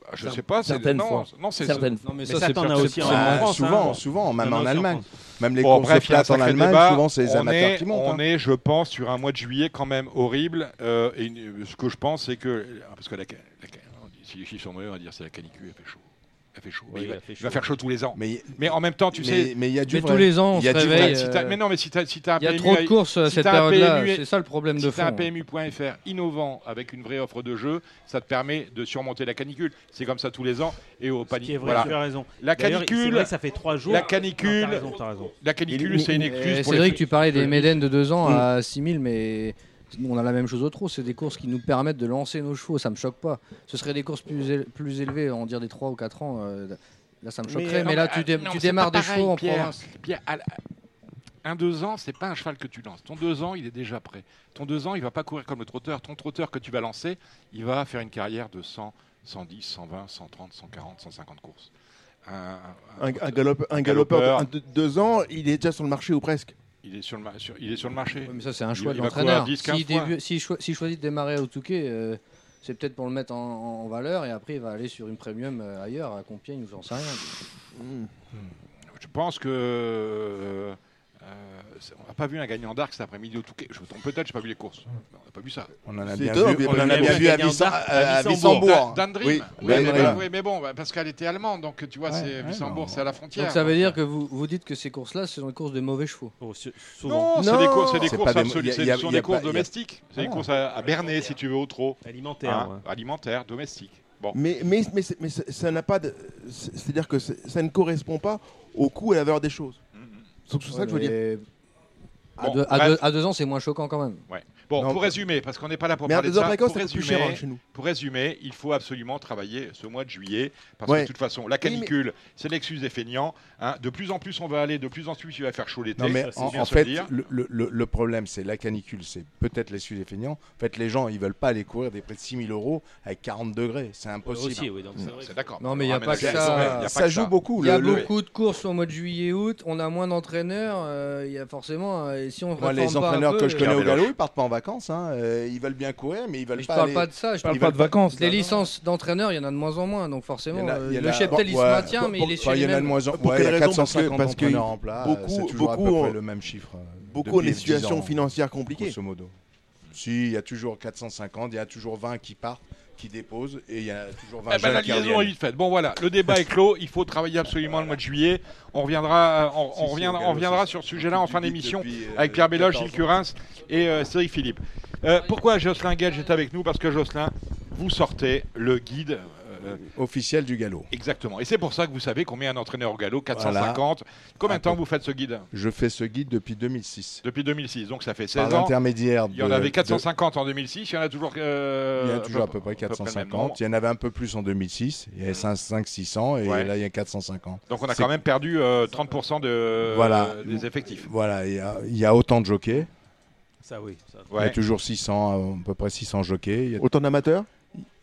[SPEAKER 1] Ah, Je sais pas, c'est
[SPEAKER 3] certaines
[SPEAKER 1] non,
[SPEAKER 3] fois.
[SPEAKER 1] non, c'est
[SPEAKER 3] Certaines
[SPEAKER 8] Non, mais,
[SPEAKER 7] ça, ça, c'est t'en as aussi en
[SPEAKER 9] Bah,
[SPEAKER 7] France, hein.
[SPEAKER 9] souvent, souvent, même
[SPEAKER 7] Non,
[SPEAKER 9] en
[SPEAKER 7] non,
[SPEAKER 9] Allemagne. Même les
[SPEAKER 1] Bon,
[SPEAKER 9] courses
[SPEAKER 1] bref, il y a un
[SPEAKER 9] plates en
[SPEAKER 1] sacré
[SPEAKER 9] Allemagne,
[SPEAKER 1] débat.
[SPEAKER 9] souvent, c'est les
[SPEAKER 1] on
[SPEAKER 9] amateurs
[SPEAKER 1] est,
[SPEAKER 9] qui montent.
[SPEAKER 1] On
[SPEAKER 9] hein.
[SPEAKER 1] est, je pense, sur un mois de juillet quand même horrible. euh, et une- ce que je pense, c'est que. Parce que la, ca- la ca- si les chiffres sont mauvais, on va dire c'est la canicule, il fait chaud. Il a fait chaud.
[SPEAKER 7] Oui,
[SPEAKER 1] mais il, va,
[SPEAKER 7] il a fait
[SPEAKER 1] il va
[SPEAKER 7] chaud.
[SPEAKER 1] faire chaud tous les ans.
[SPEAKER 9] Mais,
[SPEAKER 1] en même temps, tu
[SPEAKER 9] mais-
[SPEAKER 1] sais.
[SPEAKER 9] mais il y a du Mais vrai. tous les ans, on
[SPEAKER 1] Il y a
[SPEAKER 9] se
[SPEAKER 1] du vrai.
[SPEAKER 9] réveille,
[SPEAKER 1] Si
[SPEAKER 9] euh,
[SPEAKER 1] t'as- mais non, mais si t'as si t'as un
[SPEAKER 8] il y a
[SPEAKER 1] PMU,
[SPEAKER 8] trop de courses à
[SPEAKER 1] si
[SPEAKER 8] cette
[SPEAKER 1] t'as un
[SPEAKER 8] période-là,
[SPEAKER 1] PMU
[SPEAKER 8] c'est ça le problème
[SPEAKER 1] si
[SPEAKER 8] de
[SPEAKER 1] t'as un
[SPEAKER 8] fond.
[SPEAKER 1] PMU.fr innovant avec une vraie offre de jeu, ça te permet de surmonter la canicule. C'est comme ça tous les ans et au panique.
[SPEAKER 7] est vrai, tu as raison.
[SPEAKER 1] La
[SPEAKER 7] D'ailleurs, c'est
[SPEAKER 1] canicule.
[SPEAKER 7] vrai que ça fait trois jours.
[SPEAKER 1] La
[SPEAKER 7] Non,
[SPEAKER 1] canicule.
[SPEAKER 7] t'as raison, t'as raison.
[SPEAKER 1] La canicule, c'est une excuse
[SPEAKER 8] Euh,
[SPEAKER 1] pour
[SPEAKER 8] C'est
[SPEAKER 1] les-
[SPEAKER 8] vrai que tu parlais des
[SPEAKER 1] Euh,
[SPEAKER 8] Médènes de 2 ans
[SPEAKER 1] Mm.
[SPEAKER 8] à 6000, mais nous, on a la même chose au trot. C'est des courses qui nous permettent de lancer nos chevaux. Ça me choque pas. Ce serait des courses plus, éle- plus élevées, on dirait des 3 ou 4 ans. euh, là, ça me choquerait. Mais,
[SPEAKER 1] non,
[SPEAKER 8] là,
[SPEAKER 1] mais,
[SPEAKER 8] tu, dé-
[SPEAKER 1] euh, non,
[SPEAKER 8] tu
[SPEAKER 1] c'est
[SPEAKER 8] démarres
[SPEAKER 1] pas
[SPEAKER 8] des
[SPEAKER 1] pareil,
[SPEAKER 8] chevaux en
[SPEAKER 1] Pierre.
[SPEAKER 8] province.
[SPEAKER 1] Pierre, à la- un deux ans, c'est pas un cheval que tu lances. Ton deux ans, il est déjà prêt. Ton deux ans, il va pas courir comme le trotteur. Ton trotteur que tu vas lancer, il va faire une carrière de 100, 110, 120, 130, 140, 150 courses. Un, un-
[SPEAKER 10] Un,
[SPEAKER 1] trotteur-
[SPEAKER 10] un galop- un
[SPEAKER 1] un
[SPEAKER 10] galopeur
[SPEAKER 1] galopeur,
[SPEAKER 10] de- de deux ans, il est déjà sur le marché ou presque.
[SPEAKER 1] il est sur le, ma- sur- il est sur le marché.
[SPEAKER 8] mais ça, c'est un
[SPEAKER 1] Il-
[SPEAKER 8] choix
[SPEAKER 1] il
[SPEAKER 8] de
[SPEAKER 1] va courir
[SPEAKER 8] l'entraîneur.
[SPEAKER 1] 10,
[SPEAKER 8] S'il
[SPEAKER 1] 15 fois.
[SPEAKER 8] début- s'il choi- s'il choisit de démarrer au Touquet, euh, c'est peut-être pour le mettre en, en- en valeur et après, il va aller sur une premium euh, ailleurs, à Compiègne ou j'en sais rien.
[SPEAKER 1] Hmm. Je pense que. euh, euh, c'est- on n'a pas vu un gagnant d'arc cet après-midi au Touquet. Je me trompe peut-être, j'ai pas vu les courses. Mais On n'a pas vu ça.
[SPEAKER 9] On en a Hmm. C'est bien deux, vu- on on en a a bien bien vu vu à gagnant Vissan- d'Arc, à à Vissembourg. Vissembourg.
[SPEAKER 1] Dan Dream.
[SPEAKER 9] Oui,
[SPEAKER 1] Oui,
[SPEAKER 9] Dan
[SPEAKER 1] mais,
[SPEAKER 9] Dream.
[SPEAKER 1] oui, mais bon, bah, parce qu'elle était allemande, donc tu vois,
[SPEAKER 8] Ouais, ouais,
[SPEAKER 1] c'est Vissembourg,
[SPEAKER 8] non.
[SPEAKER 1] c'est à la frontière.
[SPEAKER 8] Donc ça veut dire que vous, vous dites que ces courses-là, ce sont des courses de mauvais chevaux.
[SPEAKER 1] Non, c'est des courses, c'est des courses
[SPEAKER 8] pas Ah.
[SPEAKER 1] absolues, c'est- ce sont des courses domestiques. C'est
[SPEAKER 9] Ah.
[SPEAKER 1] des courses à, à berner, si tu veux, au trot.
[SPEAKER 7] Alimentaire,
[SPEAKER 1] Hein, Alimentaire, domestique. Bon.
[SPEAKER 10] Mais, mais, mais, c'est- mais c'est- ça n'a pas de. c'est- C'est-à-dire que c'est- ça ne correspond pas au coût et à la valeur des choses.
[SPEAKER 1] Mm-hmm.
[SPEAKER 10] C'est tout ça que je veux dire.
[SPEAKER 8] À,
[SPEAKER 10] Bon,
[SPEAKER 8] deux, à
[SPEAKER 10] bref.
[SPEAKER 8] deux- à deux ans, c'est moins choquant quand même.
[SPEAKER 1] Ouais. Bon, pour résumer, parce qu'on n'est pas là pour
[SPEAKER 8] Mais à
[SPEAKER 1] parler de
[SPEAKER 8] des heures
[SPEAKER 1] ça.
[SPEAKER 8] précoces,
[SPEAKER 1] Pour
[SPEAKER 8] ça coûte plus
[SPEAKER 1] résumer,
[SPEAKER 8] cher, hein, chez nous.
[SPEAKER 1] pour résumer, il faut absolument travailler ce mois de juillet, parce
[SPEAKER 10] Ouais.
[SPEAKER 1] que de toute façon, la canicule, c'est l'excuse des feignants. hein. De plus en plus, on va aller, de plus en plus, il va faire chaud l'été.
[SPEAKER 9] Non, mais
[SPEAKER 1] ça, c'est
[SPEAKER 9] en,
[SPEAKER 1] bien
[SPEAKER 9] en
[SPEAKER 1] se
[SPEAKER 9] fait,
[SPEAKER 1] dire.
[SPEAKER 9] le, le- le- le problème, c'est la canicule, c'est peut-être les sujets feignants. En fait, les gens, ils veulent pas aller courir des prix de 6000 euros avec 40 degrés. C'est impossible.
[SPEAKER 7] Aussi, oui, donc c'est vrai.
[SPEAKER 1] C'est d'accord.
[SPEAKER 8] Non, mais il n'y a pas que
[SPEAKER 9] Ça,
[SPEAKER 8] ça.
[SPEAKER 9] joue beaucoup.
[SPEAKER 8] Il y a
[SPEAKER 9] le- le-
[SPEAKER 8] beaucoup de courses au mois de juillet-août. On a moins d'entraîneurs. euh, Il y a forcément. euh, et si on
[SPEAKER 9] Moi,
[SPEAKER 8] réforme
[SPEAKER 9] les
[SPEAKER 8] pas un
[SPEAKER 9] entraîneurs
[SPEAKER 8] peu,
[SPEAKER 9] que je
[SPEAKER 8] euh,
[SPEAKER 9] connais au galop, ils partent pas en vacances. hein. Euh, ils veulent bien courir, mais ils veulent
[SPEAKER 8] Je
[SPEAKER 9] pas.
[SPEAKER 8] parle
[SPEAKER 9] aller-
[SPEAKER 8] pas de ça. Je
[SPEAKER 9] ils
[SPEAKER 8] parle
[SPEAKER 9] veulent
[SPEAKER 8] pas de vacances. Les licences d'entraîneurs, il y en a de moins en moins. Donc
[SPEAKER 9] Il y
[SPEAKER 8] forcément,
[SPEAKER 9] en a-
[SPEAKER 8] euh,
[SPEAKER 9] il y en
[SPEAKER 8] le
[SPEAKER 9] a-
[SPEAKER 8] cheptel il se
[SPEAKER 9] ouais,
[SPEAKER 8] maintient,
[SPEAKER 9] pour-
[SPEAKER 8] mais
[SPEAKER 9] pour-
[SPEAKER 8] il est
[SPEAKER 9] pour-
[SPEAKER 8] sur
[SPEAKER 9] il y
[SPEAKER 8] les
[SPEAKER 9] en a de
[SPEAKER 8] mêmes.
[SPEAKER 9] moins en
[SPEAKER 10] Pour
[SPEAKER 9] Ouais,
[SPEAKER 10] quelle
[SPEAKER 9] il y a
[SPEAKER 10] raison
[SPEAKER 9] 450
[SPEAKER 10] Parce que-
[SPEAKER 9] entraîneurs en place,
[SPEAKER 10] beaucoup-
[SPEAKER 9] c'est toujours à peu
[SPEAKER 10] beaucoup
[SPEAKER 9] près
[SPEAKER 10] ont-
[SPEAKER 9] le même chiffre, euh,
[SPEAKER 10] Beaucoup ont
[SPEAKER 9] depuis
[SPEAKER 10] des
[SPEAKER 9] 10
[SPEAKER 10] situations
[SPEAKER 9] ans.
[SPEAKER 10] financières compliquées.
[SPEAKER 9] Grosso modo. Si, il y a toujours 450, il y a toujours 20 qui partent, qui déposent, et il y a toujours 20
[SPEAKER 1] Eh ben,
[SPEAKER 9] jeunes
[SPEAKER 1] la
[SPEAKER 9] qui
[SPEAKER 1] liaison est
[SPEAKER 9] reviennent.
[SPEAKER 1] vite faite. Bon voilà, le débat est clos. Il faut travailler absolument le mois de juillet. On reviendra, euh, on, on reviendra, on reviendra sur ce sujet-là en fin d'émission
[SPEAKER 9] euh,
[SPEAKER 1] avec Pierre Béloche, Gilles Curins et euh, Cyril Philippe. Euh, pourquoi Jocelyn Gage est avec nous Parce que Jocelyn, vous sortez le guide. euh,
[SPEAKER 9] Officiel du galop.
[SPEAKER 1] Exactement. Et c'est pour ça que vous savez combien un entraîneur au galop, 450. Combien de temps vous faites ce guide
[SPEAKER 9] Je fais ce guide depuis 2006.
[SPEAKER 1] Depuis 2006, donc ça fait 16
[SPEAKER 9] Par
[SPEAKER 1] ans.
[SPEAKER 9] l'intermédiaire
[SPEAKER 1] Il y en
[SPEAKER 9] de-
[SPEAKER 1] avait 450 en 2006, il y en a toujours. euh,
[SPEAKER 9] Il y en a toujours à peu
[SPEAKER 1] le
[SPEAKER 9] près
[SPEAKER 1] même
[SPEAKER 9] 450.
[SPEAKER 1] nombre.
[SPEAKER 9] Il y en avait un peu plus en 2006. Il y avait 500-600 et
[SPEAKER 1] Ouais.
[SPEAKER 9] là, il y a 450.
[SPEAKER 1] Donc on a
[SPEAKER 9] C'est-
[SPEAKER 1] quand même perdu euh, 30% de,
[SPEAKER 9] Voilà.
[SPEAKER 1] des effectifs.
[SPEAKER 9] Voilà, il y a, il y a autant de jockeys.
[SPEAKER 7] Ça, oui. ça.
[SPEAKER 9] Il y a toujours 600, euh, à peu près 600 jockeys. Il y a-
[SPEAKER 10] Autant d'amateurs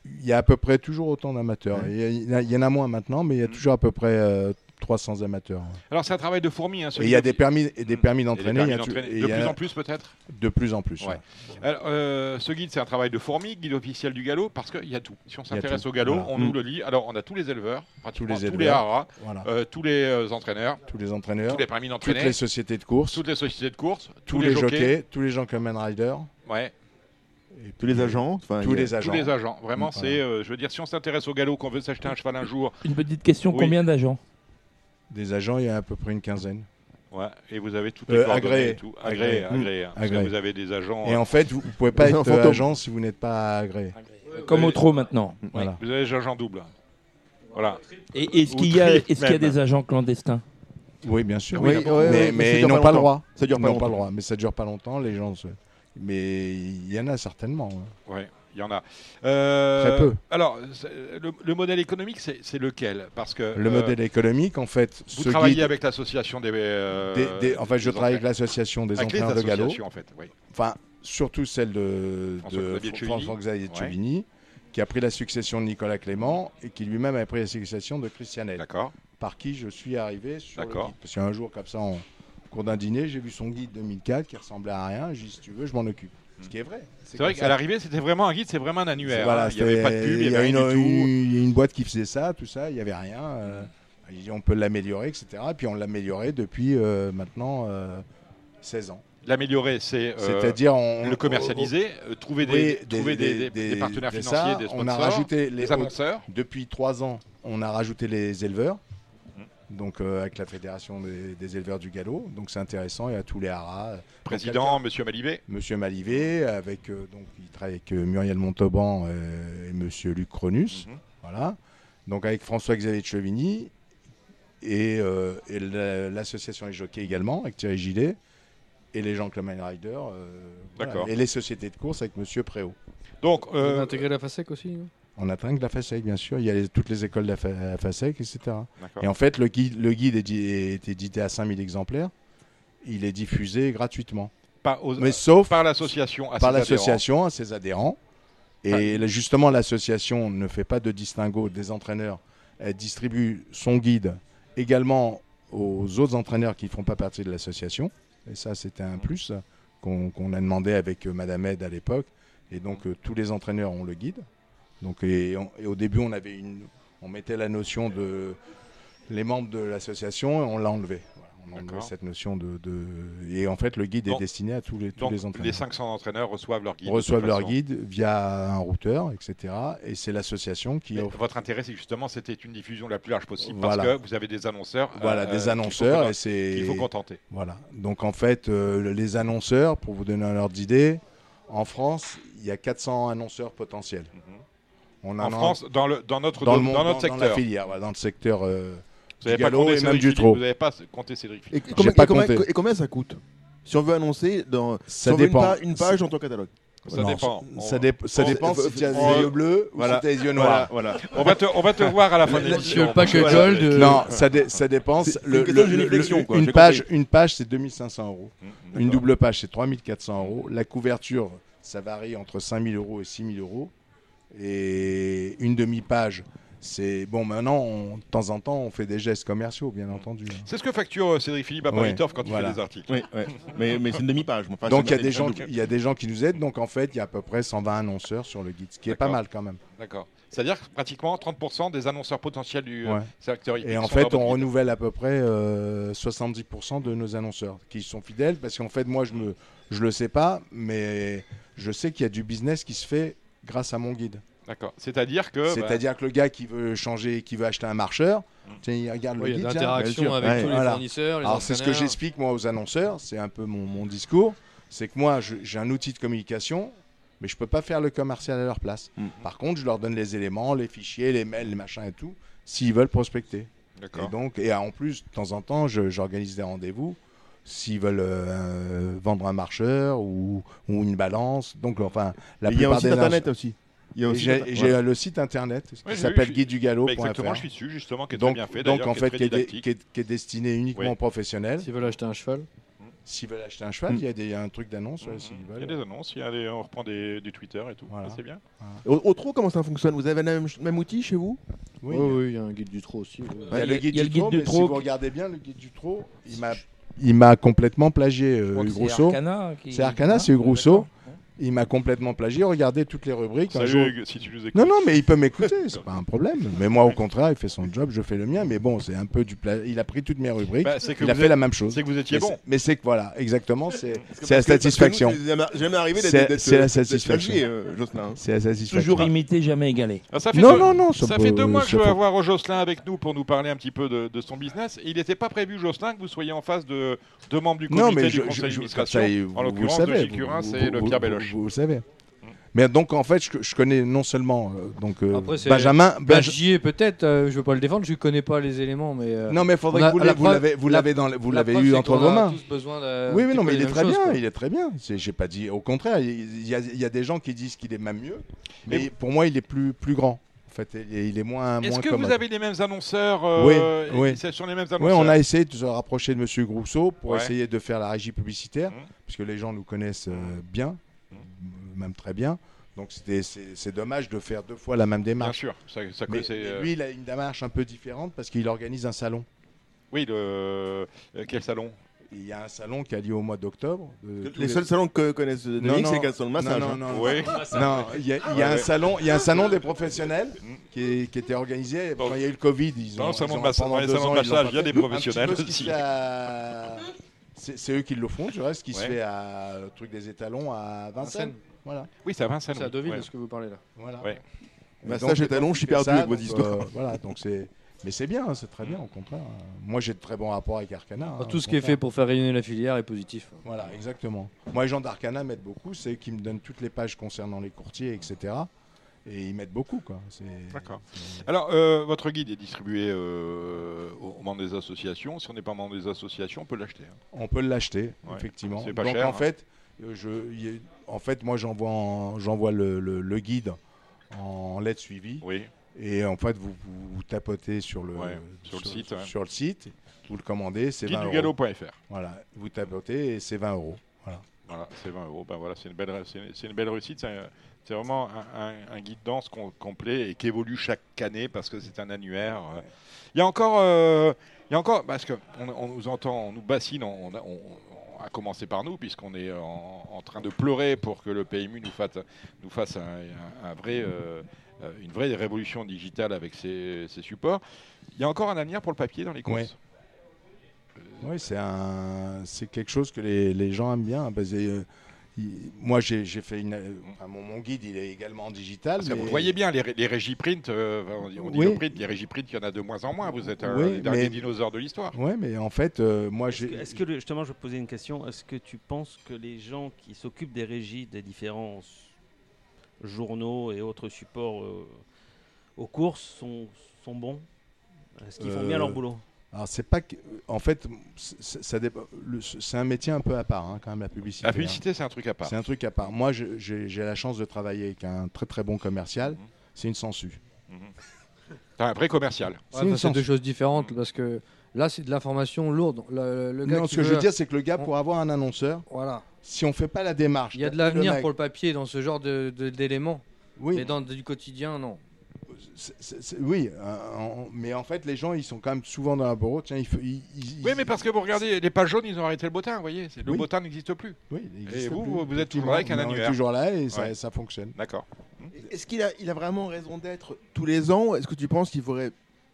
[SPEAKER 9] Il y a à peu près toujours autant d'amateurs. Il, y a- il y en a- il y en a moins maintenant, mais il y a
[SPEAKER 10] Mm.
[SPEAKER 9] toujours à peu près euh, 300 amateurs.
[SPEAKER 1] Alors c'est un travail de fourmi. Hein,
[SPEAKER 9] Et
[SPEAKER 1] celui
[SPEAKER 9] il y a
[SPEAKER 1] de-
[SPEAKER 9] des permis, et des permis d'entraîner.
[SPEAKER 1] permis
[SPEAKER 9] il y a tu-
[SPEAKER 1] d'entraîner.
[SPEAKER 9] et il
[SPEAKER 1] De
[SPEAKER 9] y a-
[SPEAKER 1] plus en plus, peut-être
[SPEAKER 9] De plus en plus.
[SPEAKER 1] Ouais.
[SPEAKER 9] ouais.
[SPEAKER 1] Alors, euh, ce guide, c'est un travail de fourmi, guide officiel du galop, parce qu'il y a tout. Si on
[SPEAKER 9] Il y a
[SPEAKER 1] s'intéresse
[SPEAKER 9] tout,
[SPEAKER 1] au galop,
[SPEAKER 9] voilà.
[SPEAKER 1] on
[SPEAKER 9] Mm.
[SPEAKER 1] nous le lit. Alors, on a tous les éleveurs, pratiquement tous les,
[SPEAKER 9] les éleveurs,
[SPEAKER 1] haras,
[SPEAKER 9] voilà.
[SPEAKER 1] euh, tous les euh, entraîneurs,
[SPEAKER 9] Tous les entraîneurs.
[SPEAKER 1] tous les permis
[SPEAKER 9] Toutes
[SPEAKER 1] d'entraîner,
[SPEAKER 9] les sociétés de course.
[SPEAKER 1] toutes les sociétés de course,
[SPEAKER 9] Tous les jockeys. Tous les gentlemen riders.
[SPEAKER 1] Ouais.
[SPEAKER 10] Tous les agents. enfin,
[SPEAKER 9] Tous
[SPEAKER 10] il y a-
[SPEAKER 9] les agents.
[SPEAKER 1] Tous les agents. Vraiment,
[SPEAKER 9] Voilà.
[SPEAKER 1] c'est, euh, je veux dire, si on s'intéresse au galop, qu'on veut s'acheter un cheval un jour.
[SPEAKER 3] Une petite question
[SPEAKER 1] Oui.
[SPEAKER 3] combien d'agents
[SPEAKER 9] Des agents, il y a à peu près une quinzaine.
[SPEAKER 1] Ouais, et vous avez toutes les
[SPEAKER 9] Euh,
[SPEAKER 1] coordonnées
[SPEAKER 9] agréés.
[SPEAKER 1] et tout. Agréés,
[SPEAKER 9] Agréés.
[SPEAKER 1] agréés, hein, parce que
[SPEAKER 9] Agréés.
[SPEAKER 1] vous avez des agents.
[SPEAKER 9] Et
[SPEAKER 1] euh,
[SPEAKER 9] en fait, vous ne pouvez pas
[SPEAKER 10] Des
[SPEAKER 9] être
[SPEAKER 10] fantômes.
[SPEAKER 9] agent si vous n'êtes pas agréé.
[SPEAKER 3] Comme au trot maintenant.
[SPEAKER 9] Voilà.
[SPEAKER 1] Vous avez des agents doubles. Voilà.
[SPEAKER 3] Et est-ce
[SPEAKER 1] Ou
[SPEAKER 3] qu'il y, a-
[SPEAKER 1] triples
[SPEAKER 3] est-ce qu'il y a
[SPEAKER 1] même.
[SPEAKER 3] des agents clandestins
[SPEAKER 9] Oui, bien sûr.
[SPEAKER 10] Oui,
[SPEAKER 9] Oui,
[SPEAKER 10] oui, oui,
[SPEAKER 9] mais,
[SPEAKER 10] oui, mais
[SPEAKER 9] mais
[SPEAKER 10] ça
[SPEAKER 9] ils
[SPEAKER 10] dure
[SPEAKER 9] n'ont
[SPEAKER 10] pas
[SPEAKER 9] pas le
[SPEAKER 10] longtemps.
[SPEAKER 9] droit.
[SPEAKER 10] Ça dure
[SPEAKER 9] Ils
[SPEAKER 10] pas
[SPEAKER 9] n'ont le
[SPEAKER 10] longtemps.
[SPEAKER 9] droit. Mais ça dure pas longtemps. Les gens se. Mais il y en a certainement. hein. ouais.
[SPEAKER 1] Ouais, il y en a. Euh,
[SPEAKER 9] Très peu.
[SPEAKER 1] Alors, c'est- le, le modèle économique, c'est c'est lequel Parce que
[SPEAKER 9] Le
[SPEAKER 1] euh,
[SPEAKER 9] modèle économique, en fait,
[SPEAKER 1] Vous
[SPEAKER 9] ce
[SPEAKER 1] travaillez
[SPEAKER 9] guide-
[SPEAKER 1] avec l'association des, euh,
[SPEAKER 9] des- des- En fait, je
[SPEAKER 1] des
[SPEAKER 9] travaille avec
[SPEAKER 1] entraîneurs.
[SPEAKER 9] l'association des
[SPEAKER 1] Avec les
[SPEAKER 9] entraîneurs de galop.
[SPEAKER 1] associations, en fait, oui.
[SPEAKER 9] Enfin, surtout celle de
[SPEAKER 1] François-Xavier
[SPEAKER 9] de
[SPEAKER 1] de
[SPEAKER 9] Fr-
[SPEAKER 1] Chevigny.
[SPEAKER 9] François-Xavier
[SPEAKER 1] Ouais.
[SPEAKER 9] de Chevigny, qui a pris la succession de Nicolas Clément et qui lui-même a pris la succession de Christianel,
[SPEAKER 1] D'accord.
[SPEAKER 9] par qui je suis arrivé sur le
[SPEAKER 1] D'accord.
[SPEAKER 9] guide. Parce qu'un jour, comme ça, en cours d'un dîner, j'ai vu son guide 2004 qui ressemblait à rien. J'ai dit, si tu veux, je m'en occupe. Ce qui est vrai.
[SPEAKER 1] Mm. C'est
[SPEAKER 9] comme
[SPEAKER 1] vrai
[SPEAKER 9] ça.
[SPEAKER 1] qu'à l'arrivée, c'était vraiment un guide, c'est vraiment un annuaire.
[SPEAKER 9] Voilà,
[SPEAKER 1] hein. Il n'y avait
[SPEAKER 9] c'était-
[SPEAKER 1] pas de pub, il
[SPEAKER 9] il
[SPEAKER 1] n'y
[SPEAKER 9] y a
[SPEAKER 1] avait
[SPEAKER 9] une,
[SPEAKER 1] rien du tout.
[SPEAKER 9] une- une boîte qui faisait ça, tout ça, il n'y avait rien. euh, ils disaient, on peut l'améliorer, etc. Et puis on l'a amélioré depuis euh, maintenant euh, 16 ans.
[SPEAKER 1] L'améliorer, c'est euh,
[SPEAKER 9] C'est-à-dire, on-
[SPEAKER 1] le commercialiser, euh, trouver des,
[SPEAKER 9] Oui,
[SPEAKER 1] trouver des, des- des partenaires
[SPEAKER 9] des-
[SPEAKER 1] financiers,
[SPEAKER 9] ça,
[SPEAKER 1] des sponsors,
[SPEAKER 9] on a rajouté les
[SPEAKER 1] des annonceurs.
[SPEAKER 9] Depuis trois ans, on a rajouté les éleveurs.
[SPEAKER 1] Mmh.
[SPEAKER 9] Donc euh, avec la fédération des, des éleveurs du galop, donc c'est intéressant. Il y a tous les haras. Donc,
[SPEAKER 1] Président, Monsieur Malibé.
[SPEAKER 9] Monsieur Malivet, avec euh, donc il travaille avec euh, Muriel Montauban euh, et Monsieur Luc
[SPEAKER 1] Mmh.
[SPEAKER 9] Cronus, voilà. Donc avec François-Xavier de Chevigny et, euh, et la- l'association Les Jockeys également, avec Thierry Gillet et les gens Mine Rider. euh, voilà.
[SPEAKER 1] D'accord.
[SPEAKER 9] Et les sociétés de course avec Monsieur Préau.
[SPEAKER 1] Donc,
[SPEAKER 8] On a intégré la FASEC aussi. non
[SPEAKER 9] On atteint que la FASEC, bien sûr. Il y a les- toutes les écoles de la Fa- la FASEC, etc.
[SPEAKER 1] D'accord.
[SPEAKER 9] Et en fait, le guide, le guide est, di- est édité à 5000 exemplaires. Il est diffusé gratuitement.
[SPEAKER 1] Par- aux-
[SPEAKER 9] Mais sauf
[SPEAKER 1] par l'association à
[SPEAKER 9] par
[SPEAKER 1] ses
[SPEAKER 9] l'association à ses adhérents. Et
[SPEAKER 1] Ouais.
[SPEAKER 9] là, justement, l'association ne fait pas de distinguo des entraîneurs. Elle distribue son guide également aux autres entraîneurs qui ne font pas partie de l'association. Et ça, c'était un plus qu'on qu'on a demandé avec euh, Madame Ed à l'époque. Et donc, euh, tous les entraîneurs ont le guide. Donc, et, on- et au début, on, avait une, on mettait la notion de les membres de l'association et on l'a enlevé. Voilà, on a enlevé
[SPEAKER 1] D'accord.
[SPEAKER 9] cette notion de, de- Et en fait, le guide
[SPEAKER 1] Donc-
[SPEAKER 9] est destiné à tous les, tous
[SPEAKER 1] Donc,
[SPEAKER 9] les entraîneurs
[SPEAKER 1] les 500 entraîneurs reçoivent leur guide. de
[SPEAKER 9] reçoivent
[SPEAKER 1] toute
[SPEAKER 9] leur
[SPEAKER 1] façon.
[SPEAKER 9] guide via un routeur, etc. Et c'est l'association qui
[SPEAKER 1] Mais
[SPEAKER 9] offre
[SPEAKER 1] Votre intérêt, c'est que justement, c'était une diffusion la plus large possible
[SPEAKER 9] Voilà.
[SPEAKER 1] parce que vous avez des annonceurs.
[SPEAKER 9] voilà,
[SPEAKER 1] euh, qu'il
[SPEAKER 9] des
[SPEAKER 1] faut
[SPEAKER 9] annonceurs.
[SPEAKER 1] content-
[SPEAKER 9] et c'est
[SPEAKER 1] qu'il faut contenter.
[SPEAKER 9] Voilà. Donc en fait, euh, les annonceurs, pour vous donner un ordre d'idée, en France, il y a 400 annonceurs potentiels. On
[SPEAKER 1] Mhm. En
[SPEAKER 9] a-
[SPEAKER 1] France, dans le- dans notre-
[SPEAKER 9] dans, le
[SPEAKER 1] dans
[SPEAKER 9] monde,
[SPEAKER 1] notre
[SPEAKER 9] dans- dans la
[SPEAKER 1] secteur.
[SPEAKER 9] filière, voilà, dans le secteur euh,
[SPEAKER 1] Vous n'avez
[SPEAKER 9] du
[SPEAKER 1] pas,
[SPEAKER 9] galop
[SPEAKER 1] compté
[SPEAKER 9] et même
[SPEAKER 1] Cédric
[SPEAKER 9] du
[SPEAKER 1] Philippe,
[SPEAKER 9] trot.
[SPEAKER 1] vous avez pas compté Cédric
[SPEAKER 10] Et,
[SPEAKER 1] Philippe.
[SPEAKER 9] J'ai
[SPEAKER 10] combien,
[SPEAKER 9] pas
[SPEAKER 10] et combien-
[SPEAKER 9] compté.
[SPEAKER 10] et combien ça coûte Si on veut annoncer dans, si
[SPEAKER 9] Ça
[SPEAKER 10] on veut une
[SPEAKER 9] dépend.
[SPEAKER 10] pa- une page dans ton catalogue.
[SPEAKER 1] Ça dépend. On-
[SPEAKER 9] Ça, dé- ça
[SPEAKER 10] on-
[SPEAKER 9] dépend
[SPEAKER 10] on-
[SPEAKER 9] si tu as
[SPEAKER 10] on-
[SPEAKER 9] des yeux bleus
[SPEAKER 10] voilà.
[SPEAKER 9] ou si tu as les yeux noirs.
[SPEAKER 10] Voilà,
[SPEAKER 1] On va te, on va te voir à la fin de
[SPEAKER 10] Le- le
[SPEAKER 1] l'émission.
[SPEAKER 8] pack
[SPEAKER 1] Voilà.
[SPEAKER 8] gold, euh,
[SPEAKER 9] Non, ça, dé- ça dépend.
[SPEAKER 10] C'est- c'est
[SPEAKER 9] Le-
[SPEAKER 10] une question de
[SPEAKER 9] le- le-
[SPEAKER 10] réflexion, quoi,
[SPEAKER 9] une,
[SPEAKER 10] j'ai
[SPEAKER 9] page,
[SPEAKER 10] compris.
[SPEAKER 9] une page, c'est 2500 euros.
[SPEAKER 1] Mm,
[SPEAKER 9] Une
[SPEAKER 10] d'accord.
[SPEAKER 9] double page, c'est 3400 euros. La couverture, ça varie entre 5000 euros et 6000 euros. Et une demi-page, c'est. Bon, maintenant, on- de temps en temps, on fait des gestes commerciaux, bien entendu. hein.
[SPEAKER 1] C'est ce que facture euh, Cédric Philippe à
[SPEAKER 9] Ouais,
[SPEAKER 1] Politoff quand il
[SPEAKER 9] voilà.
[SPEAKER 1] fait des articles.
[SPEAKER 10] Oui, ouais. mais, mais c'est une demi-page. moi. Enfin,
[SPEAKER 9] Donc, il y,
[SPEAKER 10] c'est
[SPEAKER 9] a
[SPEAKER 10] une-
[SPEAKER 9] des
[SPEAKER 10] une
[SPEAKER 9] gens
[SPEAKER 10] double.
[SPEAKER 9] qui- il y a des gens qui nous aident. Donc, en fait, il y a à peu près 120 annonceurs sur le guide, ce qui est pas
[SPEAKER 1] D'accord.
[SPEAKER 9] mal quand même.
[SPEAKER 1] D'accord. C'est-à-dire que pratiquement 30% des annonceurs potentiels du euh,
[SPEAKER 9] Ouais.
[SPEAKER 1] secteur hippique
[SPEAKER 9] Et en
[SPEAKER 1] sont dans
[SPEAKER 9] fait,
[SPEAKER 1] votre
[SPEAKER 9] on
[SPEAKER 1] guide.
[SPEAKER 9] renouvelle à peu près euh, 70% de nos annonceurs qui sont fidèles parce qu'en fait, moi, je ne je le sais pas, mais je sais qu'il y a du business qui se fait grâce à mon guide.
[SPEAKER 1] D'accord. C'est-à-dire que. bah,
[SPEAKER 9] C'est-à-dire que le gars qui veut changer, qui veut acheter un marcheur, tiens, il regarde
[SPEAKER 8] Oui, Il
[SPEAKER 9] le
[SPEAKER 8] y
[SPEAKER 9] guide.
[SPEAKER 8] a de
[SPEAKER 9] tiens,
[SPEAKER 8] l'interaction
[SPEAKER 9] bien sûr.
[SPEAKER 8] avec tous les
[SPEAKER 9] Voilà.
[SPEAKER 8] fournisseurs. les
[SPEAKER 9] Alors, c'est ce que
[SPEAKER 8] entraîneurs.
[SPEAKER 9] j'explique moi aux annonceurs, c'est un peu mon, mon discours. C'est que moi, je- j'ai un outil de communication, mais je peux pas faire le commercial à leur place.
[SPEAKER 10] Mhm.
[SPEAKER 9] Par contre, je leur donne les éléments, les fichiers, les mails, les machins et tout, s'ils veulent prospecter. Et
[SPEAKER 1] D'accord.
[SPEAKER 9] donc, et en plus, de temps en temps, je- j'organise des rendez-vous s'ils veulent euh, vendre un marcheur ou, ou une balance. Donc, enfin, la
[SPEAKER 10] Et Il y a
[SPEAKER 9] plupart
[SPEAKER 10] un site
[SPEAKER 9] des
[SPEAKER 10] internet aussi. Il y a
[SPEAKER 9] Et
[SPEAKER 10] aussi
[SPEAKER 9] J'ai
[SPEAKER 10] internet.
[SPEAKER 9] j'ai le site internet qui
[SPEAKER 1] Oui, j'ai vu,
[SPEAKER 9] s'appelle
[SPEAKER 1] je-
[SPEAKER 9] guide du galop.
[SPEAKER 1] Bah, exactement, je suis dessus justement, qui est
[SPEAKER 9] donc,
[SPEAKER 1] très bien fait.
[SPEAKER 9] donc
[SPEAKER 1] d'ailleurs,
[SPEAKER 9] en
[SPEAKER 1] qui
[SPEAKER 9] fait,
[SPEAKER 1] est
[SPEAKER 9] qui
[SPEAKER 1] très
[SPEAKER 9] est, dé-
[SPEAKER 1] didactique.
[SPEAKER 9] qui est- qui est destiné uniquement
[SPEAKER 1] Oui.
[SPEAKER 9] aux professionnels.
[SPEAKER 8] S'ils veulent acheter un cheval.
[SPEAKER 9] S'ils veulent acheter un cheval,
[SPEAKER 10] Mm.
[SPEAKER 9] il y a des- il y a un truc d'annonce. ouais, s'ils
[SPEAKER 1] Il y a
[SPEAKER 9] veulent.
[SPEAKER 1] des annonces, il y a des- on reprend des, du Twitter et tout.
[SPEAKER 9] Voilà.
[SPEAKER 1] Ah, C'est bien.
[SPEAKER 10] Au, au trot, comment ça fonctionne Vous avez le même, même outil chez vous
[SPEAKER 9] Oui.
[SPEAKER 8] Oui, oui, il y a un guide du trot aussi. ouais.
[SPEAKER 9] Il y a le guide,
[SPEAKER 3] il y a
[SPEAKER 9] du,
[SPEAKER 3] le guide
[SPEAKER 9] trot,
[SPEAKER 3] du
[SPEAKER 9] mais
[SPEAKER 3] trot
[SPEAKER 9] si
[SPEAKER 3] qui-
[SPEAKER 9] vous regardez bien, le guide du trot, il m'a- il m'a complètement plagié, euh, Hugues Rousseau.
[SPEAKER 3] Arcana qui-
[SPEAKER 9] C'est Arcana, c'est Hugues
[SPEAKER 3] Ah,
[SPEAKER 9] Rousseau.
[SPEAKER 3] d'accord.
[SPEAKER 9] Il m'a complètement plagié. Regardez toutes les rubriques. Un
[SPEAKER 1] Salut,
[SPEAKER 9] jour-
[SPEAKER 1] Hugues, si tu nous écoutes.
[SPEAKER 9] Non, non, mais il peut m'écouter, c'est pas un problème. Mais moi, au contraire, il fait son job, je fais le mien. Mais bon, c'est un peu du pla... Il a pris toutes mes rubriques,
[SPEAKER 1] Bah, c'est que
[SPEAKER 9] il a
[SPEAKER 1] vous
[SPEAKER 9] fait
[SPEAKER 1] êtes-
[SPEAKER 9] la même chose.
[SPEAKER 1] C'est que vous étiez
[SPEAKER 9] Mais
[SPEAKER 1] bon.
[SPEAKER 9] c'est- Mais c'est que voilà, exactement, c'est
[SPEAKER 10] Parce
[SPEAKER 9] c'est
[SPEAKER 10] que-
[SPEAKER 9] la
[SPEAKER 10] parce que- parce que nous,
[SPEAKER 9] satisfaction.
[SPEAKER 10] c'est jamais- jamais arrivé d'être-
[SPEAKER 9] C'est-
[SPEAKER 10] d'être-
[SPEAKER 9] c'est la
[SPEAKER 10] d'être
[SPEAKER 9] satisfaction.
[SPEAKER 10] plagié, euh, Jocelyn.
[SPEAKER 9] C'est la satisfaction.
[SPEAKER 3] Toujours imité, jamais égalé.
[SPEAKER 1] Ah, ça fait
[SPEAKER 9] Non,
[SPEAKER 1] deux,
[SPEAKER 9] non, non, ça,
[SPEAKER 1] ça
[SPEAKER 9] peut-
[SPEAKER 1] fait deux mois que
[SPEAKER 9] ça
[SPEAKER 1] je veux
[SPEAKER 9] peut-
[SPEAKER 1] avoir Jocelyn avec nous pour nous parler un petit peu de, de son business. Et il n'était pas prévu, Jocelyn, que vous soyez en face de deux membres du comité
[SPEAKER 9] Non, mais
[SPEAKER 1] du
[SPEAKER 9] je,
[SPEAKER 1] conseil
[SPEAKER 9] je- je-
[SPEAKER 1] d'administration.
[SPEAKER 9] ça, vous-
[SPEAKER 1] en
[SPEAKER 9] vous
[SPEAKER 1] l'occurrence,
[SPEAKER 9] le
[SPEAKER 1] de
[SPEAKER 9] savez,
[SPEAKER 1] Gilles Curin,
[SPEAKER 9] vous-
[SPEAKER 1] c'est
[SPEAKER 9] vous-
[SPEAKER 1] le
[SPEAKER 9] vous-
[SPEAKER 1] Pierre Béloche. Mm.
[SPEAKER 9] Vous, vous le savez. Mais donc, en fait, je, je connais non seulement euh, donc, euh,
[SPEAKER 8] Après, c'est-
[SPEAKER 9] Benjamin.
[SPEAKER 8] Bah,
[SPEAKER 9] Benja-
[SPEAKER 8] j'y ai peut-être, euh, je veux pas le défendre, je connais pas les éléments, mais. euh,
[SPEAKER 9] Non, mais faudrait
[SPEAKER 8] on a-
[SPEAKER 9] que vous
[SPEAKER 8] à la
[SPEAKER 9] l'ayez- vous
[SPEAKER 8] preuve-
[SPEAKER 9] l'avez vous
[SPEAKER 8] la-
[SPEAKER 9] l'avez dans le- vous
[SPEAKER 8] la
[SPEAKER 9] l'avez
[SPEAKER 8] preuve,
[SPEAKER 9] eu
[SPEAKER 8] c'est
[SPEAKER 9] entre
[SPEAKER 8] qu'on
[SPEAKER 9] vos
[SPEAKER 8] a
[SPEAKER 9] mains.
[SPEAKER 8] tous besoin d'un
[SPEAKER 9] Oui, oui,
[SPEAKER 8] petit
[SPEAKER 9] non,
[SPEAKER 8] peu
[SPEAKER 9] mais il
[SPEAKER 8] les
[SPEAKER 9] est
[SPEAKER 8] mêmes
[SPEAKER 9] très
[SPEAKER 8] choses,
[SPEAKER 9] bien,
[SPEAKER 8] quoi.
[SPEAKER 9] il est très bien. C'est- J'ai pas dit. Au contraire, il il y, a, il y a des gens qui disent qu'il est même mieux, mais
[SPEAKER 1] Et-
[SPEAKER 9] pour moi, il est plus plus grand. En fait, il est, il est moins
[SPEAKER 1] Est-ce
[SPEAKER 9] moins
[SPEAKER 1] que
[SPEAKER 9] commun.
[SPEAKER 1] vous avez les mêmes annonceurs euh,
[SPEAKER 9] Oui, oui.
[SPEAKER 1] et- Ce sont les mêmes annonceurs.
[SPEAKER 9] Oui, on a essayé de se rapprocher de Monsieur Grousseau pour
[SPEAKER 1] Ouais.
[SPEAKER 9] essayer de faire la régie publicitaire,
[SPEAKER 1] Mhm.
[SPEAKER 9] parce que les gens nous connaissent euh, bien,
[SPEAKER 1] Mmh.
[SPEAKER 9] même très bien. Donc c'était c'est c'est dommage de faire deux fois la même
[SPEAKER 1] Bien
[SPEAKER 9] démarche.
[SPEAKER 1] sûr. Ça, ça
[SPEAKER 9] Mais,
[SPEAKER 1] c'est,
[SPEAKER 9] mais
[SPEAKER 1] euh,
[SPEAKER 9] lui, il a une démarche un peu différente parce qu'il organise un salon.
[SPEAKER 1] Oui, le... euh, quel salon
[SPEAKER 9] Il y a un salon qui a lieu au mois d'octobre. de tous
[SPEAKER 10] Les seuls salons que connaissent de
[SPEAKER 9] Non,
[SPEAKER 10] Dominique, c'est
[SPEAKER 9] non.
[SPEAKER 10] les salons de massage.
[SPEAKER 9] Non, non,
[SPEAKER 10] hein.
[SPEAKER 9] non,
[SPEAKER 1] Oui.
[SPEAKER 9] Non, il y a, il y a
[SPEAKER 1] Ouais. Mmh.
[SPEAKER 9] un salon, il y a un salon des professionnels qui, est- qui était organisé
[SPEAKER 1] Dans-
[SPEAKER 9] quand il y a eu le Covid. Ils
[SPEAKER 1] Dans
[SPEAKER 9] ont,
[SPEAKER 1] le salon
[SPEAKER 9] ils ont-
[SPEAKER 1] de massage,
[SPEAKER 9] pendant
[SPEAKER 1] dans les
[SPEAKER 9] deux
[SPEAKER 1] salons de
[SPEAKER 9] ans, ils ont
[SPEAKER 1] massage,
[SPEAKER 9] pas
[SPEAKER 1] il y a
[SPEAKER 9] fait.
[SPEAKER 1] des professionnels
[SPEAKER 9] Un petit peu ce
[SPEAKER 1] aussi.
[SPEAKER 9] qui se fait à- C'est c'est eux qui Euh, le font, du reste, qui se
[SPEAKER 1] Ouais.
[SPEAKER 9] fait à le truc des étalons à Vincennes. Voilà.
[SPEAKER 1] Oui, c'est à Vincennes.
[SPEAKER 8] C'est à
[SPEAKER 1] oui.
[SPEAKER 8] Deauville,
[SPEAKER 1] Ouais.
[SPEAKER 8] ce que vous parlez là.
[SPEAKER 9] Voilà.
[SPEAKER 1] Ouais.
[SPEAKER 9] Et
[SPEAKER 10] Massage
[SPEAKER 9] donc,
[SPEAKER 10] étalon,
[SPEAKER 9] donc,
[SPEAKER 10] je suis perdu
[SPEAKER 9] ça,
[SPEAKER 10] avec votre
[SPEAKER 9] donc,
[SPEAKER 10] histoire.
[SPEAKER 9] euh, voilà, donc c'est. Mais c'est bien, hein, c'est très bien, au contraire. hein. Moi, j'ai de très bons rapports avec Arcana. hein,
[SPEAKER 8] Tout
[SPEAKER 9] au
[SPEAKER 8] ce qui est
[SPEAKER 9] contraire.
[SPEAKER 8] fait pour faire rayonner la filière est positif.
[SPEAKER 9] Voilà, exactement. Moi, les gens d'Arcana m'aident beaucoup. C'est eux qui me donnent toutes les pages concernant les courtiers, etc. Et ils m'aident beaucoup, quoi. C'est-
[SPEAKER 1] D'accord. Alors, euh, votre guide est distribué euh, aux aux membres des associations. Si on n'est pas membre des associations, on peut l'acheter. hein.
[SPEAKER 9] On peut l'acheter,
[SPEAKER 1] Ouais,
[SPEAKER 9] effectivement.
[SPEAKER 1] c'est pas
[SPEAKER 9] Donc
[SPEAKER 1] cher,
[SPEAKER 9] en
[SPEAKER 1] hein.
[SPEAKER 9] fait, euh, je, y est- en fait, moi, j'envoie, en- j'envoie le, le- le guide en lettre suivie.
[SPEAKER 1] Oui.
[SPEAKER 9] Et en fait, vous, vous- vous tapotez sur le,
[SPEAKER 1] Ouais, sur le site, ouais.
[SPEAKER 9] sur le site, vous le commandez, c'est 20 euros.
[SPEAKER 1] Guidedugalo.fr.
[SPEAKER 9] Voilà, vous tapotez et c'est 20 euros. Voilà.
[SPEAKER 1] Voilà, c'est 20 euros. Ben voilà, c'est une belle, ré- c'est une- c'est une belle réussite. C'est un- C'est vraiment un, un- un guide danse com- complet et qui évolue chaque année parce que c'est un annuaire. euh. Il y a encore, euh, il y a encore, parce que on, on nous entend, on nous bassine, on, on- on- on a commencé par nous puisqu'on est en, en train de pleurer pour que le PMU nous fasse, nous fasse un, un- un vrai, euh, euh, une vraie révolution digitale avec ses, ses supports. Il y a encore un avenir pour le papier dans les courses.
[SPEAKER 9] Ouais. Oui, c'est un, c'est quelque chose que les, les gens aiment bien. hein, parce que, euh, il- moi, j'ai, j'ai fait une, euh, enfin, mon, mon guide, il est également en digital.
[SPEAKER 1] Parce que
[SPEAKER 9] mais-
[SPEAKER 1] vous voyez bien, les, ré- les régies print, euh, on dit, on dit
[SPEAKER 9] Oui.
[SPEAKER 1] le print, les régies print, il y en a de moins en moins. Vous êtes un
[SPEAKER 9] Oui,
[SPEAKER 1] des derniers
[SPEAKER 9] mais-
[SPEAKER 1] dinosaures de l'histoire.
[SPEAKER 9] Ouais, mais en fait, euh, moi,
[SPEAKER 7] Est-ce que,
[SPEAKER 9] j'ai,
[SPEAKER 7] est-ce que le- justement, je vais te poser une question. Est-ce que tu penses que les gens qui s'occupent des régies, des différents s- journaux et autres supports euh, aux courses sont, sont bons Est-ce qu'ils font bien
[SPEAKER 9] Euh,
[SPEAKER 7] leur boulot
[SPEAKER 9] Alors c'est pas que, en fait, c'est- c'est ça dépend- le- c'est un métier un peu à part hein, quand même la publicité.
[SPEAKER 1] La
[SPEAKER 9] hein.
[SPEAKER 1] publicité, c'est un truc à part.
[SPEAKER 9] C'est un truc à part. Moi, je- j'ai j'ai la chance de travailler avec un très très bon commercial.
[SPEAKER 1] Mhm.
[SPEAKER 9] C'est une sangsue.
[SPEAKER 1] C'est un vrai commercial.
[SPEAKER 9] c'est une
[SPEAKER 8] c'est
[SPEAKER 9] sangsue.
[SPEAKER 8] deux choses différentes parce que là, c'est de l'information lourde. Le, le gars
[SPEAKER 9] Non,
[SPEAKER 8] qui
[SPEAKER 9] ce que je
[SPEAKER 8] veut-
[SPEAKER 9] veux dire, c'est que le gars
[SPEAKER 8] on-
[SPEAKER 9] pour avoir un annonceur,
[SPEAKER 8] Voilà.
[SPEAKER 9] si on fait pas la démarche,
[SPEAKER 8] Il y a de
[SPEAKER 9] le
[SPEAKER 8] l'avenir
[SPEAKER 9] mec-
[SPEAKER 8] pour le papier dans ce genre de- de- d'éléments.
[SPEAKER 9] Oui,
[SPEAKER 8] Mais dans du quotidien, non.
[SPEAKER 9] c'est- c'est- c'est- oui. euh, en- mais en fait, les gens, ils sont quand même souvent dans la bureau. Tiens, il faut- ils- ils-
[SPEAKER 1] Oui, mais parce que vous regardez, les pages jaunes, ils ont arrêté le botin, vous voyez. c'est- Le
[SPEAKER 9] Oui.
[SPEAKER 1] botin n'existe plus.
[SPEAKER 9] oui, ils
[SPEAKER 1] Et
[SPEAKER 9] existent
[SPEAKER 1] vous,
[SPEAKER 9] plus.
[SPEAKER 1] vous- vous êtes toujours là avec un
[SPEAKER 9] Effectivement, on est
[SPEAKER 1] annuaire.
[SPEAKER 9] Toujours là et ça,
[SPEAKER 1] Ouais.
[SPEAKER 9] ça fonctionne.
[SPEAKER 1] D'accord.
[SPEAKER 10] Est-ce qu'il a, il a vraiment raison d'être tous les ans ou Est-ce que tu penses qu'il faudrait.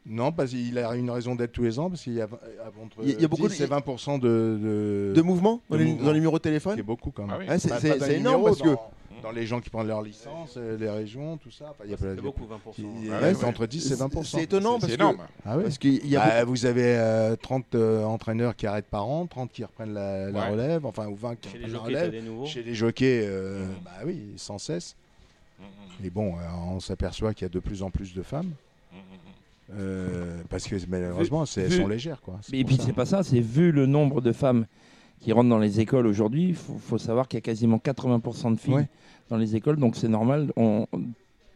[SPEAKER 9] Non, parce qu'il a une raison d'être tous les ans parce qu'il y a euh, entre
[SPEAKER 10] Il y a- il y a beaucoup
[SPEAKER 9] 10
[SPEAKER 10] de-
[SPEAKER 9] et 20 de,
[SPEAKER 10] De mouvements dans,
[SPEAKER 9] De
[SPEAKER 10] les,
[SPEAKER 9] mouvements.
[SPEAKER 10] dans les numéros de
[SPEAKER 9] qui est
[SPEAKER 10] téléphone
[SPEAKER 9] beaucoup quand même.
[SPEAKER 1] Ah oui.
[SPEAKER 10] Ouais, c'est-
[SPEAKER 9] Pas-
[SPEAKER 10] C'est
[SPEAKER 9] pas dans
[SPEAKER 10] c'est
[SPEAKER 9] les
[SPEAKER 10] énorme parce
[SPEAKER 9] numéros,
[SPEAKER 10] que.
[SPEAKER 9] dans, dans les gens qui prennent leur licence, euh, les régions, tout ça. Enfin, il y a plein de-
[SPEAKER 7] C'est Ah, beaucoup, 20%.
[SPEAKER 9] il- il
[SPEAKER 1] Ouais,
[SPEAKER 9] reste
[SPEAKER 1] ouais.
[SPEAKER 9] entre 10 et 20
[SPEAKER 10] C'est étonnant
[SPEAKER 1] C'est
[SPEAKER 10] parce que.
[SPEAKER 1] énorme.
[SPEAKER 9] Ah oui.
[SPEAKER 10] Parce qu'il y a
[SPEAKER 9] Bah, vous avez euh, 30 euh, entraîneurs qui arrêtent par an, 30 qui reprennent la, la
[SPEAKER 1] Ouais.
[SPEAKER 9] relève, enfin ou 20 qui
[SPEAKER 7] Chez les
[SPEAKER 9] reprennent la
[SPEAKER 7] jockeys, t'as
[SPEAKER 9] relève.
[SPEAKER 7] des nouveaux Mmh.
[SPEAKER 9] Chez les jockeys, euh,
[SPEAKER 1] Mhm.
[SPEAKER 9] bah oui, sans cesse.
[SPEAKER 1] Mhm,
[SPEAKER 9] Et bon, euh, on s'aperçoit qu'il y a de plus en plus de femmes.
[SPEAKER 1] mhm, mhm.
[SPEAKER 9] euh, parce que malheureusement, c'est- elles
[SPEAKER 3] vu-
[SPEAKER 9] sont légères. Quoi.
[SPEAKER 3] Et puis c'est pas ça, c'est vu le nombre de femmes qui rentrent dans les écoles aujourd'hui, il faut, faut savoir qu'il y a quasiment 80% de filles
[SPEAKER 9] Ouais.
[SPEAKER 3] dans les écoles, donc c'est normal, on, on-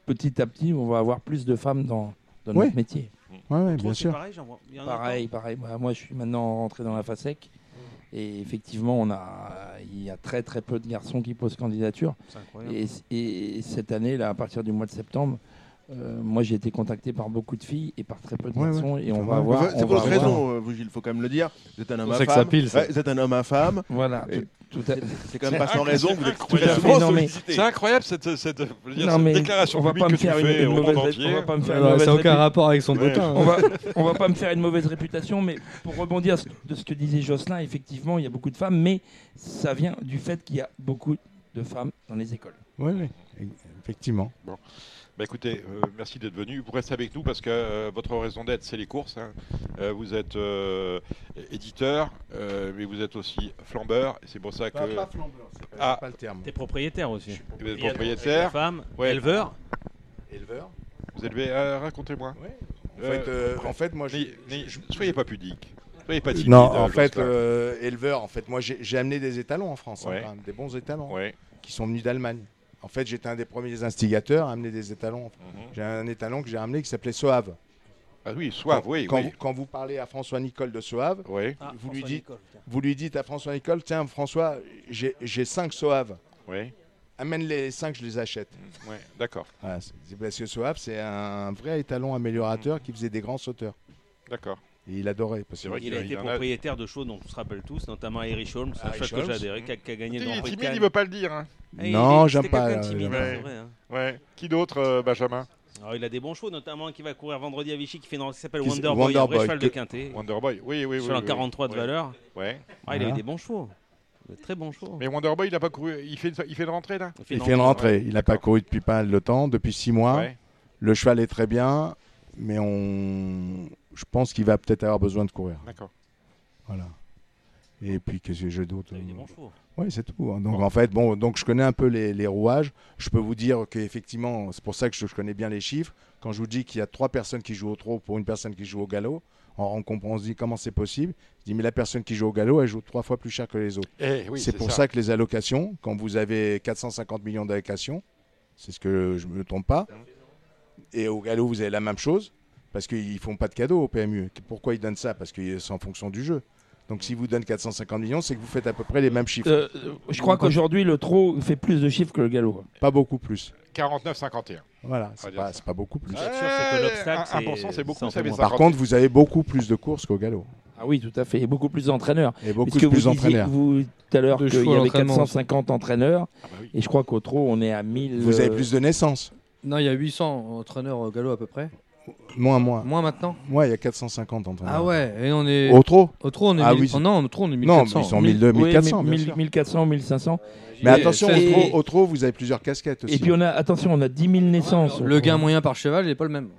[SPEAKER 3] petit à petit on va avoir plus de femmes dans, dans
[SPEAKER 9] Ouais.
[SPEAKER 3] notre métier.
[SPEAKER 9] Oui,
[SPEAKER 7] Trop,
[SPEAKER 9] bien
[SPEAKER 7] c'est
[SPEAKER 9] sûr.
[SPEAKER 7] Pareil, j'en vois. Il y en a
[SPEAKER 3] Pareil, pareil, Bah, moi je suis maintenant rentré dans la FASEC.
[SPEAKER 7] Mm.
[SPEAKER 3] Et effectivement, on a, il y a très très peu de garçons qui posent candidature.
[SPEAKER 7] encore. C'est incroyable.
[SPEAKER 3] Et, et cette année, là, à partir du mois de septembre, euh, moi j'ai été contacté par beaucoup de filles et par très peu de
[SPEAKER 9] Ouais,
[SPEAKER 3] garçons. Et on
[SPEAKER 9] Ça
[SPEAKER 3] va
[SPEAKER 9] va.
[SPEAKER 3] avoir.
[SPEAKER 10] C'est
[SPEAKER 3] on
[SPEAKER 10] pour
[SPEAKER 3] va
[SPEAKER 10] votre
[SPEAKER 3] avoir-
[SPEAKER 10] raison, euh, vous, Gilles, faut quand même le dire. Vous êtes un homme
[SPEAKER 8] On
[SPEAKER 10] à
[SPEAKER 8] sait que ça
[SPEAKER 10] femme.
[SPEAKER 8] pile, ça.
[SPEAKER 10] Ouais, vous êtes un homme à femme.
[SPEAKER 3] Voilà, tout, tout à-
[SPEAKER 10] C'est quand même pas sans raison. Vous êtes tout
[SPEAKER 1] incroyable.
[SPEAKER 10] à fait
[SPEAKER 3] Non, mais-
[SPEAKER 10] sollicité.
[SPEAKER 1] C'est incroyable cette, cette, je veux dire,
[SPEAKER 3] Non,
[SPEAKER 1] cette
[SPEAKER 3] mais
[SPEAKER 1] déclaration
[SPEAKER 3] on va
[SPEAKER 1] publique
[SPEAKER 3] pas
[SPEAKER 1] que
[SPEAKER 3] me
[SPEAKER 1] tu
[SPEAKER 3] faire une,
[SPEAKER 1] fais
[SPEAKER 3] une
[SPEAKER 1] au monde
[SPEAKER 3] mauvaise ré-
[SPEAKER 1] entier.
[SPEAKER 3] on va pas me faire une
[SPEAKER 8] Ouais,
[SPEAKER 3] mauvaise
[SPEAKER 8] ça n'a aucun
[SPEAKER 3] répu-
[SPEAKER 8] rapport avec son
[SPEAKER 10] Ouais.
[SPEAKER 8] botin.
[SPEAKER 3] on va, on va pas me faire une mauvaise réputation, mais pour rebondir ce- de ce que disait Jocelyn, effectivement, il y a beaucoup de femmes, mais ça vient du fait qu'il y a beaucoup de femmes dans les écoles.
[SPEAKER 9] Oui, oui, e- effectivement.
[SPEAKER 1] Bah écoutez, euh, merci d'être venu. Vous restez avec nous parce que euh, votre raison d'être, c'est les courses. hein. Euh, vous êtes euh, é- éditeur, euh, mais vous êtes aussi flambeur. et C'est pour ça que
[SPEAKER 9] flambeur, c'est pas,
[SPEAKER 1] Ah.
[SPEAKER 9] pas le terme.
[SPEAKER 7] T'es propriétaire aussi.
[SPEAKER 1] vous êtes
[SPEAKER 7] Il y a-
[SPEAKER 1] propriétaire.
[SPEAKER 7] Femme,
[SPEAKER 1] Ouais.
[SPEAKER 7] éleveur.
[SPEAKER 9] Éleveur
[SPEAKER 1] Vous élevez. euh, Racontez-moi.
[SPEAKER 9] Oui. En,
[SPEAKER 1] Euh,
[SPEAKER 9] fait, euh, en fait, moi, je,
[SPEAKER 1] N'ayez- n'ayez- Soyez pas pudique. Soyez pas timide.
[SPEAKER 9] Non,
[SPEAKER 1] euh,
[SPEAKER 9] en fait,
[SPEAKER 1] Jocelyn.
[SPEAKER 9] euh, éleveur, en fait, moi j'ai j'ai amené des étalons en France, hein,
[SPEAKER 1] Ouais.
[SPEAKER 9] quand même, des bons étalons
[SPEAKER 1] Ouais.
[SPEAKER 9] qui sont venus d'Allemagne. En fait, j'étais un des premiers instigateurs à amener des étalons. en France.
[SPEAKER 1] Mhm.
[SPEAKER 9] J'ai un étalon que j'ai amené qui s'appelait Soave.
[SPEAKER 1] Ah oui, soif,
[SPEAKER 9] quand,
[SPEAKER 1] oui.
[SPEAKER 9] quand
[SPEAKER 1] oui.
[SPEAKER 9] Vous, quand vous parlez à François Nicole de Soave,
[SPEAKER 1] Oui,
[SPEAKER 7] Ah,
[SPEAKER 9] Vous lui
[SPEAKER 7] François
[SPEAKER 9] dites-
[SPEAKER 7] Nicole, tiens.
[SPEAKER 9] vous lui dites à François Nicole, tiens François, j'ai j'ai cinq Soave,
[SPEAKER 1] oui,
[SPEAKER 9] amène les cinq, je les achète.
[SPEAKER 1] mm, ouais, d'accord,
[SPEAKER 9] Voilà, c'est Ah, c'est parce que Soave, c'est un vrai étalon améliorateur qui faisait des grands sauteurs.
[SPEAKER 1] Mm. d'accord.
[SPEAKER 9] Et il adorait. parce
[SPEAKER 1] C'est
[SPEAKER 9] que-
[SPEAKER 1] vrai
[SPEAKER 7] Il a
[SPEAKER 1] qu'il
[SPEAKER 7] été
[SPEAKER 1] y en a- Ah,
[SPEAKER 7] propriétaire de shows dont on se rappelle tous, notamment Erich Holmes, un
[SPEAKER 9] Erich
[SPEAKER 7] cheval que
[SPEAKER 9] Holmes.
[SPEAKER 7] j'adhérais, qui a, qui a gagné
[SPEAKER 1] Il
[SPEAKER 7] le Grand
[SPEAKER 1] est
[SPEAKER 7] Prix de
[SPEAKER 1] timide, il
[SPEAKER 7] Cannes.
[SPEAKER 1] veut pas le dire. hein.
[SPEAKER 7] Ah, il-
[SPEAKER 9] Non,
[SPEAKER 7] il-
[SPEAKER 9] j'aime
[SPEAKER 7] c'était
[SPEAKER 9] pas,
[SPEAKER 7] quelqu'un de timide,
[SPEAKER 9] euh,
[SPEAKER 7] hein,
[SPEAKER 1] ouais.
[SPEAKER 7] c'est vrai, hein.
[SPEAKER 1] Ouais. Qui d'autre, euh, Benjamin
[SPEAKER 7] Alors, il a des bons chevaux, notamment un qui va courir vendredi à Vichy, qui fait dans- qui s'appelle
[SPEAKER 1] Qui s-
[SPEAKER 7] Wonder, Boy,
[SPEAKER 1] Wonder
[SPEAKER 7] un vrai
[SPEAKER 1] Boy,
[SPEAKER 7] cheval de
[SPEAKER 1] que-
[SPEAKER 7] Quintet.
[SPEAKER 1] Wonderboy, oui, oui, oui.
[SPEAKER 7] Cheval
[SPEAKER 1] oui,
[SPEAKER 7] en
[SPEAKER 1] oui.
[SPEAKER 7] 43 de
[SPEAKER 1] Ouais.
[SPEAKER 7] valeur.
[SPEAKER 1] Ouais.
[SPEAKER 7] Ah, il a eu des bons chevaux. Des très bons chevaux.
[SPEAKER 1] Mais Wonderboy, il a pas couru. Il fait, une- il fait une rentrée là
[SPEAKER 9] Il fait une rentrée. Il n'a pas couru depuis pas mal de temps, depuis six mois.
[SPEAKER 1] Ouais.
[SPEAKER 9] Le cheval est très bien, mais on... je pense qu'il va peut-être avoir besoin de courir.
[SPEAKER 1] D'accord.
[SPEAKER 9] Voilà. Et puis, qu'est-ce que j'ai d'autre
[SPEAKER 7] chevaux.
[SPEAKER 9] Oui, c'est tout. hein. Donc, en fait, bon, donc je connais un peu les, les rouages. Je peux vous dire qu'effectivement, c'est pour ça que je, je connais bien les chiffres. Quand je vous dis qu'il y a trois personnes qui jouent au trot pour une personne qui joue au galop, on, on, on se dit comment c'est possible. Je dis, mais la personne qui joue au galop, elle joue trois fois plus cher que les autres.
[SPEAKER 1] Eh oui,
[SPEAKER 9] c'est
[SPEAKER 1] c'est
[SPEAKER 9] pour
[SPEAKER 1] ça.
[SPEAKER 9] ça que les allocations, quand vous avez 450 millions d'allocations, c'est ce que je me trompe pas. Et au galop, vous avez la même chose, parce qu'ils font pas de cadeaux au PMU. Pourquoi ils donnent ça Parce que c'est en fonction du jeu. Donc si vous donnez 450 millions, c'est que vous faites à peu près les mêmes chiffres.
[SPEAKER 3] Euh, euh, je crois qu'aujourd'hui, le trot fait plus de chiffres que le galop.
[SPEAKER 9] Pas beaucoup plus.
[SPEAKER 1] 49-51.
[SPEAKER 9] Voilà,
[SPEAKER 1] On va
[SPEAKER 9] c'est
[SPEAKER 1] dire
[SPEAKER 9] pas,
[SPEAKER 1] ça.
[SPEAKER 9] c'est pas beaucoup plus.
[SPEAKER 1] Ouais, c'est que l'obstacle, un- un pour cent, c'est c'est- beaucoup, ça ça fait fait moins.
[SPEAKER 9] Par
[SPEAKER 1] 50.
[SPEAKER 9] contre, vous avez beaucoup plus de courses qu'au galop.
[SPEAKER 3] Ah oui, tout à fait. Et beaucoup plus d'entraîneurs.
[SPEAKER 9] Et beaucoup
[SPEAKER 3] Puisque
[SPEAKER 9] plus
[SPEAKER 3] vous disiez,
[SPEAKER 9] d'entraîneurs.
[SPEAKER 3] Vous, tout à l'heure,
[SPEAKER 9] De
[SPEAKER 3] qu'il
[SPEAKER 9] chevaux
[SPEAKER 3] y
[SPEAKER 9] à
[SPEAKER 3] avait
[SPEAKER 9] l'entraînement.
[SPEAKER 3] 450 entraîneurs. Et je crois qu'au trot, on est à 1000.
[SPEAKER 9] bah Vous avez
[SPEAKER 3] euh,
[SPEAKER 9] plus de naissances.
[SPEAKER 8] Non, il y a 800 entraîneurs
[SPEAKER 11] euh,
[SPEAKER 8] au galop à peu près.
[SPEAKER 9] Moins, moins.
[SPEAKER 8] Moins maintenant
[SPEAKER 9] Moi, il y a 450 entraîneurs.
[SPEAKER 8] Ah ouais, et on est-
[SPEAKER 9] Au trop
[SPEAKER 8] Au trot, on est
[SPEAKER 9] ah,
[SPEAKER 8] mille-
[SPEAKER 9] oui,
[SPEAKER 8] oh non, au trot, on est
[SPEAKER 9] Non,
[SPEAKER 8] 1400.
[SPEAKER 9] mais ils sont 1200,
[SPEAKER 3] Oui,
[SPEAKER 9] 1400.
[SPEAKER 3] mais
[SPEAKER 9] bien
[SPEAKER 3] 1000,
[SPEAKER 9] sûr.
[SPEAKER 3] 1400, 1500.
[SPEAKER 9] Mais attention, au
[SPEAKER 3] Et-
[SPEAKER 9] trot- au trot, vous avez plusieurs casquettes aussi.
[SPEAKER 3] Et puis on a, attention, on a 10 000 naissances.
[SPEAKER 9] Le gain
[SPEAKER 8] moyen par cheval n'est pas le même.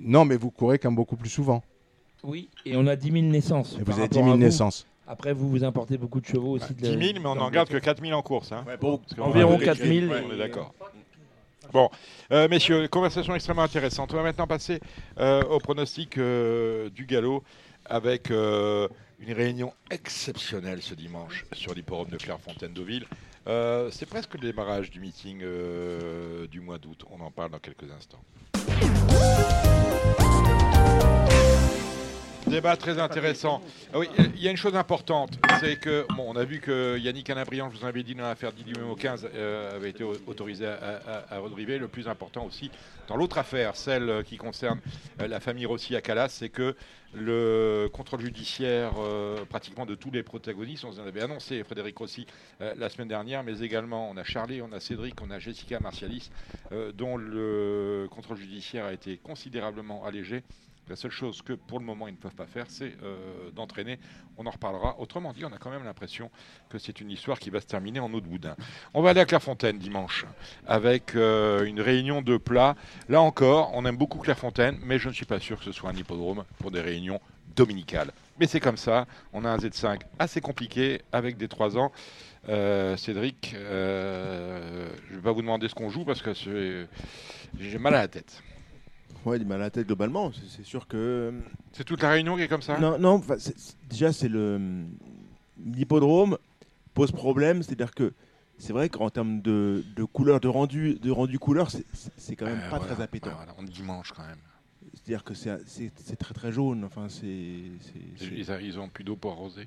[SPEAKER 9] Non, mais vous courez quand même beaucoup plus souvent.
[SPEAKER 3] Oui, et on a 10 000 naissances.
[SPEAKER 9] vous
[SPEAKER 3] par
[SPEAKER 9] avez
[SPEAKER 3] rapport
[SPEAKER 9] 10 000
[SPEAKER 3] à vous.
[SPEAKER 9] naissances.
[SPEAKER 3] Après, vous vous importez beaucoup de chevaux aussi. de la-
[SPEAKER 1] 10 000, Bah, mais on n'en garde que 4 000 en course. hein. Parce qu'on
[SPEAKER 3] environ
[SPEAKER 1] a fait
[SPEAKER 3] 4 000.
[SPEAKER 1] Ouais, on est D'accord. Bon, euh, messieurs, conversation extrêmement intéressante. On va maintenant passer euh, au pronostic euh, du galop avec euh, une réunion exceptionnelle ce dimanche sur l'hipporome de Clairefontaine-Deauville. Euh, C'est presque le démarrage du meeting euh, du mois d'août. On en parle dans quelques instants. Débat très intéressant. Ah oui, il y a une chose importante, c'est que bon, on a vu que Yannick Alain-Briand, je vous en avais dit dans l'affaire Didier Memo 15, euh, avait été au- autorisé à, à, à redriver. Le plus important aussi, dans l'autre affaire, celle qui concerne euh, la famille Rossi à Calas, c'est que le contrôle judiciaire euh, pratiquement de tous les protagonistes, on en avait annoncé Frédéric Rossi euh, la semaine dernière, mais également on a Charlie, on a Cédric, on a Jessica Martialis, euh, dont le contrôle judiciaire a été considérablement allégé. La seule chose que pour le moment ils ne peuvent pas faire, c'est euh, d'entraîner. On en reparlera. Autrement dit, on a quand même l'impression que c'est une histoire qui va se terminer en eau de boudin. On va aller à Clairefontaine dimanche avec euh, une réunion de plats. Là encore, on aime beaucoup Clairefontaine, mais je ne suis pas sûr que ce soit un hippodrome pour des réunions dominicales. Mais c'est comme ça. On a un Z5 assez compliqué avec des 3 ans. Euh, Cédric, euh, je ne vais pas vous demander ce qu'on joue parce que c'est- j'ai mal à la tête.
[SPEAKER 10] Ouais, il m'a la tête globalement. C'est- C'est sûr que. euh,
[SPEAKER 1] C'est toute la réunion qui est comme ça
[SPEAKER 10] Non, non. enfin, c'est- c'est- déjà, c'est le mm, l'hippodrome pose problème. C'est-à-dire que c'est vrai qu'en termes de, de couleur, de rendu, de rendu couleur, c'est- c'est c'est quand même
[SPEAKER 1] Euh,
[SPEAKER 10] pas
[SPEAKER 1] voilà,
[SPEAKER 10] très appétant.
[SPEAKER 1] ouais, voilà, on dimanche quand même.
[SPEAKER 10] C'est-à-dire que c'est- c'est c'est très très jaune. Enfin, c'est. c'est- c'est-
[SPEAKER 1] Ils, ils ont plus d'eau pour arroser.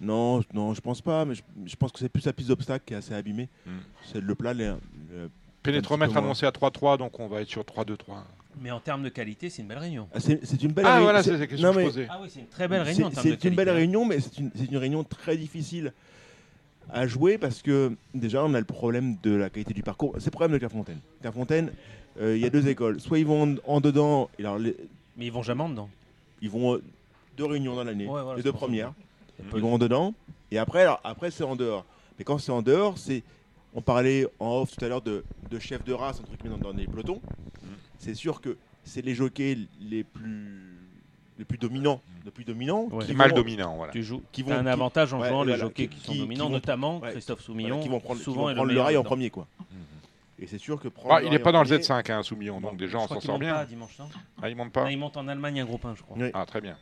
[SPEAKER 10] Non, je- non, je pense pas, mais je, je pense que c'est plus la piste d'obstacle qui est assez abîmée.
[SPEAKER 1] Mm.
[SPEAKER 7] Hmm.
[SPEAKER 10] C'est le plat. les- le-
[SPEAKER 1] Pénétromètre
[SPEAKER 10] un petit peu moins.
[SPEAKER 1] annoncé à 3-3, donc on va être sur 3-2-3.
[SPEAKER 7] Mais en termes de qualité, c'est une belle réunion.
[SPEAKER 10] Ah, C'est c'est une belle
[SPEAKER 7] Ah,
[SPEAKER 10] réunion.
[SPEAKER 7] voilà, c'est la question
[SPEAKER 10] non,
[SPEAKER 7] que je
[SPEAKER 10] mais-
[SPEAKER 7] posais. Ah oui, c'est une très belle réunion en
[SPEAKER 10] C'est-
[SPEAKER 7] termes de
[SPEAKER 10] C'est une belle
[SPEAKER 7] qualité. hein.
[SPEAKER 10] réunion, mais c'est une, c'est une réunion très difficile à jouer parce que déjà, on a le problème de la qualité du parcours. C'est le problème de Clairefontaine. Clairefontaine, euh, il y a deux écoles. Soit ils vont en, en dedans. et Alors
[SPEAKER 7] Mais ils vont jamais en dedans.
[SPEAKER 10] Ils vont euh, deux réunions dans l'année,
[SPEAKER 7] Ouais, voilà,
[SPEAKER 10] les
[SPEAKER 7] c'est
[SPEAKER 10] deux
[SPEAKER 7] pour ça.
[SPEAKER 10] premières.
[SPEAKER 7] Il y a peu
[SPEAKER 10] Ils
[SPEAKER 7] de-
[SPEAKER 10] vont en dedans. Et après, alors, après c'est en dehors. Mais quand c'est en dehors, c'est. On parlait en off tout à l'heure de, de chef de race, entre guillemets, dans, dans les pelotons.
[SPEAKER 1] Mm.
[SPEAKER 10] C'est sûr que c'est les jockeys les plus, les plus dominants, les plus dominants,
[SPEAKER 7] Ouais.
[SPEAKER 10] qui
[SPEAKER 1] Mal
[SPEAKER 10] vont-
[SPEAKER 1] dominants, voilà.
[SPEAKER 7] Tu joues-
[SPEAKER 10] qui
[SPEAKER 7] t'as un avantage en jouant les jockeys qui sont dominants,
[SPEAKER 10] vont-
[SPEAKER 7] notamment Christophe Soumillon,
[SPEAKER 10] qui vont prendre, qui
[SPEAKER 7] souvent
[SPEAKER 10] vont
[SPEAKER 7] est le
[SPEAKER 10] prendre le
[SPEAKER 7] meilleur
[SPEAKER 10] rail en
[SPEAKER 7] dedans.
[SPEAKER 10] premier, quoi. Et c'est sûr que prendre
[SPEAKER 1] Ah, il
[SPEAKER 10] rail
[SPEAKER 1] n'est pas
[SPEAKER 10] en
[SPEAKER 1] dans le
[SPEAKER 10] premier-
[SPEAKER 1] Z5, hein, Soumillon, donc déjà
[SPEAKER 7] Je
[SPEAKER 1] on
[SPEAKER 7] crois
[SPEAKER 1] s'en
[SPEAKER 7] qu'ils
[SPEAKER 1] sort
[SPEAKER 7] montent
[SPEAKER 1] bien.
[SPEAKER 7] pas dimanche, non
[SPEAKER 1] Ah, il monte pas
[SPEAKER 7] Non, ils montent en Allemagne, un groupe 1, je crois.
[SPEAKER 1] Ah, très bien.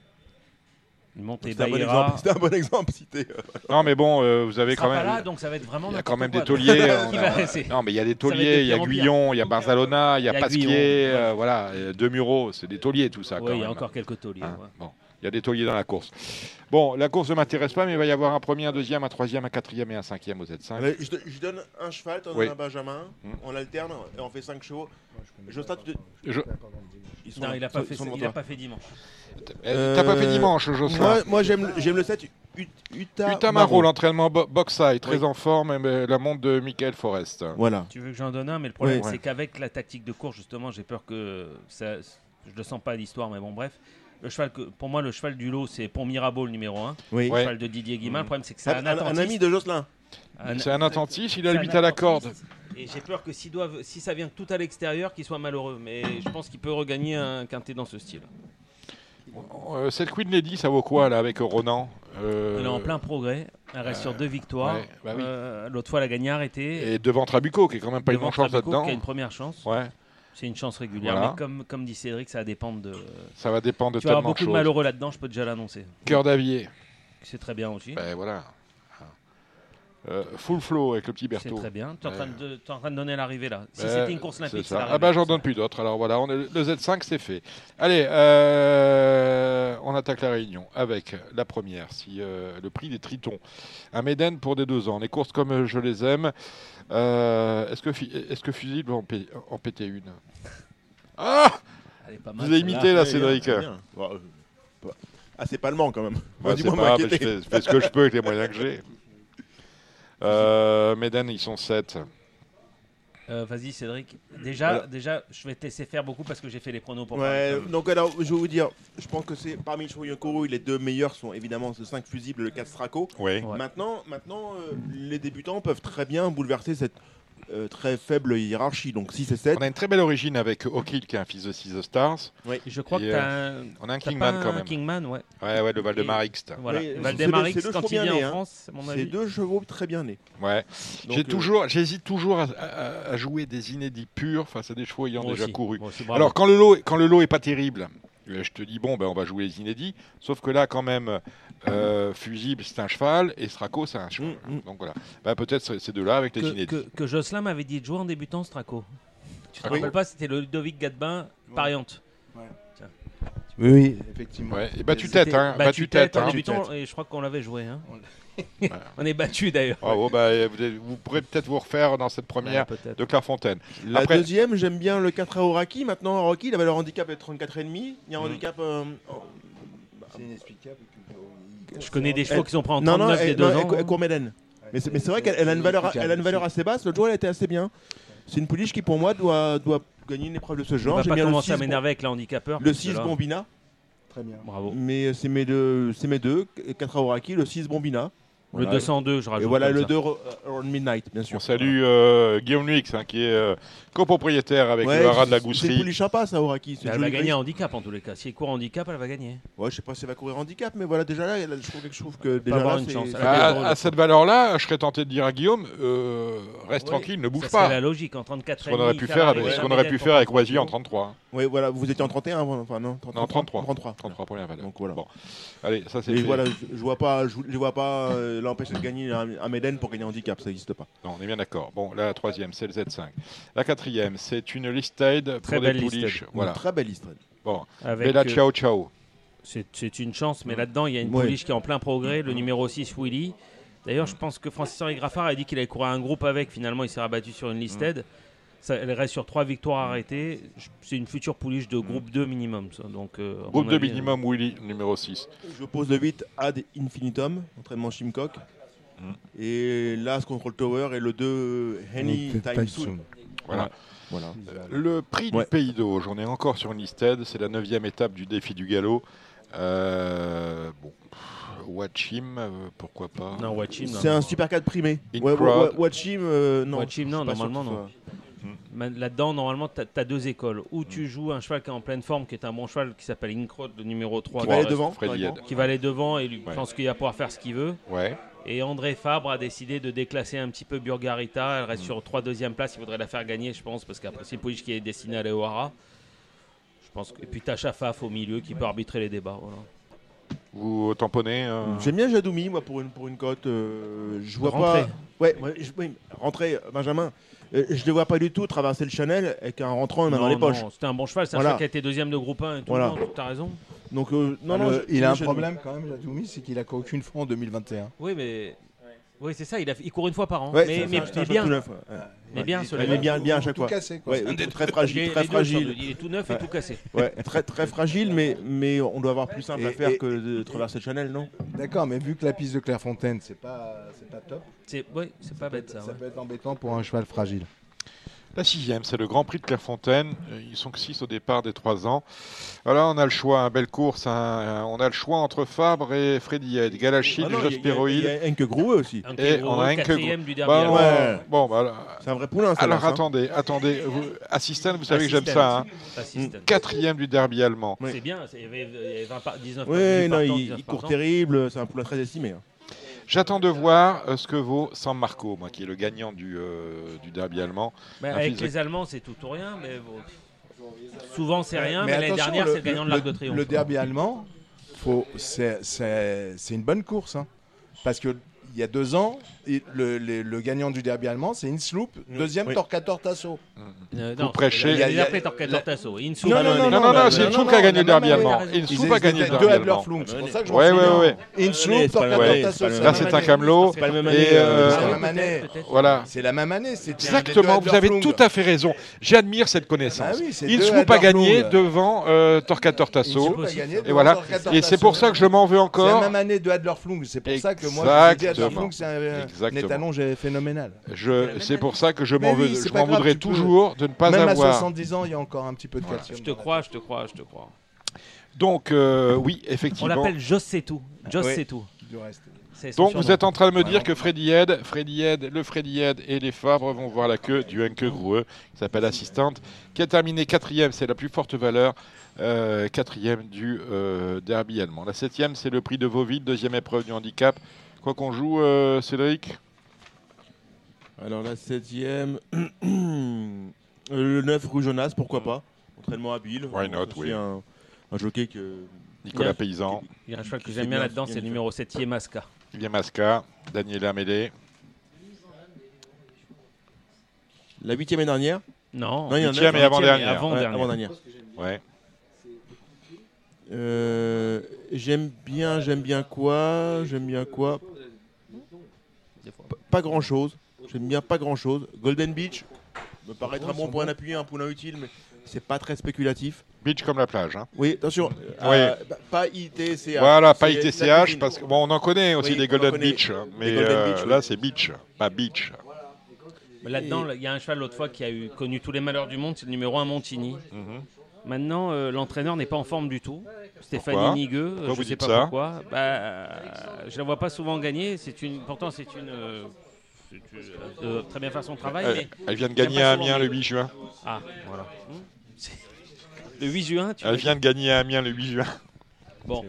[SPEAKER 7] Ils montent
[SPEAKER 10] Donc,
[SPEAKER 7] les
[SPEAKER 10] c'était un bon
[SPEAKER 7] Bayera.
[SPEAKER 10] exemple, c'était un bon exemple cité.
[SPEAKER 1] Non, mais bon, euh, vous
[SPEAKER 7] Il
[SPEAKER 1] avez
[SPEAKER 7] sera
[SPEAKER 1] quand
[SPEAKER 7] pas
[SPEAKER 1] même.
[SPEAKER 7] là, donc ça va être vraiment
[SPEAKER 1] il y a
[SPEAKER 7] n'importe
[SPEAKER 1] Ah, quand même
[SPEAKER 7] quoi,
[SPEAKER 1] des
[SPEAKER 7] donc.
[SPEAKER 1] tauliers.
[SPEAKER 3] euh,
[SPEAKER 7] Qui
[SPEAKER 1] on
[SPEAKER 7] va-
[SPEAKER 1] a-
[SPEAKER 7] c'est-
[SPEAKER 1] Non, mais il y a des
[SPEAKER 7] ça va être de
[SPEAKER 1] tauliers, il y a
[SPEAKER 7] pire en pire.
[SPEAKER 1] Guyon, il y a Barzalona, il y a
[SPEAKER 7] Il y a Guillon.
[SPEAKER 1] Pasquier, euh, voilà, euh, Demureau, c'est des tauliers tout ça.
[SPEAKER 7] Ouais,
[SPEAKER 1] quand
[SPEAKER 7] il y a
[SPEAKER 1] même. Hein,
[SPEAKER 7] encore quelques tauliers, ouais.
[SPEAKER 1] Bon, il y a des tauliers dans la course. Bon, la course ne m'intéresse pas, mais il va y avoir un premier, un deuxième, un troisième, un quatrième et un cinquième au Z5.
[SPEAKER 10] Allez, Je, do- je donne un cheval, t'en
[SPEAKER 1] Oui.
[SPEAKER 10] donnes un Benjamin,
[SPEAKER 1] Mm.
[SPEAKER 10] on alterne et on fait 5 chevaux. Je starte.
[SPEAKER 1] Je-
[SPEAKER 10] Ils sont Euh,
[SPEAKER 7] Non,
[SPEAKER 10] là,
[SPEAKER 7] il a pas
[SPEAKER 10] ils
[SPEAKER 7] fait ça-
[SPEAKER 10] sont devant
[SPEAKER 7] il a
[SPEAKER 10] toi.
[SPEAKER 1] Eh,
[SPEAKER 7] pas fait dimanche.
[SPEAKER 1] Euh, t'as pas fait dimanche, Jocelyn.
[SPEAKER 10] Moi, moi j'aime le- j'aime le 7. Uta,
[SPEAKER 1] Uta Maro, l'entraînement bo- boxaï, très en forme, et ben, la montre de Michael Forest.
[SPEAKER 7] Tu veux que j'en donne un, mais le problème,
[SPEAKER 1] Ouais.
[SPEAKER 7] c'est
[SPEAKER 1] Ouais.
[SPEAKER 7] qu'avec la tactique de course, justement, j'ai peur que ça. Je ne sens pas à l'histoire, mais bon, bref. Le cheval que, pour moi, le cheval du lot, c'est Pont Mirabeau, le numéro 1.
[SPEAKER 10] Oui.
[SPEAKER 7] Le
[SPEAKER 10] Ouais.
[SPEAKER 7] cheval de Didier Guimain.
[SPEAKER 10] Mm.
[SPEAKER 7] Le problème, c'est que c'est un,
[SPEAKER 10] Un- un- un
[SPEAKER 7] attentif.
[SPEAKER 10] ami de Josselin.
[SPEAKER 1] C'est un attentif, il a
[SPEAKER 7] C'est
[SPEAKER 1] le
[SPEAKER 7] un
[SPEAKER 1] but à la
[SPEAKER 7] attentif.
[SPEAKER 1] corde.
[SPEAKER 7] Et j'ai peur que s'il doivent, si ça vient tout à l'extérieur, qu'il soit malheureux. Mais je pense qu'il peut regagner un quintet dans ce style.
[SPEAKER 1] Euh, cette Queen Lady, ça vaut quoi, là, avec Ronan Euh,
[SPEAKER 7] Elle est en plein progrès. Elle reste sur deux victoires.
[SPEAKER 1] ouais, bah oui.
[SPEAKER 7] Euh, L'autre fois, elle a gagné arrêté.
[SPEAKER 1] Et devant Trabuco, qui est quand même pas une
[SPEAKER 7] Devant
[SPEAKER 1] grande chance
[SPEAKER 7] Trabuco,
[SPEAKER 1] là-dedans.
[SPEAKER 7] qui a une première chance.
[SPEAKER 1] Ouais.
[SPEAKER 7] C'est une chance régulière.
[SPEAKER 1] Voilà.
[SPEAKER 7] Mais comme, comme dit Cédric, ça va dépendre de.
[SPEAKER 1] Ça va dépendre de
[SPEAKER 7] Tu vas avoir
[SPEAKER 1] tellement de
[SPEAKER 7] beaucoup de
[SPEAKER 1] choses.
[SPEAKER 7] malheureux là-dedans, je peux déjà l'annoncer.
[SPEAKER 1] Cœur d'avier.
[SPEAKER 7] C'est très bien aussi.
[SPEAKER 1] Ben voilà. Euh, full flow avec le petit
[SPEAKER 7] C'est
[SPEAKER 1] Berthaud.
[SPEAKER 7] très bien. Tu es, en
[SPEAKER 1] Ouais.
[SPEAKER 7] train de- t'es en train de donner l'arrivée là. Si
[SPEAKER 1] Ben,
[SPEAKER 7] c'était une course
[SPEAKER 1] c'est
[SPEAKER 7] olympique,
[SPEAKER 1] ça.
[SPEAKER 7] c'est
[SPEAKER 1] Ah bah j'en donne plus d'autres. Alors voilà, on est- le Z5 c'est fait. Allez, euh, on attaque la réunion avec la première, si euh, le prix des Tritons, un Méden pour des deux ans, les courses comme je les aime. Euh, est-ce que fi- est-ce que Fusil va en, pé- en péter une Ah Vous avez imité là, Cédric.
[SPEAKER 10] euh, Ah, c'est pas le quand même.
[SPEAKER 1] Bah,
[SPEAKER 10] Dis-moi,
[SPEAKER 1] c'est pas grave, je
[SPEAKER 10] m'inquiéter.
[SPEAKER 1] fais, je fais ce que je peux avec les moyens que j'ai. Euh, Méden, ils sont 7.
[SPEAKER 7] Euh, Vas-y, Cédric. Déjà,
[SPEAKER 10] Voilà.
[SPEAKER 7] déjà, je vais te laisser faire beaucoup parce que j'ai fait les pronos pour.
[SPEAKER 10] Ouais, donc alors, je vais vous dire, je pense que c'est parmi Shoyokuru, les deux meilleurs sont évidemment le 5 fusible et le 4 Straco.
[SPEAKER 1] Ouais.
[SPEAKER 7] Ouais.
[SPEAKER 10] Maintenant, maintenant euh, les débutants peuvent très bien bouleverser cette euh, très faible hiérarchie. Donc 6 et 7.
[SPEAKER 1] On a une très belle origine avec O'Kill qui est un fils de Six of Stars.
[SPEAKER 7] Je crois que
[SPEAKER 1] Et,
[SPEAKER 7] t'as
[SPEAKER 1] euh,
[SPEAKER 7] un-
[SPEAKER 1] On a un
[SPEAKER 7] t'as
[SPEAKER 1] Kingman
[SPEAKER 7] pas
[SPEAKER 1] quand
[SPEAKER 7] un
[SPEAKER 1] même.
[SPEAKER 7] Kingman, ouais.
[SPEAKER 1] Ouais, ouais, le Valdemar X.
[SPEAKER 7] Voilà.
[SPEAKER 10] Et
[SPEAKER 7] Valdemar
[SPEAKER 10] c'est- c'est
[SPEAKER 7] X,
[SPEAKER 10] deux
[SPEAKER 7] quand
[SPEAKER 10] chevaux
[SPEAKER 7] il
[SPEAKER 10] bien
[SPEAKER 7] vient en
[SPEAKER 10] nés, hein.
[SPEAKER 7] France, à mon
[SPEAKER 10] C'est
[SPEAKER 7] avis.
[SPEAKER 10] deux chevaux très bien nés.
[SPEAKER 1] Ouais.
[SPEAKER 10] Donc,
[SPEAKER 1] J'ai
[SPEAKER 10] euh,
[SPEAKER 1] toujours, j'hésite toujours à, à- à jouer des inédits purs face à des chevaux ayant
[SPEAKER 7] Moi
[SPEAKER 1] déjà
[SPEAKER 7] aussi,
[SPEAKER 1] couru.
[SPEAKER 7] moi aussi, bravo.
[SPEAKER 1] Alors quand le lot, quand le lot est pas terrible, euh, je te dis bon, ben on va jouer les inédits. Sauf que là, quand même, euh, fusible c'est un cheval et Straco c'est un cheval. Donc voilà. Ben, peut-être ces- ces deux-là avec les
[SPEAKER 7] Mm, que,
[SPEAKER 1] inédits.
[SPEAKER 7] que, que Jocelyn m'avait dit de jouer en débutant Straco. Tu te
[SPEAKER 1] Ah oui.
[SPEAKER 7] rappelles pas, c'était le Ludovic Gadebin, pariante. Tiens.
[SPEAKER 10] Oui, oui, effectivement.
[SPEAKER 1] Ouais, et battu tête, hein,
[SPEAKER 7] C'était
[SPEAKER 1] battu tête,
[SPEAKER 7] en
[SPEAKER 1] hein.
[SPEAKER 7] débutant, et je crois qu'on l'avait joué. hein. On est battu d'ailleurs.
[SPEAKER 1] Ah bon, ben, vous, avez- vous pourrez peut-être vous refaire dans cette première
[SPEAKER 7] Ouais, peut-être.
[SPEAKER 1] de Clairefontaine.
[SPEAKER 10] La
[SPEAKER 1] Après,
[SPEAKER 10] deuxième, j'aime bien le 4 à Oraki. Maintenant, Oraki, il avait leur handicap de 34,5. Il y
[SPEAKER 1] Mm.
[SPEAKER 7] Mm.
[SPEAKER 10] a un handicap. euh, en-
[SPEAKER 9] C'est inexplicable.
[SPEAKER 12] Euh,
[SPEAKER 7] Je connais des chevaux
[SPEAKER 10] Elle-
[SPEAKER 7] qui sont pris en
[SPEAKER 10] non, non,
[SPEAKER 7] 39 des
[SPEAKER 10] elle-
[SPEAKER 7] deux
[SPEAKER 10] non,
[SPEAKER 7] ans. hein.
[SPEAKER 10] elle- elle court Médène. Mais c'est mais c'est vrai qu'elle elle a, une valeur, elle a une valeur assez basse. Le jour, elle était assez bien. C'est une pouliche qui, pour moi, doit, doit gagner une épreuve de ce
[SPEAKER 7] On
[SPEAKER 10] genre.
[SPEAKER 7] va
[SPEAKER 10] J'aime
[SPEAKER 7] pas
[SPEAKER 10] bien le
[SPEAKER 7] commencer à
[SPEAKER 10] six
[SPEAKER 7] m'énerver
[SPEAKER 10] Bon-
[SPEAKER 7] avec la handicapeur.
[SPEAKER 10] Le
[SPEAKER 7] parce que
[SPEAKER 10] 6
[SPEAKER 7] là-
[SPEAKER 10] Bombina.
[SPEAKER 9] Très bien.
[SPEAKER 7] Bravo.
[SPEAKER 10] Mais euh, c'est mes deux, c'est mes deux 4 à Oraki, le 6 Bombina.
[SPEAKER 7] Le 202, je rajoute
[SPEAKER 10] Et voilà
[SPEAKER 7] comme
[SPEAKER 10] le
[SPEAKER 7] ça.
[SPEAKER 10] 2 Ro- euh, Around Midnight, bien sûr.
[SPEAKER 1] on salue euh, Guillaume Nuix, hein, qui est euh, copropriétaire avec
[SPEAKER 10] Ouais,
[SPEAKER 1] le haras de la
[SPEAKER 10] c'est- C'est une
[SPEAKER 1] Gousserie.
[SPEAKER 10] pouliche à passe à Oraki. c'est
[SPEAKER 7] Elle
[SPEAKER 10] une
[SPEAKER 7] va
[SPEAKER 10] jolie
[SPEAKER 7] gagner
[SPEAKER 10] pouliche.
[SPEAKER 7] un handicap en tous les cas. Si elle court en handicap, elle va gagner.
[SPEAKER 10] Ouais, je sais pas si elle va courir handicap, mais voilà, déjà là, elle a- je trouve que, je trouve que euh, déjà
[SPEAKER 7] avoir
[SPEAKER 10] là,
[SPEAKER 7] une
[SPEAKER 10] c'est-
[SPEAKER 7] chance.
[SPEAKER 10] c'est- hein.
[SPEAKER 7] Elle a-
[SPEAKER 1] À, à cette valeur-là, je serais tenté de dire à Guillaume, euh, reste tranquille, ne bouge
[SPEAKER 7] ça serait
[SPEAKER 1] pas.
[SPEAKER 7] la logique en 34
[SPEAKER 1] Ce qu'on aurait pu faire avec, ce qu'on aurait pu faire avec Oisy en 33.
[SPEAKER 10] Oui, voilà, vous étiez en 31, avant, enfin non,
[SPEAKER 1] Non, 33.
[SPEAKER 10] 33.
[SPEAKER 1] 33 première valeur.
[SPEAKER 10] Donc voilà.
[SPEAKER 1] Bon. Allez, ça c'est
[SPEAKER 10] Mais
[SPEAKER 1] fait.
[SPEAKER 10] voilà, je, je vois pas, je, je vois pas euh, l'empêcher de gagner un, un Médène pour gagner un handicap, ça n'existe pas.
[SPEAKER 1] Non, on est bien d'accord. Bon, la troisième, c'est le Z5. La quatrième, c'est une listed
[SPEAKER 7] Très
[SPEAKER 1] pour des
[SPEAKER 7] belle listed.
[SPEAKER 1] pouliches.
[SPEAKER 10] Une
[SPEAKER 1] Voilà.
[SPEAKER 10] très belle histoire.
[SPEAKER 1] Bon.
[SPEAKER 7] Avec,
[SPEAKER 1] Bella
[SPEAKER 7] euh,
[SPEAKER 1] Ciao Ciao.
[SPEAKER 7] C'est c'est une chance, mais là-dedans, il y a une
[SPEAKER 10] Ouais.
[SPEAKER 7] pouliche qui est en plein progrès, le numéro 6, Willy. D'ailleurs, je pense que Francis-Henri Graffard a dit qu'il allait courir un groupe avec. Finalement, il s'est rabattu sur une listed. Ça, elle reste sur trois victoires arrêtées. Je- C'est une future pouliche de groupe 2 minimum. ça. Donc, euh, à mon
[SPEAKER 1] Groupe de
[SPEAKER 7] avis, euh,
[SPEAKER 1] minimum, Willy, numéro 6.
[SPEAKER 10] Je pose le 8 Ad Infinitum, entraînement Shimcock.
[SPEAKER 1] Mm.
[SPEAKER 10] Et l'As Control Tower et le 2 Henny Time Soon.
[SPEAKER 1] Voilà. Euh,
[SPEAKER 10] Voilà.
[SPEAKER 1] Le prix
[SPEAKER 10] Ouais.
[SPEAKER 1] du Pays d'Auge, on est encore sur une listed. C'est la neuvième étape du défi du galop. Euh, bon. Watchim, euh, pourquoi pas
[SPEAKER 7] Non, Watchim. non,
[SPEAKER 10] C'est
[SPEAKER 7] non.
[SPEAKER 10] un super 4 primé.
[SPEAKER 1] In
[SPEAKER 10] Ouais,
[SPEAKER 1] crowd.
[SPEAKER 10] Wa- Wa- Watchim, euh, non.
[SPEAKER 7] Watchim,
[SPEAKER 10] je suis
[SPEAKER 7] non,
[SPEAKER 10] pas sûr
[SPEAKER 7] normalement,
[SPEAKER 10] que ce
[SPEAKER 7] non.
[SPEAKER 10] soit-
[SPEAKER 7] Ma- Là-dedans, normalement, tu as, deux écoles. Ou tu joues un cheval qui est en pleine forme, qui est un bon cheval qui s'appelle Incrot, le numéro 3.
[SPEAKER 10] Qui va aller devant,
[SPEAKER 1] Freddy
[SPEAKER 10] par exemple.
[SPEAKER 7] Qui va aller devant et lui
[SPEAKER 1] Ouais.
[SPEAKER 7] pense qu'il va pouvoir faire ce qu'il veut.
[SPEAKER 1] Ouais.
[SPEAKER 7] Et André Fabre a décidé de déclasser un petit peu Burgarita. Elle reste
[SPEAKER 10] Mm.
[SPEAKER 7] sur 3 deuxième place. Il voudrait la faire gagner, je pense, parce qu'après, c'est une pouliche qui est destinée à l'Eohara. Je pense que... Et puis t'as Chafaf au milieu qui peut arbitrer les débats. voilà.
[SPEAKER 1] Vous tamponnez euh,
[SPEAKER 10] J'aime bien Jadoumi, moi, pour une, pour une cote. euh, je vois
[SPEAKER 7] Rentrée.
[SPEAKER 10] pas. Ouais, ouais, je- oui, rentrée, Benjamin. Euh, je ne le vois pas du tout traverser le Chanel avec un rentrant main dans
[SPEAKER 7] Non,
[SPEAKER 10] les poches.
[SPEAKER 7] non, C'était un bon cheval. C'est un
[SPEAKER 10] Voilà.
[SPEAKER 7] cheval qui a été deuxième de groupe 1 et tout.
[SPEAKER 10] Voilà.
[SPEAKER 7] non, T'as raison.
[SPEAKER 10] Donc, euh, non,
[SPEAKER 9] Ah,
[SPEAKER 10] non,
[SPEAKER 9] le-
[SPEAKER 10] je-
[SPEAKER 9] il a un
[SPEAKER 10] je-
[SPEAKER 9] problème quand même, Jadoumi, c'est qu'il a qu'aucune fois en 2021.
[SPEAKER 7] Oui, mais Oui, c'est ça, il, a- il court une fois par an.
[SPEAKER 10] Ouais,
[SPEAKER 7] mais,
[SPEAKER 10] c'est
[SPEAKER 7] mais,
[SPEAKER 10] ça, c'est un
[SPEAKER 7] mais
[SPEAKER 10] tout
[SPEAKER 7] bien.
[SPEAKER 10] neuf, ouais.
[SPEAKER 7] Mais
[SPEAKER 10] Ouais.
[SPEAKER 7] bien,
[SPEAKER 10] Il-
[SPEAKER 7] cela
[SPEAKER 10] il est
[SPEAKER 7] dit.
[SPEAKER 10] bien- bien à chaque Tout fois. cassé, quoi. Ouais,
[SPEAKER 7] Un des-
[SPEAKER 10] très fragile,
[SPEAKER 7] les-
[SPEAKER 10] très
[SPEAKER 7] les deux,
[SPEAKER 10] fragile.
[SPEAKER 7] Il est tout neuf et tout cassé.
[SPEAKER 10] Ouais, très, très fragile, mais, mais on doit avoir plus simple
[SPEAKER 12] Et-
[SPEAKER 10] à faire
[SPEAKER 12] et-
[SPEAKER 10] que de traverser le Channel, non
[SPEAKER 12] D'accord, mais vu que la piste de Clairefontaine, c'est pas, c'est pas top.
[SPEAKER 7] C'est ouais, c'est pas bête ça.
[SPEAKER 12] Ça peut être embêtant pour un cheval fragile.
[SPEAKER 1] La sixième, c'est le Grand Prix de Clairefontaine. Euh, Ils sont que six au départ des trois ans. Alors on a le choix, hein, belle course. hein. On a le choix entre Fabre et Freddy Head, Galachide,
[SPEAKER 10] Ah non, il y a-
[SPEAKER 1] Jasperoïd.
[SPEAKER 10] il y a- il y a Henke Grohe aussi. Henke
[SPEAKER 1] Et
[SPEAKER 10] Grohe,
[SPEAKER 1] on a Henke
[SPEAKER 10] quatrième
[SPEAKER 1] Grohe.
[SPEAKER 10] du dernier
[SPEAKER 1] Bah, non,
[SPEAKER 10] Ouais.
[SPEAKER 1] Bon, bah, alors-
[SPEAKER 10] C'est un vrai poulain, ça,
[SPEAKER 1] Alors
[SPEAKER 10] Lars, hein.
[SPEAKER 1] attendez, attendez. Vous- Assistant, vous savez que j'aime
[SPEAKER 7] Assistant.
[SPEAKER 1] ça. hein.
[SPEAKER 10] Mm.
[SPEAKER 7] Assistant.
[SPEAKER 1] Quatrième du derby allemand.
[SPEAKER 7] C'est bien, c'est- il y avait, il y avait 20 par- 19 par- 18
[SPEAKER 10] Oui, non,
[SPEAKER 7] partants,
[SPEAKER 10] il,
[SPEAKER 7] 19
[SPEAKER 10] il court
[SPEAKER 7] partants.
[SPEAKER 10] terrible, c'est un poulain très estimé. hein.
[SPEAKER 1] J'attends de voir euh, ce que vaut San Marco, moi, qui est le gagnant du, euh, du derby allemand.
[SPEAKER 7] Bah,
[SPEAKER 1] Un
[SPEAKER 7] avec
[SPEAKER 1] fils de-
[SPEAKER 7] les Allemands, c'est tout ou rien, mais bon, souvent c'est rien,
[SPEAKER 12] Mais
[SPEAKER 7] mais, l'année
[SPEAKER 12] attention,
[SPEAKER 7] dernière,
[SPEAKER 12] le-
[SPEAKER 7] c'est le gagnant de
[SPEAKER 12] le-
[SPEAKER 7] l'Arc de Triomphe. hein.
[SPEAKER 12] Le derby allemand, faut- c'est- c'est c'est une bonne course. hein. Parce que il y a deux ans, il- le, le- le gagnant du derby allemand, c'est Insloop, Mm. deuxième
[SPEAKER 7] Oui.
[SPEAKER 12] Torquator Tasso.
[SPEAKER 1] Mm,
[SPEAKER 7] Euh, non, Vous prêchez. il y a- il y a- après Torquator Tasso. Insloop-
[SPEAKER 12] Non, non,
[SPEAKER 1] Non,
[SPEAKER 12] non,
[SPEAKER 1] non, non,
[SPEAKER 12] bah,
[SPEAKER 1] c'est
[SPEAKER 12] non,
[SPEAKER 1] Insloop
[SPEAKER 12] non,
[SPEAKER 1] qui a
[SPEAKER 12] non,
[SPEAKER 1] gagné le
[SPEAKER 12] non,
[SPEAKER 1] derby
[SPEAKER 12] non,
[SPEAKER 1] allemand.
[SPEAKER 12] mais-
[SPEAKER 1] Insloop
[SPEAKER 12] Ils
[SPEAKER 1] a gagné le
[SPEAKER 12] étaient
[SPEAKER 1] derby
[SPEAKER 12] deux à
[SPEAKER 1] allemand.
[SPEAKER 12] Blurflum, c'est pour ça que j'en
[SPEAKER 1] Ouais,
[SPEAKER 12] suis
[SPEAKER 1] ouais,
[SPEAKER 12] là.
[SPEAKER 1] ouais.
[SPEAKER 12] Insloop,
[SPEAKER 1] Ouais, c'est pas le
[SPEAKER 12] Torquator
[SPEAKER 1] même-
[SPEAKER 12] Tasso,
[SPEAKER 1] c'est pas le
[SPEAKER 12] c'est
[SPEAKER 1] même
[SPEAKER 12] la
[SPEAKER 1] Là, c'est
[SPEAKER 12] même
[SPEAKER 1] un
[SPEAKER 12] année.
[SPEAKER 1] camelot.
[SPEAKER 12] C'est pas le même
[SPEAKER 1] Et,
[SPEAKER 12] année,
[SPEAKER 1] euh,
[SPEAKER 12] euh, c'est la
[SPEAKER 1] voilà.
[SPEAKER 12] même année.
[SPEAKER 1] Voilà.
[SPEAKER 12] C'est la même année. c'était
[SPEAKER 1] Ah. Exactement,
[SPEAKER 12] les deux
[SPEAKER 1] vous avez
[SPEAKER 12] Adlerflung.
[SPEAKER 1] tout à fait raison. J'admire cette connaissance.
[SPEAKER 12] Bah oui, c'est
[SPEAKER 1] Il
[SPEAKER 12] deux
[SPEAKER 1] se pas
[SPEAKER 12] Adlerflung.
[SPEAKER 1] gagné devant euh, Torquator Tasso.
[SPEAKER 12] Insloop a gagné
[SPEAKER 1] Et
[SPEAKER 12] devant
[SPEAKER 1] voilà.
[SPEAKER 12] Torquator
[SPEAKER 1] Et c'est
[SPEAKER 12] Tasso.
[SPEAKER 1] pour ça que je m'en veux
[SPEAKER 12] C'est la
[SPEAKER 1] encore.
[SPEAKER 12] même année de Adlerflung. C'est pour ça que moi, je vous dis
[SPEAKER 1] Exactement.
[SPEAKER 12] Adlerflung, c'est un, euh, un
[SPEAKER 1] Exactement.
[SPEAKER 12] étalon j'ai- phénoménal.
[SPEAKER 1] Je, c'est pour ça que je
[SPEAKER 12] Mais
[SPEAKER 1] m'en veux,
[SPEAKER 12] oui, c'est
[SPEAKER 1] je
[SPEAKER 12] pas
[SPEAKER 1] m'en
[SPEAKER 12] grave,
[SPEAKER 1] voudrais
[SPEAKER 12] tu peux-
[SPEAKER 1] toujours de ne pas
[SPEAKER 12] Même à
[SPEAKER 1] avoir.
[SPEAKER 12] 70 ans, il y a encore un petit peu de
[SPEAKER 1] Voilà.
[SPEAKER 12] calcium.
[SPEAKER 7] Je te crois, je te crois, je te crois.
[SPEAKER 1] Donc euh, oui,
[SPEAKER 7] On
[SPEAKER 1] effectivement.
[SPEAKER 7] l'appelle Jos c'est tout. Jos
[SPEAKER 1] Oui.
[SPEAKER 7] c'est tout.
[SPEAKER 12] Du reste.
[SPEAKER 7] C'est son
[SPEAKER 1] Donc
[SPEAKER 7] surnom.
[SPEAKER 1] vous êtes en train de me
[SPEAKER 7] Vraiment.
[SPEAKER 1] dire que Freddy Head, Freddy Head, le Freddy Head et les Fabres vont voir la queue du Henke Groueux, qui s'appelle Assistante, qui a terminé quatrième, c'est la plus forte valeur, euh, quatrième du euh, derby allemand. La septième, c'est le prix de Vauville, deuxième épreuve du handicap. Quoi qu'on joue, euh, Cédric
[SPEAKER 10] Alors la septième, euh, le 9 Rouge Jonas, pourquoi pas Entraînement habile.
[SPEAKER 1] Mm. Why not,
[SPEAKER 10] C'est
[SPEAKER 1] oui.
[SPEAKER 10] un, un jockey que...
[SPEAKER 1] Nicolas Paysan.
[SPEAKER 7] Il y a un cheval que j'aime bien là-dedans, c'est le numéro 7, Yemaska.
[SPEAKER 1] Masca, Daniel Amélé.
[SPEAKER 10] La huitième et dernière
[SPEAKER 7] Non,
[SPEAKER 10] il y en a
[SPEAKER 1] huitième
[SPEAKER 10] un.
[SPEAKER 1] et avant-dernière.
[SPEAKER 10] Ouais,
[SPEAKER 1] Avant-dernière.
[SPEAKER 10] avant-dernière.
[SPEAKER 1] Ouais.
[SPEAKER 10] Euh, j'aime bien, j'aime bien quoi J'aime bien quoi
[SPEAKER 12] Mmh.
[SPEAKER 10] P- Pas grand chose. J'aime bien pas grand chose. Golden Beach me paraît être un bon point d'appui, un point utile, mais c'est pas très spéculatif.
[SPEAKER 1] Beach comme la plage. hein.
[SPEAKER 10] Oui, attention.
[SPEAKER 1] Ouais.
[SPEAKER 10] euh, bah, pas ITCH.
[SPEAKER 1] Voilà, pas
[SPEAKER 10] C'est la
[SPEAKER 1] ITCH,
[SPEAKER 10] cousine.
[SPEAKER 1] parce que bon, on en connaît aussi
[SPEAKER 10] Oui,
[SPEAKER 1] des
[SPEAKER 10] on en
[SPEAKER 1] Golden
[SPEAKER 10] connaît.
[SPEAKER 1] Beach, hein,
[SPEAKER 10] Les
[SPEAKER 1] mais
[SPEAKER 10] Golden
[SPEAKER 1] euh,
[SPEAKER 10] Beach, oui.
[SPEAKER 1] là c'est Beach, pas Beach.
[SPEAKER 7] Mais Là-dedans, là, il y a un cheval l'autre fois qui a eu, connu tous les malheurs du monde, c'est le numéro 1 Montigny.
[SPEAKER 1] Mhm.
[SPEAKER 7] Maintenant, euh, l'entraîneur n'est pas en forme du tout.
[SPEAKER 1] Pourquoi
[SPEAKER 7] Stéphanie Nigueux, euh,
[SPEAKER 1] Pourquoi
[SPEAKER 7] je
[SPEAKER 1] vous
[SPEAKER 7] ne sais
[SPEAKER 1] dites
[SPEAKER 7] pas
[SPEAKER 1] ça
[SPEAKER 7] pourquoi. Bah, euh, je la vois pas souvent gagner. C'est une, pourtant, c'est une. euh, c'est une- elle doit très bien faire son travail.
[SPEAKER 1] Elle-
[SPEAKER 7] mais
[SPEAKER 1] elle vient de
[SPEAKER 7] je l'aime
[SPEAKER 1] gagner
[SPEAKER 7] pas
[SPEAKER 1] à
[SPEAKER 7] souvent
[SPEAKER 1] Amiens le
[SPEAKER 7] gagner.
[SPEAKER 1] 8 juin.
[SPEAKER 7] Ah, voilà. Hmm. Le 8 juin, tu
[SPEAKER 1] Elle
[SPEAKER 7] l'as
[SPEAKER 1] vient
[SPEAKER 7] dit.
[SPEAKER 1] de gagner à Amiens le 8 juin.
[SPEAKER 7] Bon.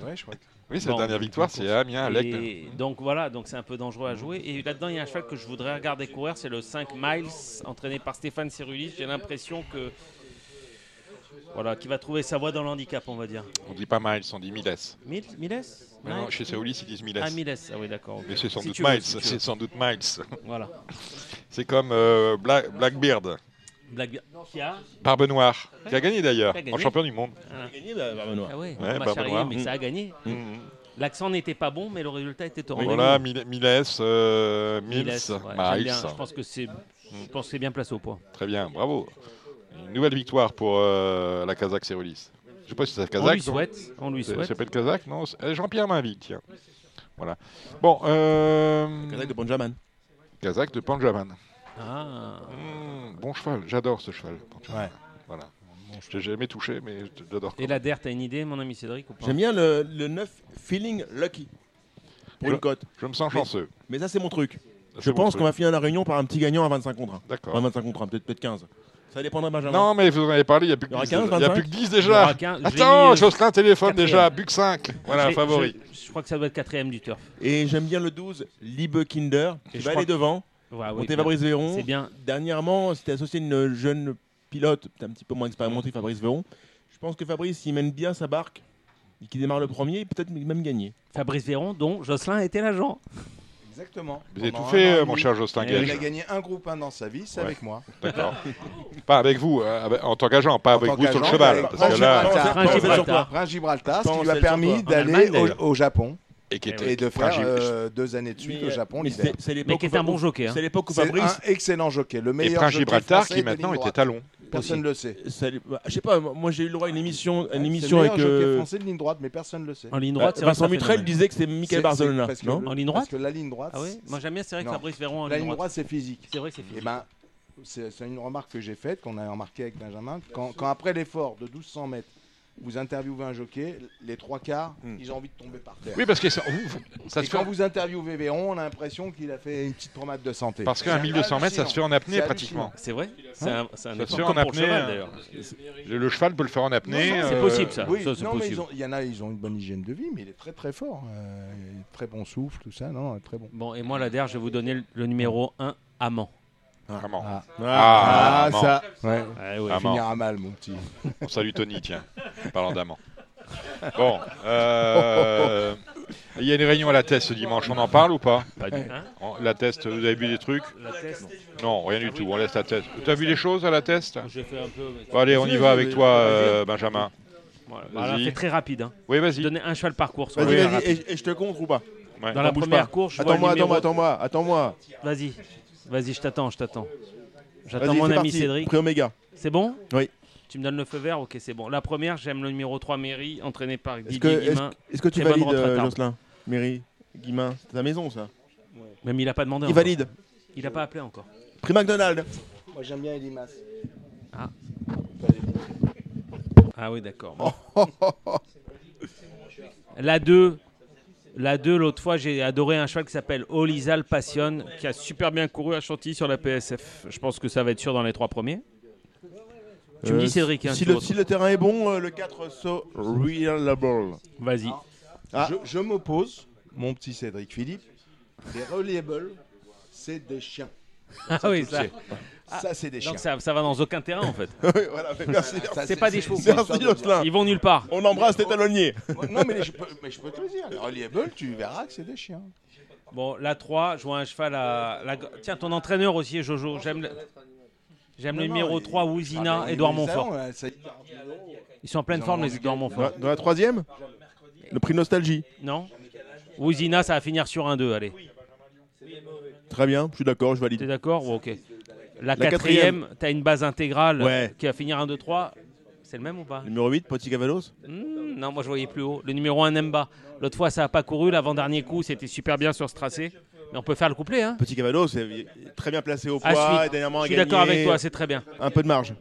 [SPEAKER 1] Oui, sa
[SPEAKER 7] Bon.
[SPEAKER 1] dernière victoire, c'est à Amiens, à Lègue.
[SPEAKER 7] Et donc voilà, donc c'est un peu dangereux à jouer. Et là-dedans, il y a un cheval que je voudrais regarder courir, c'est le 5 miles, entraîné par Stéphane Cirulis. J'ai l'impression que. Voilà, qui va trouver sa voie dans le handicap, on va dire.
[SPEAKER 1] On dit pas Miles, on dit Miles.
[SPEAKER 7] Miles Miles
[SPEAKER 1] Mais non,
[SPEAKER 7] Miles
[SPEAKER 1] chez Saoulis, ils disent Miles.
[SPEAKER 7] Ah, Miles, ah oui, d'accord. ok.
[SPEAKER 1] Mais c'est sans
[SPEAKER 7] Si
[SPEAKER 1] doute
[SPEAKER 7] tu veux,
[SPEAKER 1] Miles,
[SPEAKER 7] si tu veux.
[SPEAKER 1] c'est sans doute Miles.
[SPEAKER 7] Voilà.
[SPEAKER 1] C'est comme euh, Bla- Blackbeard,
[SPEAKER 7] Blackbeard. Qui a
[SPEAKER 1] Barbe Noire, qui a gagné d'ailleurs,
[SPEAKER 7] Qui a gagné.
[SPEAKER 1] en champion du monde.
[SPEAKER 7] Ah.
[SPEAKER 10] gagné, bah, Barbe Noire.
[SPEAKER 7] Ah ouais,
[SPEAKER 1] Ouais,
[SPEAKER 7] Thomas
[SPEAKER 1] Barbe
[SPEAKER 7] Charrier,
[SPEAKER 1] Noire.
[SPEAKER 7] mais ça a gagné. L'accent n'était pas bon, mais le résultat était au rendez-vous.
[SPEAKER 1] Mmh. Voilà, Mil- Miles, euh,
[SPEAKER 7] Miles,
[SPEAKER 1] Mills,
[SPEAKER 7] ouais, j'aime
[SPEAKER 1] Miles.
[SPEAKER 7] bien. Je pense que c'est je pense que c'est bien placé au poids.
[SPEAKER 1] Très bien, bravo. Une nouvelle victoire pour euh, la Kazakh Cyrulis. Je ne sais pas si c'est la Kazakh.
[SPEAKER 7] On lui
[SPEAKER 1] non
[SPEAKER 7] souhaite, on lui
[SPEAKER 1] C'est-
[SPEAKER 7] souhaite.
[SPEAKER 1] C'est pas le Kazakh, non C'est- eh, Jean-Pierre m'invite, tiens. Voilà. Bon. Euh...
[SPEAKER 10] Kazakh de Panjaman.
[SPEAKER 1] Kazakh de Panjaman.
[SPEAKER 7] Ah.
[SPEAKER 1] Mmh, bon cheval, j'adore ce cheval. Panjaman. Voilà. Je t'ai jamais touché, mais je j'adore.
[SPEAKER 7] Et la DER, t'as une idée, mon ami Cédric ou pas
[SPEAKER 10] J'aime bien le, le 9 Feeling Lucky. Pour
[SPEAKER 1] Je-
[SPEAKER 10] une cote.
[SPEAKER 1] je me sens
[SPEAKER 10] Mais-
[SPEAKER 1] chanceux.
[SPEAKER 10] Mais, ça, c'est mon truc.
[SPEAKER 1] c'est
[SPEAKER 10] Je
[SPEAKER 1] mon
[SPEAKER 10] pense
[SPEAKER 1] truc.
[SPEAKER 10] qu'on va finir la réunion par un petit gagnant à 25 contre un.
[SPEAKER 1] D'accord.
[SPEAKER 10] Enfin, 25 contre un, peut-être peut 15. Ça dépendra de Benjamin.
[SPEAKER 1] Non, mais vous en avez parlé, il n'y a plus que
[SPEAKER 10] Il y aura
[SPEAKER 1] 10 déjà.
[SPEAKER 10] 15,
[SPEAKER 1] Il y a
[SPEAKER 10] 25.
[SPEAKER 1] plus que 10
[SPEAKER 7] Il y
[SPEAKER 1] déjà.
[SPEAKER 7] aura 15, je l'ai mis,
[SPEAKER 1] Attends,
[SPEAKER 7] euh,
[SPEAKER 1] Jocelyn téléphone déjà,
[SPEAKER 7] quatrième.
[SPEAKER 1] Buc 5. Voilà,
[SPEAKER 7] Je-
[SPEAKER 1] favori.
[SPEAKER 7] Je, je crois que ça doit être quatrième du turf.
[SPEAKER 10] Et j'aime bien le 12, Liebe Kinder, qui
[SPEAKER 7] je
[SPEAKER 10] va
[SPEAKER 7] crois
[SPEAKER 10] aller
[SPEAKER 7] que-
[SPEAKER 10] devant.
[SPEAKER 7] Ouais, oui,
[SPEAKER 10] Monté
[SPEAKER 7] bien.
[SPEAKER 10] Fabrice Véron.
[SPEAKER 7] C'est bien.
[SPEAKER 10] Dernièrement, c'était associé à une jeune pilote, peut-être un petit peu moins expérimentée, Fabrice Véron. Je pense que Fabrice, il mène bien sa barque, et qu'il démarre le premier, et peut-être même gagner.
[SPEAKER 7] Fabrice Véron, dont Jocelyn était l'agent.
[SPEAKER 12] Exactement.
[SPEAKER 1] Vous avez
[SPEAKER 12] Pendant
[SPEAKER 1] tout
[SPEAKER 12] un
[SPEAKER 1] fait,
[SPEAKER 12] an et
[SPEAKER 1] euh, mon
[SPEAKER 12] demi.
[SPEAKER 1] cher Jocelyn
[SPEAKER 12] Et Il a
[SPEAKER 1] Gage.
[SPEAKER 12] gagné un groupe 1 dans sa vie, c'est
[SPEAKER 1] Ouais.
[SPEAKER 12] avec moi.
[SPEAKER 1] D'accord. pas avec vous, euh, avec- en t'engageant, pas avec
[SPEAKER 12] tant
[SPEAKER 1] vous sur le
[SPEAKER 12] qu'agent,
[SPEAKER 1] cheval.
[SPEAKER 12] avec
[SPEAKER 1] Parce que là,
[SPEAKER 12] Prince
[SPEAKER 10] Pensez
[SPEAKER 12] Gibraltar.
[SPEAKER 10] sur toi.
[SPEAKER 12] Prince Gibraltar, ce qui
[SPEAKER 10] Pensez
[SPEAKER 12] lui a
[SPEAKER 10] sur
[SPEAKER 12] permis
[SPEAKER 10] toi.
[SPEAKER 7] En Allemagne,
[SPEAKER 12] d'aller au,
[SPEAKER 7] d'ailleurs.
[SPEAKER 12] au Japon
[SPEAKER 1] Et, qui
[SPEAKER 9] Et de faire euh, deux années de suite
[SPEAKER 13] Mais,
[SPEAKER 9] au
[SPEAKER 13] euh,
[SPEAKER 9] Japon.
[SPEAKER 13] mais
[SPEAKER 9] l'hiver.
[SPEAKER 13] c'est- c'est l'époque Mais qui est où un Fabri- bon jockey, hein. c'est l'époque où Fabrice-
[SPEAKER 9] C'est un excellent jockey. Le meilleur
[SPEAKER 1] Prince
[SPEAKER 9] jockey
[SPEAKER 1] Gibraltar qui
[SPEAKER 9] français de ligne
[SPEAKER 1] maintenant
[SPEAKER 9] droite.
[SPEAKER 1] était talon.
[SPEAKER 9] Personne ne le sait.
[SPEAKER 10] Euh,
[SPEAKER 13] Ça l'est- bah, Je sais pas, moi j'ai eu le droit à une émission, à une
[SPEAKER 9] C'est
[SPEAKER 13] émission
[SPEAKER 9] le meilleur
[SPEAKER 13] avec.
[SPEAKER 9] jockey
[SPEAKER 13] euh,
[SPEAKER 9] français de ligne droite, mais personne ne le sait.
[SPEAKER 13] En ligne droite, c'est vrai que
[SPEAKER 9] Vincent
[SPEAKER 13] ça fait
[SPEAKER 9] Mitrel
[SPEAKER 13] le même. C'est- c'est parce que le-
[SPEAKER 9] En ligne droite Parce que la ligne droite.
[SPEAKER 13] Ah oui Moi, j'aime bien, c'est vrai que
[SPEAKER 9] Non.
[SPEAKER 13] Fabrice Véran, en
[SPEAKER 9] La
[SPEAKER 13] ligne
[SPEAKER 9] ligne
[SPEAKER 13] droite.
[SPEAKER 9] droite, c'est physique.
[SPEAKER 13] C'est vrai que c'est physique.
[SPEAKER 9] Eh ben, c'est c'est une remarque que j'ai faite, qu'on a remarqué avec Benjamin. Quand, quand après l'effort de 1200 mètres, vous interviewez un jockey, les trois quarts,
[SPEAKER 13] Hmm.
[SPEAKER 9] ils ont envie de tomber par terre.
[SPEAKER 1] Oui, parce que ça- ouf, ça
[SPEAKER 9] Et
[SPEAKER 1] se fait
[SPEAKER 9] quand
[SPEAKER 1] en-
[SPEAKER 9] vous interviewez Véron, on a l'impression qu'il a fait une petite promenade de santé.
[SPEAKER 1] Parce qu'à
[SPEAKER 9] C'est
[SPEAKER 1] 1200 mètres, ça se fait en
[SPEAKER 9] hallucinant.
[SPEAKER 1] apnée
[SPEAKER 9] C'est
[SPEAKER 1] pratiquement.
[SPEAKER 9] hallucinant.
[SPEAKER 13] C'est vrai C'est
[SPEAKER 9] Hein
[SPEAKER 13] un- c'est un
[SPEAKER 1] ça se
[SPEAKER 13] effort
[SPEAKER 1] fait en
[SPEAKER 13] comme pour le
[SPEAKER 1] apnée.
[SPEAKER 13] cheval,
[SPEAKER 1] euh,
[SPEAKER 13] d'ailleurs.
[SPEAKER 1] Le, le cheval peut le faire en apnée.
[SPEAKER 9] Non, non,
[SPEAKER 1] euh,
[SPEAKER 9] Oui, non, mais ils ont- Il y en a, ils ont une bonne hygiène de vie, mais il est très très fort. Euh, il a très bon souffle, tout ça, non, euh, très bon.
[SPEAKER 7] Bon, et moi, la dernière, je vais vous donner le- le numéro 1, Amant.
[SPEAKER 1] Amant.
[SPEAKER 9] Ah,
[SPEAKER 1] Ah, Amand.
[SPEAKER 9] ça, ouais.
[SPEAKER 1] Ah, ouais.
[SPEAKER 9] finir
[SPEAKER 1] Amand.
[SPEAKER 9] à mal, mon petit.
[SPEAKER 1] On salue Tony, tiens, en parlant d'amant. Bon, euh, il y a une réunion à la test ce dimanche, on en parle ou pas
[SPEAKER 9] Pas du tout.
[SPEAKER 1] On- La test, vous avez vu des trucs
[SPEAKER 7] La test.
[SPEAKER 1] Non, rien du tout, on laisse la test. Tu as vu des choses à la test
[SPEAKER 7] J'ai fait un peu, mais-
[SPEAKER 1] Bon, allez, on y
[SPEAKER 7] Si,
[SPEAKER 1] va
[SPEAKER 7] si,
[SPEAKER 1] avec
[SPEAKER 7] oui.
[SPEAKER 1] toi, euh, Benjamin.
[SPEAKER 7] Voilà,
[SPEAKER 1] Vas-y.
[SPEAKER 7] voilà, c'est très rapide. Hein.
[SPEAKER 1] Oui, vas-y.
[SPEAKER 7] Donner un cheval par course.
[SPEAKER 10] Vas-y,
[SPEAKER 7] voilà,
[SPEAKER 10] vas-y,
[SPEAKER 7] rapide.
[SPEAKER 10] et, et je te contre ou pas
[SPEAKER 7] Dans la
[SPEAKER 10] bouge
[SPEAKER 7] première
[SPEAKER 10] pas.
[SPEAKER 7] course, je vois
[SPEAKER 10] Attends-moi,
[SPEAKER 7] le numéro-
[SPEAKER 10] attends-moi, attends-moi, attends-moi.
[SPEAKER 7] Vas-y, vas-y, je t'attends, je t'attends. J'attends
[SPEAKER 10] Vas-y,
[SPEAKER 7] mon
[SPEAKER 10] c'est
[SPEAKER 7] ami
[SPEAKER 10] parti.
[SPEAKER 7] Cédric.
[SPEAKER 10] Prix Oméga.
[SPEAKER 7] C'est bon
[SPEAKER 10] Oui.
[SPEAKER 7] Tu me donnes le feu vert Ok, c'est bon. La première, j'aime le numéro 3, Mairie, entraîné par Didier
[SPEAKER 10] Est-ce que, est-ce-
[SPEAKER 7] Guimin.
[SPEAKER 10] est-ce que tu
[SPEAKER 7] Très bonne hein.
[SPEAKER 10] valides,
[SPEAKER 7] rentrée à
[SPEAKER 10] euh,
[SPEAKER 7] Tarbes.
[SPEAKER 10] Jocelyn Méry, Guimin C'est ta maison, ça
[SPEAKER 7] Même il a pas demandé.
[SPEAKER 10] Il
[SPEAKER 7] encore.
[SPEAKER 10] valide.
[SPEAKER 7] Il a pas appelé encore.
[SPEAKER 10] Prix McDonald's.
[SPEAKER 9] Moi, j'aime bien Elimas.
[SPEAKER 7] Ah. Ah oui, d'accord. La 2, la 2 l'autre fois, j'ai adoré un cheval qui s'appelle Olizal Passion, qui a super bien couru à Chantilly sur la PSF. Je pense que ça va être sûr dans les trois premiers. Tu me
[SPEAKER 10] Euh,
[SPEAKER 7] dis Cédric. hein,
[SPEAKER 10] si,
[SPEAKER 7] tu
[SPEAKER 10] le,
[SPEAKER 7] vois-
[SPEAKER 10] si le terrain est bon, euh, le 4 so reliable.
[SPEAKER 7] Vas-y.
[SPEAKER 10] Ah.
[SPEAKER 9] Je, je m'oppose, mon petit Cédric Philippe. Les reliables, c'est des chiens.
[SPEAKER 7] Ah
[SPEAKER 9] Ça,
[SPEAKER 7] oui,
[SPEAKER 9] tu le
[SPEAKER 7] ça. Ah,
[SPEAKER 9] sais. Ça, c'est des chiens.
[SPEAKER 7] Donc ça, ça va dans aucun terrain en fait.
[SPEAKER 10] Oui, voilà, mais merci.
[SPEAKER 9] Ça,
[SPEAKER 7] C'est pas des chevaux.
[SPEAKER 9] c'est un style Jocelyn.
[SPEAKER 7] Ils vont nulle part.
[SPEAKER 10] On embrasse les talonniers.
[SPEAKER 9] non, mais je, peux, mais je peux te le dire. Les reliables, tu verras Ah, que c'est des chiens.
[SPEAKER 7] Bon, la 3, je vois un cheval à. la- Tiens, ton entraîneur aussi, Jojo. J'aime le, j'aime le
[SPEAKER 9] Non,
[SPEAKER 7] numéro
[SPEAKER 9] non, il-
[SPEAKER 7] 3,
[SPEAKER 9] Ah,
[SPEAKER 7] Wouzina,
[SPEAKER 9] mais
[SPEAKER 7] Edouard
[SPEAKER 9] les
[SPEAKER 7] Montfort.
[SPEAKER 9] Allemands, euh, ça-
[SPEAKER 7] Ils sont en pleine
[SPEAKER 9] Ils en
[SPEAKER 7] forme,
[SPEAKER 9] ont
[SPEAKER 7] les
[SPEAKER 9] envie.
[SPEAKER 7] Edouard Montfort.
[SPEAKER 10] Dans la troisième Le prix Nostalgie.
[SPEAKER 7] Non Wouzina, ça va finir sur un 2, allez.
[SPEAKER 10] Très bien, je suis d'accord, je valide.
[SPEAKER 7] T'es d'accord Bon, Ok. La,
[SPEAKER 10] La
[SPEAKER 7] quatrième,
[SPEAKER 10] quatrième.
[SPEAKER 7] t'as une base intégrale
[SPEAKER 10] Ouais.
[SPEAKER 7] qui va finir 1, 2, 3. C'est le même ou pas
[SPEAKER 10] Numéro 8, Poti Cavalos.
[SPEAKER 7] Hmm, Non, moi je voyais plus haut. Le numéro 1, Nemba. L'autre fois, ça n'a pas couru. L'avant-dernier coup, c'était super bien sur ce tracé. Mais on peut faire le couplet, hein
[SPEAKER 10] Petit Cavalos, c'est très bien placé au
[SPEAKER 7] Ah,
[SPEAKER 10] poids.
[SPEAKER 7] je suis-
[SPEAKER 10] et dernièrement, a
[SPEAKER 7] je suis d'accord
[SPEAKER 10] gagné.
[SPEAKER 7] avec toi, c'est très bien.
[SPEAKER 10] Un peu de marge.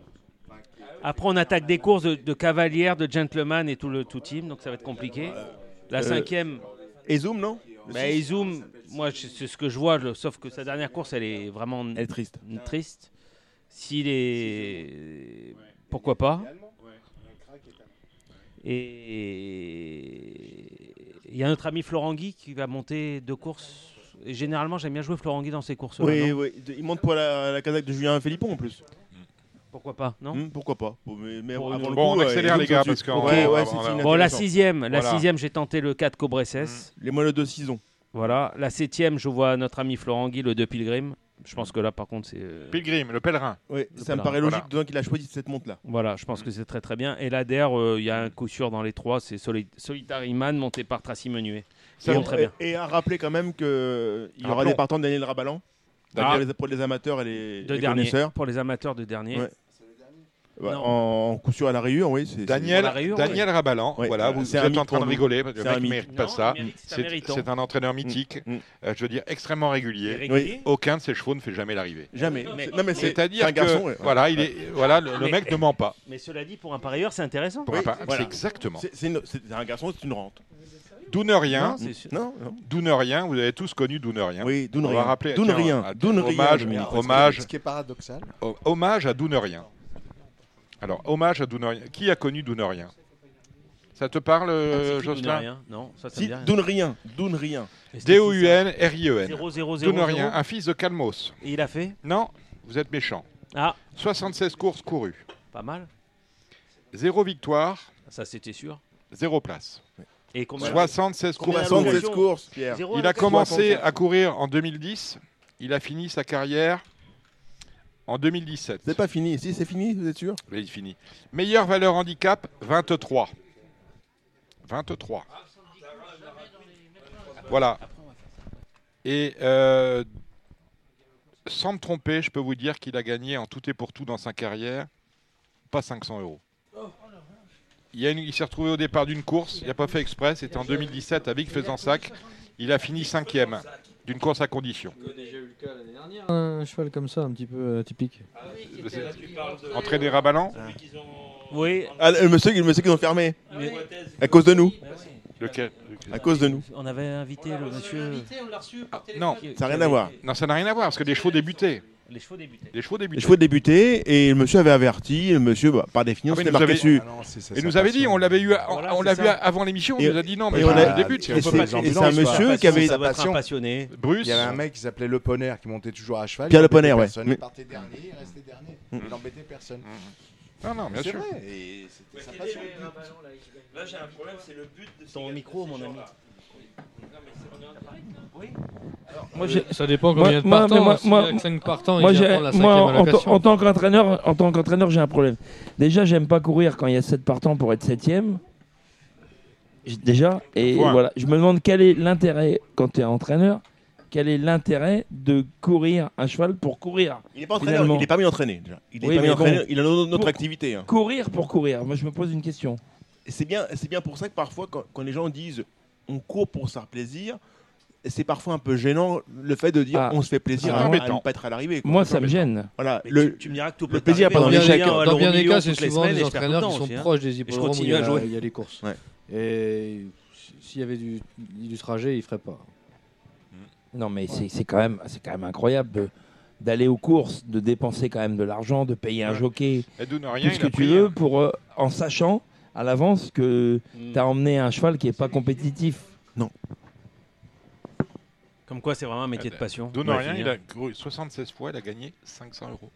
[SPEAKER 7] Après, on attaque des courses de, de cavalières, de gentlemen et tout le tout team, donc ça va être compliqué. La
[SPEAKER 10] Euh,
[SPEAKER 7] cinquième.
[SPEAKER 10] Et Zoom, non
[SPEAKER 7] Bah, et Zoom, moi, je- c'est ce que je vois, je- sauf que sa dernière course, elle est vraiment
[SPEAKER 10] Elle est triste.
[SPEAKER 7] triste. S'il est. Pourquoi pas Et. Il y a notre ami Florent Guy qui va monter deux courses. Et généralement, j'aime bien jouer Florent Guy dans ces courses-là.
[SPEAKER 10] Oui,
[SPEAKER 7] non
[SPEAKER 10] oui. Il monte pour la, la casaque de Julien Philippon en plus.
[SPEAKER 7] Pourquoi pas Non
[SPEAKER 10] Hmm, pourquoi pas Bon, mais, mais
[SPEAKER 7] Pour
[SPEAKER 10] avant
[SPEAKER 7] une-
[SPEAKER 10] le
[SPEAKER 1] Bon,
[SPEAKER 10] coup, euh,
[SPEAKER 1] on
[SPEAKER 10] ouais,
[SPEAKER 1] accélère,
[SPEAKER 10] Zoom
[SPEAKER 1] les gars,
[SPEAKER 10] sur-
[SPEAKER 1] parce qu'en-
[SPEAKER 10] Ouais, ouais,
[SPEAKER 1] on va-
[SPEAKER 10] c'est
[SPEAKER 1] on va-
[SPEAKER 10] inintéressant.
[SPEAKER 7] Bon, la sixième, la
[SPEAKER 1] Voilà.
[SPEAKER 7] sixième, j'ai tenté le 4 Cobresses.
[SPEAKER 10] Les moines de saison.
[SPEAKER 7] Voilà. La septième, je vois notre ami Florent Guy, le 2 Pilgrim. Je pense que là, par contre, c'est. euh,
[SPEAKER 1] Pilgrim, le pèlerin.
[SPEAKER 10] Oui,
[SPEAKER 7] Le
[SPEAKER 10] ça me
[SPEAKER 7] pèlerin.
[SPEAKER 10] paraît
[SPEAKER 1] Voilà.
[SPEAKER 10] logique donc qu'il a choisi cette monte là.
[SPEAKER 7] Voilà, je pense que c'est très très bien. Et l'ADER, il y a un coup sûr dans les trois, c'est Soli- Solitary Man monté par Tracy Menuet. Ça
[SPEAKER 10] et,
[SPEAKER 7] monte très bien.
[SPEAKER 10] et à rappeler quand même qu'il y aura
[SPEAKER 1] Rappelons.
[SPEAKER 10] des partants de Daniel Rabalan.
[SPEAKER 7] Ah.
[SPEAKER 10] Pour, les, pour les amateurs et les,
[SPEAKER 7] Deux
[SPEAKER 10] les
[SPEAKER 7] derniers.
[SPEAKER 10] connaisseurs.
[SPEAKER 7] Pour les amateurs de dernier.
[SPEAKER 10] Ouais. Ouais,
[SPEAKER 7] Ah, Non.
[SPEAKER 10] en, en coup sûr à la rayure, oui. c'est- c'est-
[SPEAKER 1] Daniel,
[SPEAKER 7] Dans la rayure,
[SPEAKER 1] Daniel Rabalan,
[SPEAKER 10] Ouais,
[SPEAKER 1] voilà,
[SPEAKER 10] euh,
[SPEAKER 1] vous,
[SPEAKER 10] c'est
[SPEAKER 1] vous
[SPEAKER 10] un
[SPEAKER 1] êtes en
[SPEAKER 10] mythe
[SPEAKER 1] train de
[SPEAKER 10] pour nous.
[SPEAKER 1] rigoler, parce que
[SPEAKER 10] C'est
[SPEAKER 1] le
[SPEAKER 10] un
[SPEAKER 1] mec ne
[SPEAKER 10] mythe.
[SPEAKER 1] mérite
[SPEAKER 7] Non,
[SPEAKER 1] pas
[SPEAKER 7] il
[SPEAKER 1] ça.
[SPEAKER 7] mérite, c'est un
[SPEAKER 1] C'est
[SPEAKER 7] méritant.
[SPEAKER 1] c'est un entraîneur mythique,
[SPEAKER 10] Mm, mm.
[SPEAKER 1] euh, je veux dire extrêmement régulier. Aucun de ses chevaux ne fait jamais l'arrivée.
[SPEAKER 10] Jamais.
[SPEAKER 7] Mais-
[SPEAKER 10] C'est- non, mais c'est
[SPEAKER 1] C'est-à-dire
[SPEAKER 10] un
[SPEAKER 1] que
[SPEAKER 10] garçon. ouais.
[SPEAKER 1] voilà, il est, voilà, le, le
[SPEAKER 7] Mais-
[SPEAKER 1] mec ne ment pas.
[SPEAKER 7] Mais cela dit, pour un parieur, c'est intéressant.
[SPEAKER 1] Pour un par-
[SPEAKER 10] voilà.
[SPEAKER 1] C'est exactement.
[SPEAKER 10] C'est- C'est une- c'est un garçon, c'est une rente.
[SPEAKER 1] D'où ne rien,
[SPEAKER 7] Non, c'est sûr.
[SPEAKER 10] Non, non.
[SPEAKER 1] d'où ne rien. Vous avez tous connu d'où ne rien.
[SPEAKER 10] Oui,
[SPEAKER 1] On va
[SPEAKER 10] Dounrien.
[SPEAKER 1] rappeler. tiens,
[SPEAKER 10] Dounrien.
[SPEAKER 1] à-
[SPEAKER 10] Dounrien,
[SPEAKER 1] hommage,
[SPEAKER 10] Dominique.
[SPEAKER 1] Alors, hommage,
[SPEAKER 9] Ce qui est paradoxal,
[SPEAKER 1] ho- hommage à Dounerien. Alors, hommage à Dounerien. Qui a connu Dounerien Ça te parle, euh,
[SPEAKER 7] C'est qui,
[SPEAKER 1] Jocelyn
[SPEAKER 7] Dounarien Non, ça, ça me
[SPEAKER 10] Si,
[SPEAKER 7] dit rien.
[SPEAKER 10] Dounrien. Dounrien.
[SPEAKER 1] D-O-U-N, R-I-E-N.
[SPEAKER 7] 0 0 0
[SPEAKER 1] Dounerien, E un fils de Calmos.
[SPEAKER 7] Et il a fait
[SPEAKER 1] Non, vous êtes méchant.
[SPEAKER 7] Ah,
[SPEAKER 1] 76 courses courues,
[SPEAKER 7] pas mal.
[SPEAKER 1] 0 victoire,
[SPEAKER 7] Ça, c'était sûr.
[SPEAKER 1] 0 place.
[SPEAKER 7] Et combien
[SPEAKER 1] 76
[SPEAKER 7] Combien
[SPEAKER 1] courses
[SPEAKER 7] à
[SPEAKER 1] courues.
[SPEAKER 7] l'occasion
[SPEAKER 10] 76 courses, Pierre.
[SPEAKER 7] Zéro à
[SPEAKER 1] Il a
[SPEAKER 7] l'occasion.
[SPEAKER 1] commencé à courir en 2010. Il a fini sa carrière en 2017.
[SPEAKER 10] C'est pas fini. Si, c'est fini, vous êtes sûr
[SPEAKER 1] Mais il finit. Meilleure valeur handicap, 23. 23. Voilà. Et euh, sans me tromper, je peux vous dire qu'il a gagné en tout et pour tout dans sa carrière, pas 500 euros. Il, y a une- il s'est retrouvé au départ d'une course, il n'a pas fait exprès, c'était en 2017 à Vic Fezensac. Il a fini cinquième d'une course à condition.
[SPEAKER 11] Un cheval comme ça, un petit peu euh, typique.
[SPEAKER 1] Entraîner Rabalan
[SPEAKER 7] Oui.
[SPEAKER 10] Ah, le monsieur, le monsieur qu'ils ont fermé. À cause de nous.
[SPEAKER 1] Lequel
[SPEAKER 10] À cause de nous.
[SPEAKER 7] On avait invité le monsieur.
[SPEAKER 1] Ah, Non,
[SPEAKER 10] Ça n'a rien à voir.
[SPEAKER 1] Non, ça n'a rien à voir parce que les chevaux débutaient.
[SPEAKER 7] Les chevaux débutaient.
[SPEAKER 1] Les chevaux
[SPEAKER 10] Les chevaux débutaient et le monsieur avait averti. Le monsieur, bah, par
[SPEAKER 1] Ah
[SPEAKER 10] définition,
[SPEAKER 1] oui,
[SPEAKER 10] c'était
[SPEAKER 1] nous
[SPEAKER 10] marqué
[SPEAKER 1] avait-
[SPEAKER 10] dessus.
[SPEAKER 1] Et nous avait dit, on l'avait eu, on, on l'a vu avant l'émission, il nous a dit non, mais
[SPEAKER 10] et
[SPEAKER 1] je
[SPEAKER 10] on a-
[SPEAKER 1] débute.
[SPEAKER 10] et c'est- et c'est un monsieur qui avait.
[SPEAKER 1] Bruce.
[SPEAKER 12] Il y avait un mec qui s'appelait Le Ponner qui montait toujours à cheval.
[SPEAKER 10] Pierre
[SPEAKER 12] il
[SPEAKER 10] Le
[SPEAKER 12] embêtait
[SPEAKER 10] Ponner, ouais.
[SPEAKER 12] personne,
[SPEAKER 10] Mais- Mm.
[SPEAKER 12] Il partait dernier, il restait dernier. Il n'embêtait personne.
[SPEAKER 1] Non, non, bien
[SPEAKER 12] C'est
[SPEAKER 1] sûr.
[SPEAKER 12] vrai, et c'était sa passion.
[SPEAKER 7] Là, j'ai un problème, c'est le but de ton micro, mon ami.
[SPEAKER 3] Moi,
[SPEAKER 7] Euh,
[SPEAKER 3] j'ai-
[SPEAKER 7] ça dépend
[SPEAKER 3] Moi-
[SPEAKER 7] combien de
[SPEAKER 3] moi,
[SPEAKER 7] partants,
[SPEAKER 3] mais
[SPEAKER 7] hein. S'il y a que cinq partants, il
[SPEAKER 3] moi,
[SPEAKER 7] vient
[SPEAKER 3] j'ai-
[SPEAKER 7] prendre
[SPEAKER 3] moi,
[SPEAKER 7] la cinquième
[SPEAKER 3] en,
[SPEAKER 7] allocation.
[SPEAKER 3] en tant qu'entraîneur, en tant qu'entraîneur, j'ai un problème. Déjà, j'aime pas courir quand il y a 7 partants pour être 7ème. Déjà, et
[SPEAKER 11] Point.
[SPEAKER 3] voilà, je me demande quel est l'intérêt quand tu es entraîneur, quel est l'intérêt de courir un cheval pour courir.
[SPEAKER 10] Il n'est pas entraîneur,
[SPEAKER 3] finalement.
[SPEAKER 10] il est pas mis entraîné. Déjà. Il est
[SPEAKER 3] Oui,
[SPEAKER 10] pas mis
[SPEAKER 3] mais
[SPEAKER 10] entraîné,
[SPEAKER 3] bon.
[SPEAKER 10] il a notre, notre
[SPEAKER 3] Pour-
[SPEAKER 10] activité. hein.
[SPEAKER 3] Courir pour courir. Moi, je me pose une question.
[SPEAKER 10] Et C'est bien, c'est bien pour ça que parfois, quand, quand les gens disent on court pour se faire plaisir, c'est parfois un peu gênant le fait de dire
[SPEAKER 3] Ah.
[SPEAKER 10] on se fait plaisir
[SPEAKER 3] Ah,
[SPEAKER 10] à, à
[SPEAKER 3] embêtant.
[SPEAKER 10] ne pas être à l'arrivée. quoi.
[SPEAKER 3] Moi, ça me gêne.
[SPEAKER 10] Voilà,
[SPEAKER 3] Mais
[SPEAKER 10] le,
[SPEAKER 7] tu me diras que tout
[SPEAKER 10] le
[SPEAKER 7] peut
[SPEAKER 10] plaisir
[SPEAKER 7] t'arriver,
[SPEAKER 10] pas dans
[SPEAKER 7] on est
[SPEAKER 10] l'échec.
[SPEAKER 7] bien,
[SPEAKER 10] hein.
[SPEAKER 7] alors,
[SPEAKER 10] Dans
[SPEAKER 7] on
[SPEAKER 10] bien
[SPEAKER 7] est
[SPEAKER 10] des
[SPEAKER 7] millions
[SPEAKER 10] cas,
[SPEAKER 7] toutes
[SPEAKER 10] c'est
[SPEAKER 7] les
[SPEAKER 10] souvent
[SPEAKER 7] semaines
[SPEAKER 10] des
[SPEAKER 7] et je perds tout le
[SPEAKER 10] entraîneurs
[SPEAKER 7] temps
[SPEAKER 10] qui sont
[SPEAKER 7] aussi, hein.
[SPEAKER 10] proches des
[SPEAKER 7] Et je
[SPEAKER 10] hippodromes où
[SPEAKER 7] continue
[SPEAKER 10] il
[SPEAKER 7] à
[SPEAKER 10] y a-
[SPEAKER 7] jouer.
[SPEAKER 10] il
[SPEAKER 11] y a les courses.
[SPEAKER 10] Ouais.
[SPEAKER 11] Et s'il y avait du, du trajet, il ferait pas.
[SPEAKER 3] Non, mais c'est- c'est quand même, c'est quand même incroyable de- d'aller aux courses, de dépenser quand même de l'argent, de payer un jockey,
[SPEAKER 1] Et d'où ne rien,
[SPEAKER 3] tout ce
[SPEAKER 1] il
[SPEAKER 3] que
[SPEAKER 1] a
[SPEAKER 3] tu
[SPEAKER 1] pris, hein.
[SPEAKER 3] veux, pour euh, en sachant à l'avance que
[SPEAKER 1] Mm.
[SPEAKER 3] tu as emmené un cheval qui est pas compétitif. Non.
[SPEAKER 7] Comme quoi, c'est vraiment un
[SPEAKER 1] Eh
[SPEAKER 7] métier de passion. hein.
[SPEAKER 1] Donorien, ben,
[SPEAKER 7] Ouais,
[SPEAKER 1] il a couru 76 fois, il a gagné 500 euros.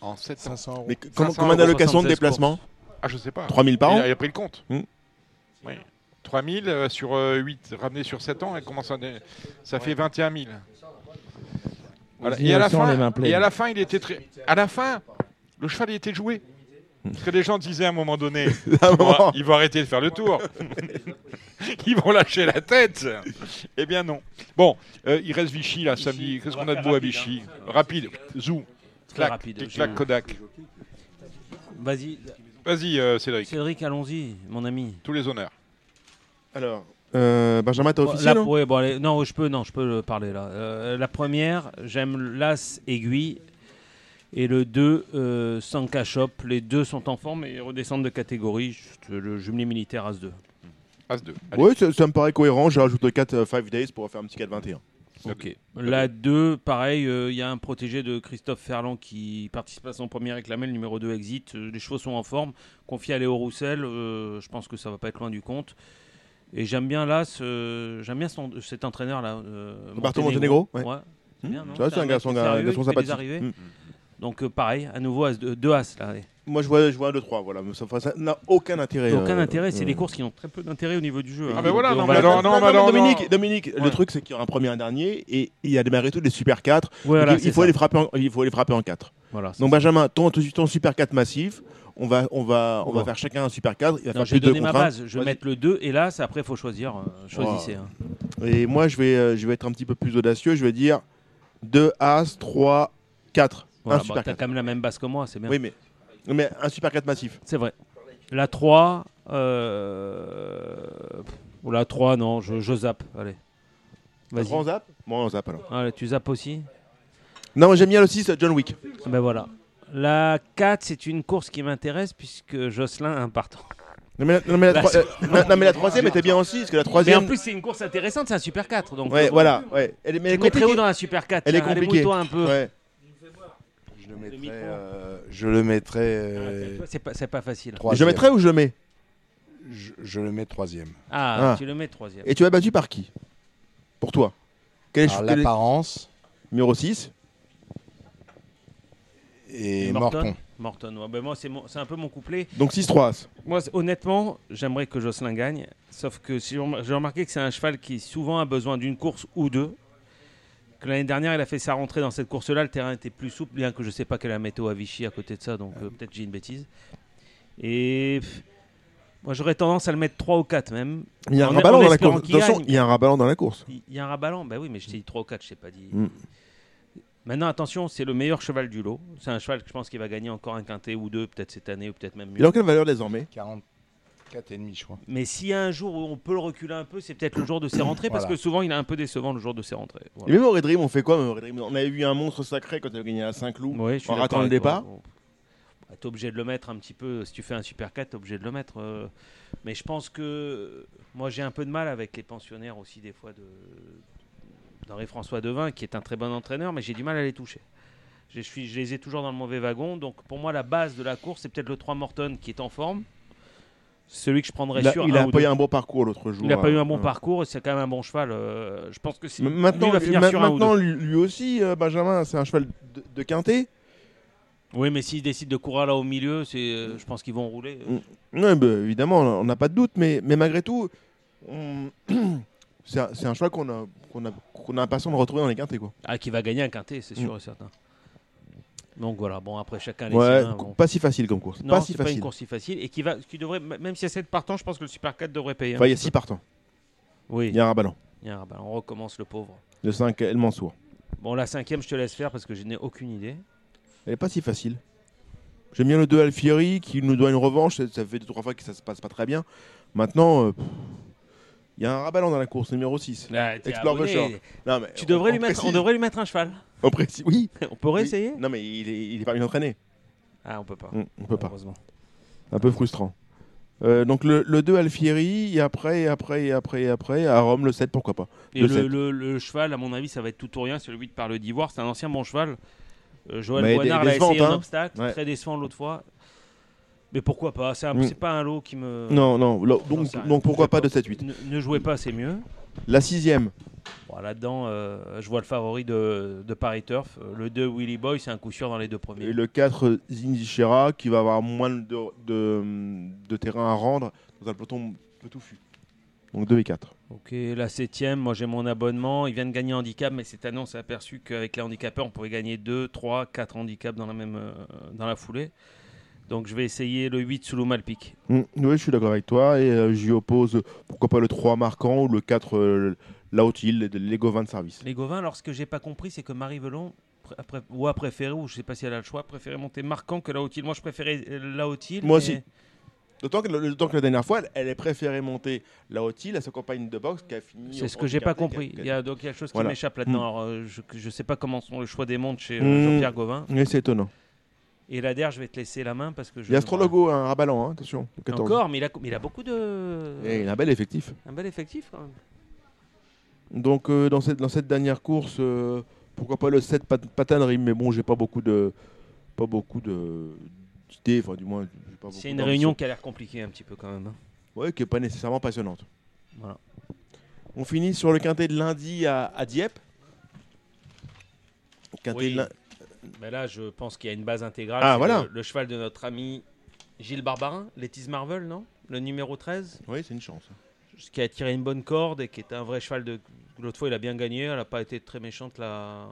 [SPEAKER 1] En 700 euros.
[SPEAKER 10] Mais que- comment- combien d'allocations de déplacement
[SPEAKER 1] Ah, je sais pas.
[SPEAKER 10] 3000 par
[SPEAKER 1] Il
[SPEAKER 10] an
[SPEAKER 1] a- Il a pris le compte.
[SPEAKER 10] Hmm.
[SPEAKER 1] Oui. 3000 euh, sur 8, ramené sur 7 ans, et comment ça, dé- ça fait 21 000. Voilà.
[SPEAKER 3] Aux
[SPEAKER 1] Et, à la
[SPEAKER 3] innocents, les mains
[SPEAKER 1] fin,
[SPEAKER 3] pleines.
[SPEAKER 1] et à la fin, il était très. À la fin, le cheval il était joué. Parce que les gens disaient à un moment donné,
[SPEAKER 10] un
[SPEAKER 1] ils vont-
[SPEAKER 10] moment.
[SPEAKER 1] ils vont arrêter de faire le tour. ils vont lâcher la tête. Eh bien non. Bon, euh, il reste Vichy là samedi. Qu'est-ce qu'on a de beau à Vichy Rapide, hein. zou,
[SPEAKER 7] Très
[SPEAKER 1] clac,
[SPEAKER 7] rapide,
[SPEAKER 1] tic,
[SPEAKER 7] je-
[SPEAKER 1] clac, Kodak.
[SPEAKER 7] Vas-y.
[SPEAKER 1] Vas-y, euh, Cédric.
[SPEAKER 7] Cédric, allons-y, mon ami.
[SPEAKER 1] Tous les honneurs.
[SPEAKER 10] Alors, euh, Benjamin, t'as
[SPEAKER 7] Bon, la-
[SPEAKER 10] officiel non
[SPEAKER 7] ouais, bon, allez, non, je peux, non, je peux euh, parler là. Euh, la première, j'aime l'As aiguille. Et le 2, euh, Sanka Shop. Les deux sont en forme et redescendent de catégorie. Juste Le jumelé militaire As 2.
[SPEAKER 1] As 2.
[SPEAKER 10] Oui, ça, ça me paraît cohérent. Je rajoute 4 5 days pour faire un petit 4-21.
[SPEAKER 7] Ok. La 2, pareil, euh, il y a un protégé de Christophe Ferland qui participe à son premier réclamé, le numéro 2 exit. Euh, les chevaux sont en forme. Confié à Léo Roussel, euh, je pense que ça va pas être loin du compte. Et j'aime bien là, ce- j'aime bien son- cet entraîneur-là. euh,
[SPEAKER 10] Roberto Montenegro, ouais.
[SPEAKER 7] C'est
[SPEAKER 10] Hmm.
[SPEAKER 7] bien, non
[SPEAKER 10] Ça, c'est un
[SPEAKER 7] mec
[SPEAKER 10] garçon-
[SPEAKER 7] qui est
[SPEAKER 10] un
[SPEAKER 7] sérieux,
[SPEAKER 10] garçon
[SPEAKER 7] qui fait des
[SPEAKER 10] sympathique.
[SPEAKER 7] arrivées.
[SPEAKER 10] Hmm.
[SPEAKER 7] Donc euh, pareil, à nouveau, as, deux, deux as là. allez.
[SPEAKER 10] Moi, je vois, je vois 2-3. Voilà. Mais Ça enfin, ça n'a aucun intérêt.
[SPEAKER 7] Aucun
[SPEAKER 10] euh,
[SPEAKER 7] intérêt, c'est
[SPEAKER 10] euh.
[SPEAKER 7] des courses qui ont très peu d'intérêt au niveau du jeu.
[SPEAKER 10] Ah
[SPEAKER 7] hein.
[SPEAKER 10] ben voilà,
[SPEAKER 7] Et
[SPEAKER 10] non,
[SPEAKER 7] on
[SPEAKER 10] mais
[SPEAKER 7] va-
[SPEAKER 10] alors, non, mais alors,
[SPEAKER 7] non.
[SPEAKER 10] Dominique, Dominique, le
[SPEAKER 7] Ouais.
[SPEAKER 10] truc c'est qu'il y aura un premier et un dernier et il y a malgré tout des super 4.
[SPEAKER 7] Voilà,
[SPEAKER 10] il,
[SPEAKER 7] c'est
[SPEAKER 10] faut
[SPEAKER 7] ça.
[SPEAKER 10] les frapper en, il faut les frapper en 4.
[SPEAKER 7] Voilà, c'est
[SPEAKER 10] Donc Benjamin, ton, ton- ton super 4 massif, on va on va on va
[SPEAKER 7] va.
[SPEAKER 10] faire chacun un super 4, il va
[SPEAKER 7] Non,
[SPEAKER 10] faire
[SPEAKER 7] je vais
[SPEAKER 10] plus de Oh.
[SPEAKER 7] donner ma
[SPEAKER 10] contre un.
[SPEAKER 7] base, je vais mettre le 2 et là, c'est après, il faut choisir. euh, Choisissez. hein.
[SPEAKER 10] Et moi je vais euh, je vais être un petit peu plus audacieux, je vais dire 2 as 3 4,
[SPEAKER 7] Voilà,
[SPEAKER 10] un
[SPEAKER 7] bah,
[SPEAKER 10] super
[SPEAKER 7] t'as
[SPEAKER 10] 4.
[SPEAKER 7] quand même la même base que moi, c'est bien.
[SPEAKER 10] Oui mais mais un super 4 massif.
[SPEAKER 7] C'est vrai. La 3, euh... pff, ou la 3, non, je, je zappe. Allez.
[SPEAKER 10] La
[SPEAKER 7] Vas-y.
[SPEAKER 10] trois, on zappe Moi on zappe alors.
[SPEAKER 7] Allez, tu zappes aussi
[SPEAKER 10] Non, moi, j'aime bien le 6 John Wick.
[SPEAKER 7] Ben voilà. La 4, c'est une course qui m'intéresse puisque Jocelyn a un partant.
[SPEAKER 10] Non mais, la- non, mais la,
[SPEAKER 7] Bah,
[SPEAKER 10] troi-
[SPEAKER 7] c'est-
[SPEAKER 10] euh, non, non, mais la troisième était bien aussi, parce que la troisième.
[SPEAKER 7] Mais en plus, c'est une course intéressante, c'est un super 4. Donc
[SPEAKER 10] Ouais,
[SPEAKER 7] euh,
[SPEAKER 10] voilà, ouais. Elle est- mais elle
[SPEAKER 7] mets
[SPEAKER 10] est
[SPEAKER 7] très
[SPEAKER 10] compliquée.
[SPEAKER 7] haut dans la super 4.
[SPEAKER 10] Elle est
[SPEAKER 7] tiens, allez,
[SPEAKER 10] compliquée.
[SPEAKER 7] mouille-toi un peu.
[SPEAKER 10] Ouais.
[SPEAKER 12] Je le mettrais. euh, je le mettrais. euh,
[SPEAKER 7] Ah, C'est pas, c'est pas facile.
[SPEAKER 12] troisième.
[SPEAKER 10] Je le mettrais ou je le mets
[SPEAKER 12] je, je le mets troisième.
[SPEAKER 7] Ah, tu le mets troisième.
[SPEAKER 10] Et tu as battu par qui Pour toi Quel
[SPEAKER 12] Alors,
[SPEAKER 10] quel
[SPEAKER 12] Ah, l'apparence.
[SPEAKER 10] Numéro 6
[SPEAKER 12] Et
[SPEAKER 7] Morton.
[SPEAKER 12] Morton.
[SPEAKER 7] Morton, ouais, ben moi c'est mon- c'est un peu mon couplet.
[SPEAKER 10] Donc 6-3.
[SPEAKER 7] Moi, c'est- honnêtement, j'aimerais que Jocelyn gagne. Sauf que si j'ai remar- j'ai remarqué que c'est un cheval qui souvent a besoin d'une course ou deux. Que l'année dernière, il a fait sa rentrée dans cette course-là. Le terrain était plus souple, bien que je ne Ah. sais pas quelle est la météo à Vichy à côté de ça. Donc euh, peut-être j'ai une bêtise. Et pff, Moi, j'aurais tendance à le mettre 3 ou 4 même.
[SPEAKER 10] Il y a un
[SPEAKER 7] En-
[SPEAKER 10] raballant
[SPEAKER 7] en
[SPEAKER 10] dans la
[SPEAKER 7] espérant
[SPEAKER 10] course. De
[SPEAKER 7] qu'il
[SPEAKER 10] toute façon,
[SPEAKER 7] gagne.
[SPEAKER 10] il y a un raballant dans la course.
[SPEAKER 7] Il il y a un raballant, bah oui, mais je t'ai dit 3 ou 4, je sais pas dit.
[SPEAKER 10] Mm.
[SPEAKER 7] Maintenant, attention, c'est le meilleur cheval du lot. C'est un cheval que je pense qu'il va gagner encore un quintet ou deux, peut-être cette année ou peut-être même mieux.
[SPEAKER 10] Il a aucune valeur désormais
[SPEAKER 9] 44,5, je crois.
[SPEAKER 7] Mais s'il y a un jour où on peut le reculer un peu, c'est peut-être le jour de ses rentrées, parce
[SPEAKER 10] Voilà.
[SPEAKER 7] que souvent il est un peu décevant le jour de ses rentrées.
[SPEAKER 10] Et même au Red Dream, on fait quoi même au Red Dream On avait vu un monstre sacré quand il avait gagné à Saint-Cloud en ratant le départ.
[SPEAKER 7] tu es Bah, obligé de le mettre un petit peu. Si tu fais un super 4, tu es obligé de le mettre. euh. Mais je pense que euh, moi j'ai un peu de mal avec les pensionnaires aussi, des fois, de- d'Henri-François Devin, qui est un très bon entraîneur, mais j'ai du mal à les toucher. Je, suis, je les ai toujours dans le mauvais wagon. Donc pour moi, la base de la course, c'est peut-être le 3 Morton qui est en forme. Celui que je prendrais
[SPEAKER 10] Il a-
[SPEAKER 7] sur
[SPEAKER 10] il a
[SPEAKER 7] un ou
[SPEAKER 10] pas eu
[SPEAKER 7] deux.
[SPEAKER 10] un bon parcours l'autre jour,
[SPEAKER 7] Il n'a pas
[SPEAKER 10] hein.
[SPEAKER 7] eu un bon
[SPEAKER 10] Ouais.
[SPEAKER 7] parcours. et C'est quand même un bon cheval. euh, je pense que si
[SPEAKER 10] M-
[SPEAKER 7] lui,
[SPEAKER 10] Maintenant,
[SPEAKER 7] il va finir
[SPEAKER 10] ma-
[SPEAKER 7] sur un ou
[SPEAKER 10] maintenant,
[SPEAKER 7] deux.
[SPEAKER 10] lui, lui aussi, euh, Benjamin, c'est un cheval de, de quintet.
[SPEAKER 7] Oui, mais s'ils décident de courir là au milieu, c'est, euh, je pense qu'ils vont rouler.
[SPEAKER 10] Mm. Ouais, bah, évidemment, on n'a pas de doute, mais, mais malgré tout, on- c'est un, c'est un cheval qu'on a, qu'on a, qu'on a impatient de retrouver dans les quintets. Quoi.
[SPEAKER 7] Ah, qui va gagner un quintet, c'est sûr
[SPEAKER 10] Mm.
[SPEAKER 7] et certain. Donc voilà, bon après chacun les
[SPEAKER 10] Ouais,
[SPEAKER 7] siens,
[SPEAKER 10] cou-
[SPEAKER 7] bon.
[SPEAKER 10] pas si facile comme course.
[SPEAKER 7] Non,
[SPEAKER 10] pas
[SPEAKER 7] c'est
[SPEAKER 10] si
[SPEAKER 7] pas
[SPEAKER 10] facile.
[SPEAKER 7] une course si facile et qui va, qui devrait, m- même s'il y a 7 partants, je pense que le Super 4 devrait payer. hein. un
[SPEAKER 10] Enfin, il y a
[SPEAKER 7] petit
[SPEAKER 10] 6
[SPEAKER 7] peu.
[SPEAKER 10] partants.
[SPEAKER 7] Oui.
[SPEAKER 10] Il y a un raballant.
[SPEAKER 7] Il y a un rabat. ben, On recommence le pauvre.
[SPEAKER 10] Le 5, El Mansour.
[SPEAKER 7] Bon, la cinquième, je te laisse faire parce que je n'ai aucune idée.
[SPEAKER 10] Elle est pas si facile. J'aime bien le 2 Alfieri qui nous doit une revanche. Ça- Ça fait 2-3 fois que ça se passe pas très bien. Maintenant, euh, pff, il y a un raballant dans la course, numéro 6.
[SPEAKER 7] Bah, t'es
[SPEAKER 10] Explore the
[SPEAKER 7] abonné.
[SPEAKER 10] Shore. Non, mais
[SPEAKER 7] tu devrais
[SPEAKER 10] on-
[SPEAKER 7] lui
[SPEAKER 10] on
[SPEAKER 7] mettre, on
[SPEAKER 10] précise.
[SPEAKER 7] devrait lui mettre un cheval.
[SPEAKER 10] On précise- oui.
[SPEAKER 7] on peut réessayer
[SPEAKER 10] Non, mais il est, il est pas bien entraîné.
[SPEAKER 7] Ah, on peut pas.
[SPEAKER 10] Mm, on peut pas.
[SPEAKER 7] Malheureusement.
[SPEAKER 10] Un peu frustrant. Euh, donc le, le 2 Alfieri, et après, et après, et après, et après, à Rome le 7, pourquoi pas.
[SPEAKER 7] Et
[SPEAKER 10] Le
[SPEAKER 7] le,
[SPEAKER 10] 7.
[SPEAKER 7] le- le cheval, à mon avis, ça va être tout ou rien. Celui de par le d'ivoire, c'est un ancien bon cheval. Euh, Joël
[SPEAKER 10] Mais
[SPEAKER 7] Boinard
[SPEAKER 10] dé-
[SPEAKER 7] l'a
[SPEAKER 10] décevante,
[SPEAKER 7] essayé en
[SPEAKER 10] hein.
[SPEAKER 7] obstacle,
[SPEAKER 10] Ouais.
[SPEAKER 7] très décevant l'autre fois. Mais pourquoi pas C'est un-
[SPEAKER 10] Mm.
[SPEAKER 7] c'est pas un lot qui me.
[SPEAKER 10] Non, non, lo-
[SPEAKER 7] J'en
[SPEAKER 10] donc,
[SPEAKER 7] sais rien.
[SPEAKER 10] donc pourquoi pas de
[SPEAKER 7] Ne,
[SPEAKER 10] 7-8
[SPEAKER 7] ne jouez pas, c'est mieux.
[SPEAKER 10] La sixième,
[SPEAKER 7] Bon, Là-dedans, euh, je vois le favori de, de Paris Turf. Euh, Le 2 Willy Boy, c'est un coup sûr dans les deux premiers.
[SPEAKER 10] et le 4 Zinzichera qui va avoir moins de, de, de terrain à rendre dans un peloton peu touffu. Donc 2 et 4.
[SPEAKER 7] Ok, la septième, moi j'ai mon abonnement. Il vient de gagner handicap, mais cette année on s'est aperçu qu'avec les handicapeurs, on pouvait gagner 2, 3, 4 handicaps dans la même euh, dans la foulée. Donc je vais essayer le 8 sous le Malpic.
[SPEAKER 10] Mm, oui, je suis d'accord avec toi et euh, j'y oppose euh, pourquoi pas le 3 marquant ou le 4 euh, Laotil, l'Ego 20 de service.
[SPEAKER 7] Les Gauvins, alors ce que j'ai pas compris, c'est que Marie Velon pré- pré- ou a préféré, ou je sais pas si elle a le choix, préféré monter marquant que la Haute-Île. Moi je préférais euh, la Haute-Île.
[SPEAKER 10] Moi
[SPEAKER 7] mais-
[SPEAKER 10] aussi. D'autant que, le- d'autant que la dernière fois, elle, elle est préférée monter Laotil à sa compagne de boxe qui a fini.
[SPEAKER 7] C'est ce
[SPEAKER 10] au
[SPEAKER 7] que j'ai pas
[SPEAKER 10] handicapé,
[SPEAKER 7] compris.
[SPEAKER 10] qui a-
[SPEAKER 7] Il y a donc il y a quelque chose qui
[SPEAKER 10] Voilà.
[SPEAKER 7] m'échappe
[SPEAKER 10] Mm.
[SPEAKER 7] là-dedans. Alors, euh, je, je sais pas comment sont le choix des mondes chez euh,
[SPEAKER 10] Mm.
[SPEAKER 7] Jean-Pierre Gauvin.
[SPEAKER 10] Oui, c'est étonnant.
[SPEAKER 7] Et là derrière, je vais te laisser la main parce que je.
[SPEAKER 10] Il y a Astrologo, un raballant, hein, attention. le 14.
[SPEAKER 7] Encore, mais il a, mais il a beaucoup de.
[SPEAKER 10] Et il a un bel effectif.
[SPEAKER 7] Un bel effectif hein. quand même.
[SPEAKER 10] Donc euh, dans, cette, dans cette dernière course, euh, pourquoi pas le 7 pat patanerie, mais bon, j'ai pas beaucoup de. Pas beaucoup de. d'idées, enfin du moins. j'ai pas beaucoup
[SPEAKER 7] C'est une
[SPEAKER 10] d'ambition.
[SPEAKER 7] réunion qui a l'air compliquée un petit peu quand même. hein.
[SPEAKER 10] Ouais, qui est pas nécessairement passionnante.
[SPEAKER 7] Voilà.
[SPEAKER 10] On finit sur le quintet de lundi à, à Dieppe. Quintet de lin-
[SPEAKER 7] Mais là, je pense qu'il y a une base intégrale.
[SPEAKER 10] Ah,
[SPEAKER 7] C'est
[SPEAKER 10] voilà.
[SPEAKER 7] Le, le cheval de notre ami Gilles Barbarin, Letiz Marvel, non Le numéro 13
[SPEAKER 10] Oui, c'est une chance.
[SPEAKER 7] Ce qui a tiré une bonne corde et qui était un vrai cheval de. L'autre fois, il a bien gagné. Elle n'a pas été très méchante, la...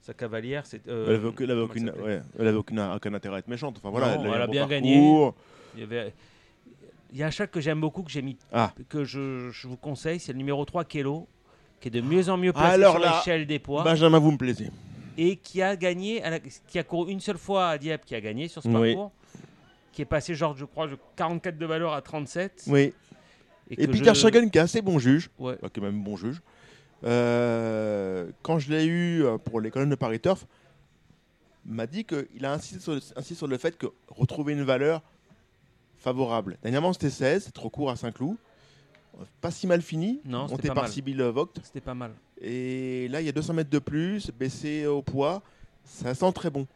[SPEAKER 7] sa cavalière. C'est, euh,
[SPEAKER 10] elle avait, aucun- elle avait
[SPEAKER 7] comment elle
[SPEAKER 10] aucune,
[SPEAKER 7] s'appelait
[SPEAKER 10] ouais, elle avait aucune- aucun intérêt à être méchante. Enfin, voilà,
[SPEAKER 7] Non,
[SPEAKER 10] eu
[SPEAKER 7] elle,
[SPEAKER 10] un
[SPEAKER 7] a
[SPEAKER 10] bon
[SPEAKER 7] bien
[SPEAKER 10] parcours.
[SPEAKER 7] gagné. Il y, avait- il y a un chat que j'aime beaucoup, que j'ai mis,
[SPEAKER 10] Ah.
[SPEAKER 7] que je, je vous conseille, c'est le numéro 3, Kelo, qui est de mieux en mieux placé
[SPEAKER 10] Alors
[SPEAKER 7] sur
[SPEAKER 10] là,
[SPEAKER 7] l'échelle des poids.
[SPEAKER 10] Benjamin, vous me plaisez.
[SPEAKER 7] Et qui a gagné, à la- qui a couru une seule fois à Dieppe, qui a gagné sur ce
[SPEAKER 10] Oui.
[SPEAKER 7] parcours, qui est passé, genre, je crois, de 44 de valeur à 37.
[SPEAKER 10] Oui. Et,
[SPEAKER 7] que
[SPEAKER 10] Peter
[SPEAKER 7] je-
[SPEAKER 10] Sagan, qui est assez bon juge,
[SPEAKER 7] Ouais.
[SPEAKER 10] Enfin, qui est même bon juge, euh, quand je l'ai eu euh, pour les colonnes de Paris Turf, m'a dit qu'il a insisté sur, le, insisté sur le fait que retrouver une valeur favorable. Dernièrement, c'était 16, c'est trop court à Saint-Cloud. Euh, Pas si mal fini,
[SPEAKER 7] Non, c'était
[SPEAKER 10] monté
[SPEAKER 7] pas
[SPEAKER 10] par
[SPEAKER 7] mal.
[SPEAKER 10] Sibyl Vogt.
[SPEAKER 7] C'était pas mal.
[SPEAKER 10] Et là, il y a 200 mètres de plus, baissé au poids, ça sent très bon.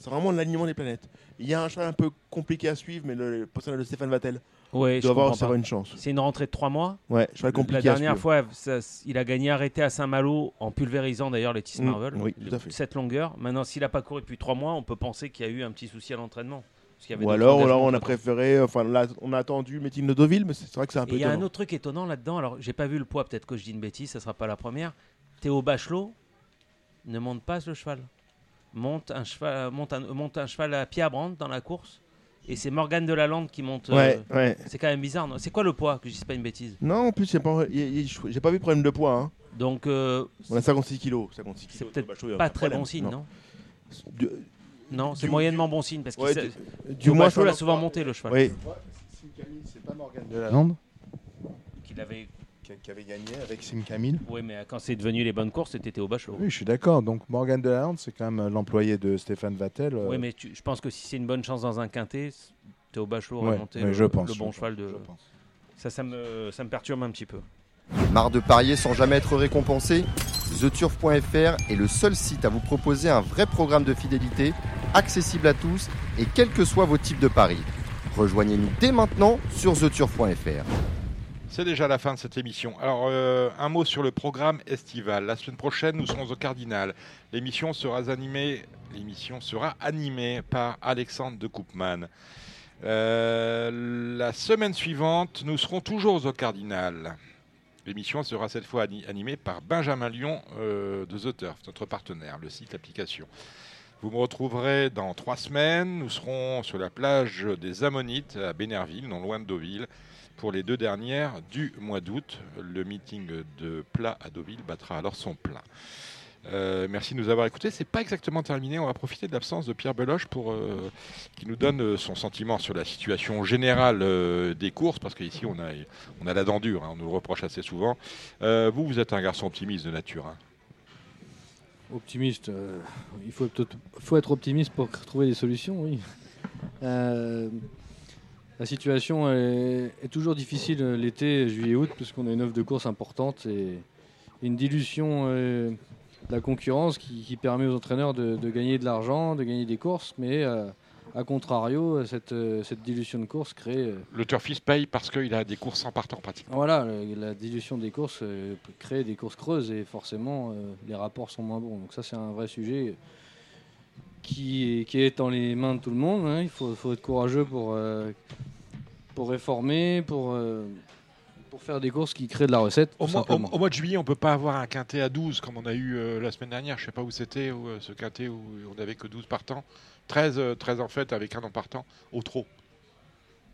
[SPEAKER 10] C'est vraiment l'alignement des planètes. Il y a un cheval un peu compliqué à suivre, mais le, le personnage de Stéphane Vattel
[SPEAKER 7] Ouais, je
[SPEAKER 10] doit avoir,
[SPEAKER 7] comprends
[SPEAKER 10] ça
[SPEAKER 7] pas.
[SPEAKER 10] une chance.
[SPEAKER 7] C'est une rentrée de 3 mois.
[SPEAKER 10] Ouais, cheval compliqué
[SPEAKER 7] La
[SPEAKER 10] à
[SPEAKER 7] dernière
[SPEAKER 10] suivre.
[SPEAKER 7] fois, ça- il a gagné arrêté à Saint-Malo en pulvérisant d'ailleurs les Tis
[SPEAKER 10] Mm,
[SPEAKER 7] Marvel.
[SPEAKER 10] oui, tout à fait.
[SPEAKER 7] Cette longueur. Maintenant, s'il n'a pas couru depuis 3 mois, on peut penser qu'il y a eu un petit souci à l'entraînement. Parce qu'il y avait
[SPEAKER 10] Ou
[SPEAKER 7] d'autres
[SPEAKER 10] alors, alors,
[SPEAKER 7] engagements
[SPEAKER 10] on a préféré, enfin là, on a attendu Métine de Deauville, mais c'est c'est vrai que c'est un
[SPEAKER 7] Et
[SPEAKER 10] peu
[SPEAKER 7] il y a un
[SPEAKER 10] étonnant.
[SPEAKER 7] autre truc étonnant là-dedans. Alors, j'ai pas vu le poids, peut-être que je dis une bêtise, ça sera pas la première. Théo Bachelot ne euh, monte pas ce cheval. Monte un cheval, monte un, monte un cheval à Piabrand dans la course. Et c'est Morgane Delalande qui monte.
[SPEAKER 10] Ouais,
[SPEAKER 7] euh,
[SPEAKER 10] ouais.
[SPEAKER 7] C'est quand même bizarre. non C'est quoi le poids Que je dise pas une bêtise.
[SPEAKER 10] Non, en plus, j'ai pas, il- il- j'ai pas vu de problème de poids. hein.
[SPEAKER 7] Donc. euh,
[SPEAKER 10] on a 56 kilos. 56
[SPEAKER 7] C'est
[SPEAKER 10] kilos, Bah,
[SPEAKER 7] peut-être
[SPEAKER 10] Thomas Chaud, il y a
[SPEAKER 7] pas
[SPEAKER 10] un
[SPEAKER 7] très
[SPEAKER 10] problème.
[SPEAKER 7] bon signe, non
[SPEAKER 10] Du-
[SPEAKER 7] Non, c'est
[SPEAKER 10] du-
[SPEAKER 7] moyennement bon signe parce que
[SPEAKER 10] Ouais,
[SPEAKER 7] ça-
[SPEAKER 10] du-
[SPEAKER 7] Thomas
[SPEAKER 10] moins,
[SPEAKER 7] Chaud l'a
[SPEAKER 10] ça-
[SPEAKER 7] souvent monté le cheval.
[SPEAKER 10] Oui.
[SPEAKER 14] C'est pas Morgane
[SPEAKER 7] de la
[SPEAKER 14] Lande
[SPEAKER 7] Qu'il avait.
[SPEAKER 14] Qui avait gagné avec Sim Camille.
[SPEAKER 7] Oui, mais quand c'est devenu les bonnes courses, c'était au bachelot.
[SPEAKER 9] Oui, je suis d'accord. Donc Morgane Delalande, c'est quand même euh, l'employé de Stéphane Vattel. euh,
[SPEAKER 7] Oui, mais tu- je pense que si c'est une bonne chance dans un quintet, c- Théo Bachelot
[SPEAKER 9] Ouais,
[SPEAKER 7] aurait monté
[SPEAKER 9] mais
[SPEAKER 7] le,
[SPEAKER 9] je pense,
[SPEAKER 7] le bon
[SPEAKER 9] je
[SPEAKER 7] cheval de. Ça, ça me, ça me perturbe un petit peu.
[SPEAKER 5] Marre de parier sans jamais être récompensé TheTurf.fr est le seul site à vous proposer un vrai programme de fidélité, accessible à tous et quels que soient vos types de paris. Rejoignez-nous dès maintenant sur TheTurf.fr.
[SPEAKER 1] C'est déjà la fin de cette émission. Alors, euh, un mot sur le programme estival. La semaine prochaine, nous serons au Cardinal. L'émission sera animée, l'émission sera animée par Alexandre de Koopman. Euh, la semaine suivante, nous serons toujours au Cardinal. L'émission sera cette fois ani- animée par Benjamin Lyon euh, de The Turf, notre partenaire, le site application. Vous me retrouverez dans trois semaines. Nous serons sur la plage des Ammonites à Bénerville, non loin de Deauville, pour les deux dernières du mois d'août. Le meeting de plat à Deauville battra alors son plein. Euh, merci de nous avoir écoutés. C'est pas exactement terminé. On va profiter de l'absence de Pierre Beloche pour euh, qui nous donne euh, son sentiment sur la situation générale euh, des courses, parce qu'ici on a on a la dent dure. hein, on nous le reproche assez souvent. Euh, vous, vous êtes un garçon optimiste de nature. hein.
[SPEAKER 8] Optimiste, euh, il faut, peut- faut être optimiste pour trouver des solutions, oui. Euh, la situation est, est toujours difficile euh, l'été, juillet-août, parce qu'on a une offre de course importante et une dilution euh, de la concurrence qui, qui permet aux entraîneurs de, de gagner de l'argent, de gagner des courses, mais euh, à contrario, cette, euh, cette dilution de course crée... euh,
[SPEAKER 1] Le turfiste paye parce qu'il a des courses en partant pratiquement.
[SPEAKER 8] voilà, le- la dilution des courses euh, peut créer des courses creuses et forcément euh, les rapports sont moins bons. Donc ça c'est un vrai sujet qui est, qui est dans les mains de tout le monde. hein. Il faut, faut être courageux pour, euh, pour réformer, pour, euh, pour faire des courses qui créent de la recette.
[SPEAKER 1] Au
[SPEAKER 8] tout
[SPEAKER 1] mois, au-
[SPEAKER 8] simplement.
[SPEAKER 1] au mois de juillet, on peut pas avoir un quintet à 12 comme on a eu euh, la semaine dernière. Je sais pas où c'était, où, euh, ce quintet où on n'avait que 12 partants. 13, euh, 13 en fait avec un en partant au trop.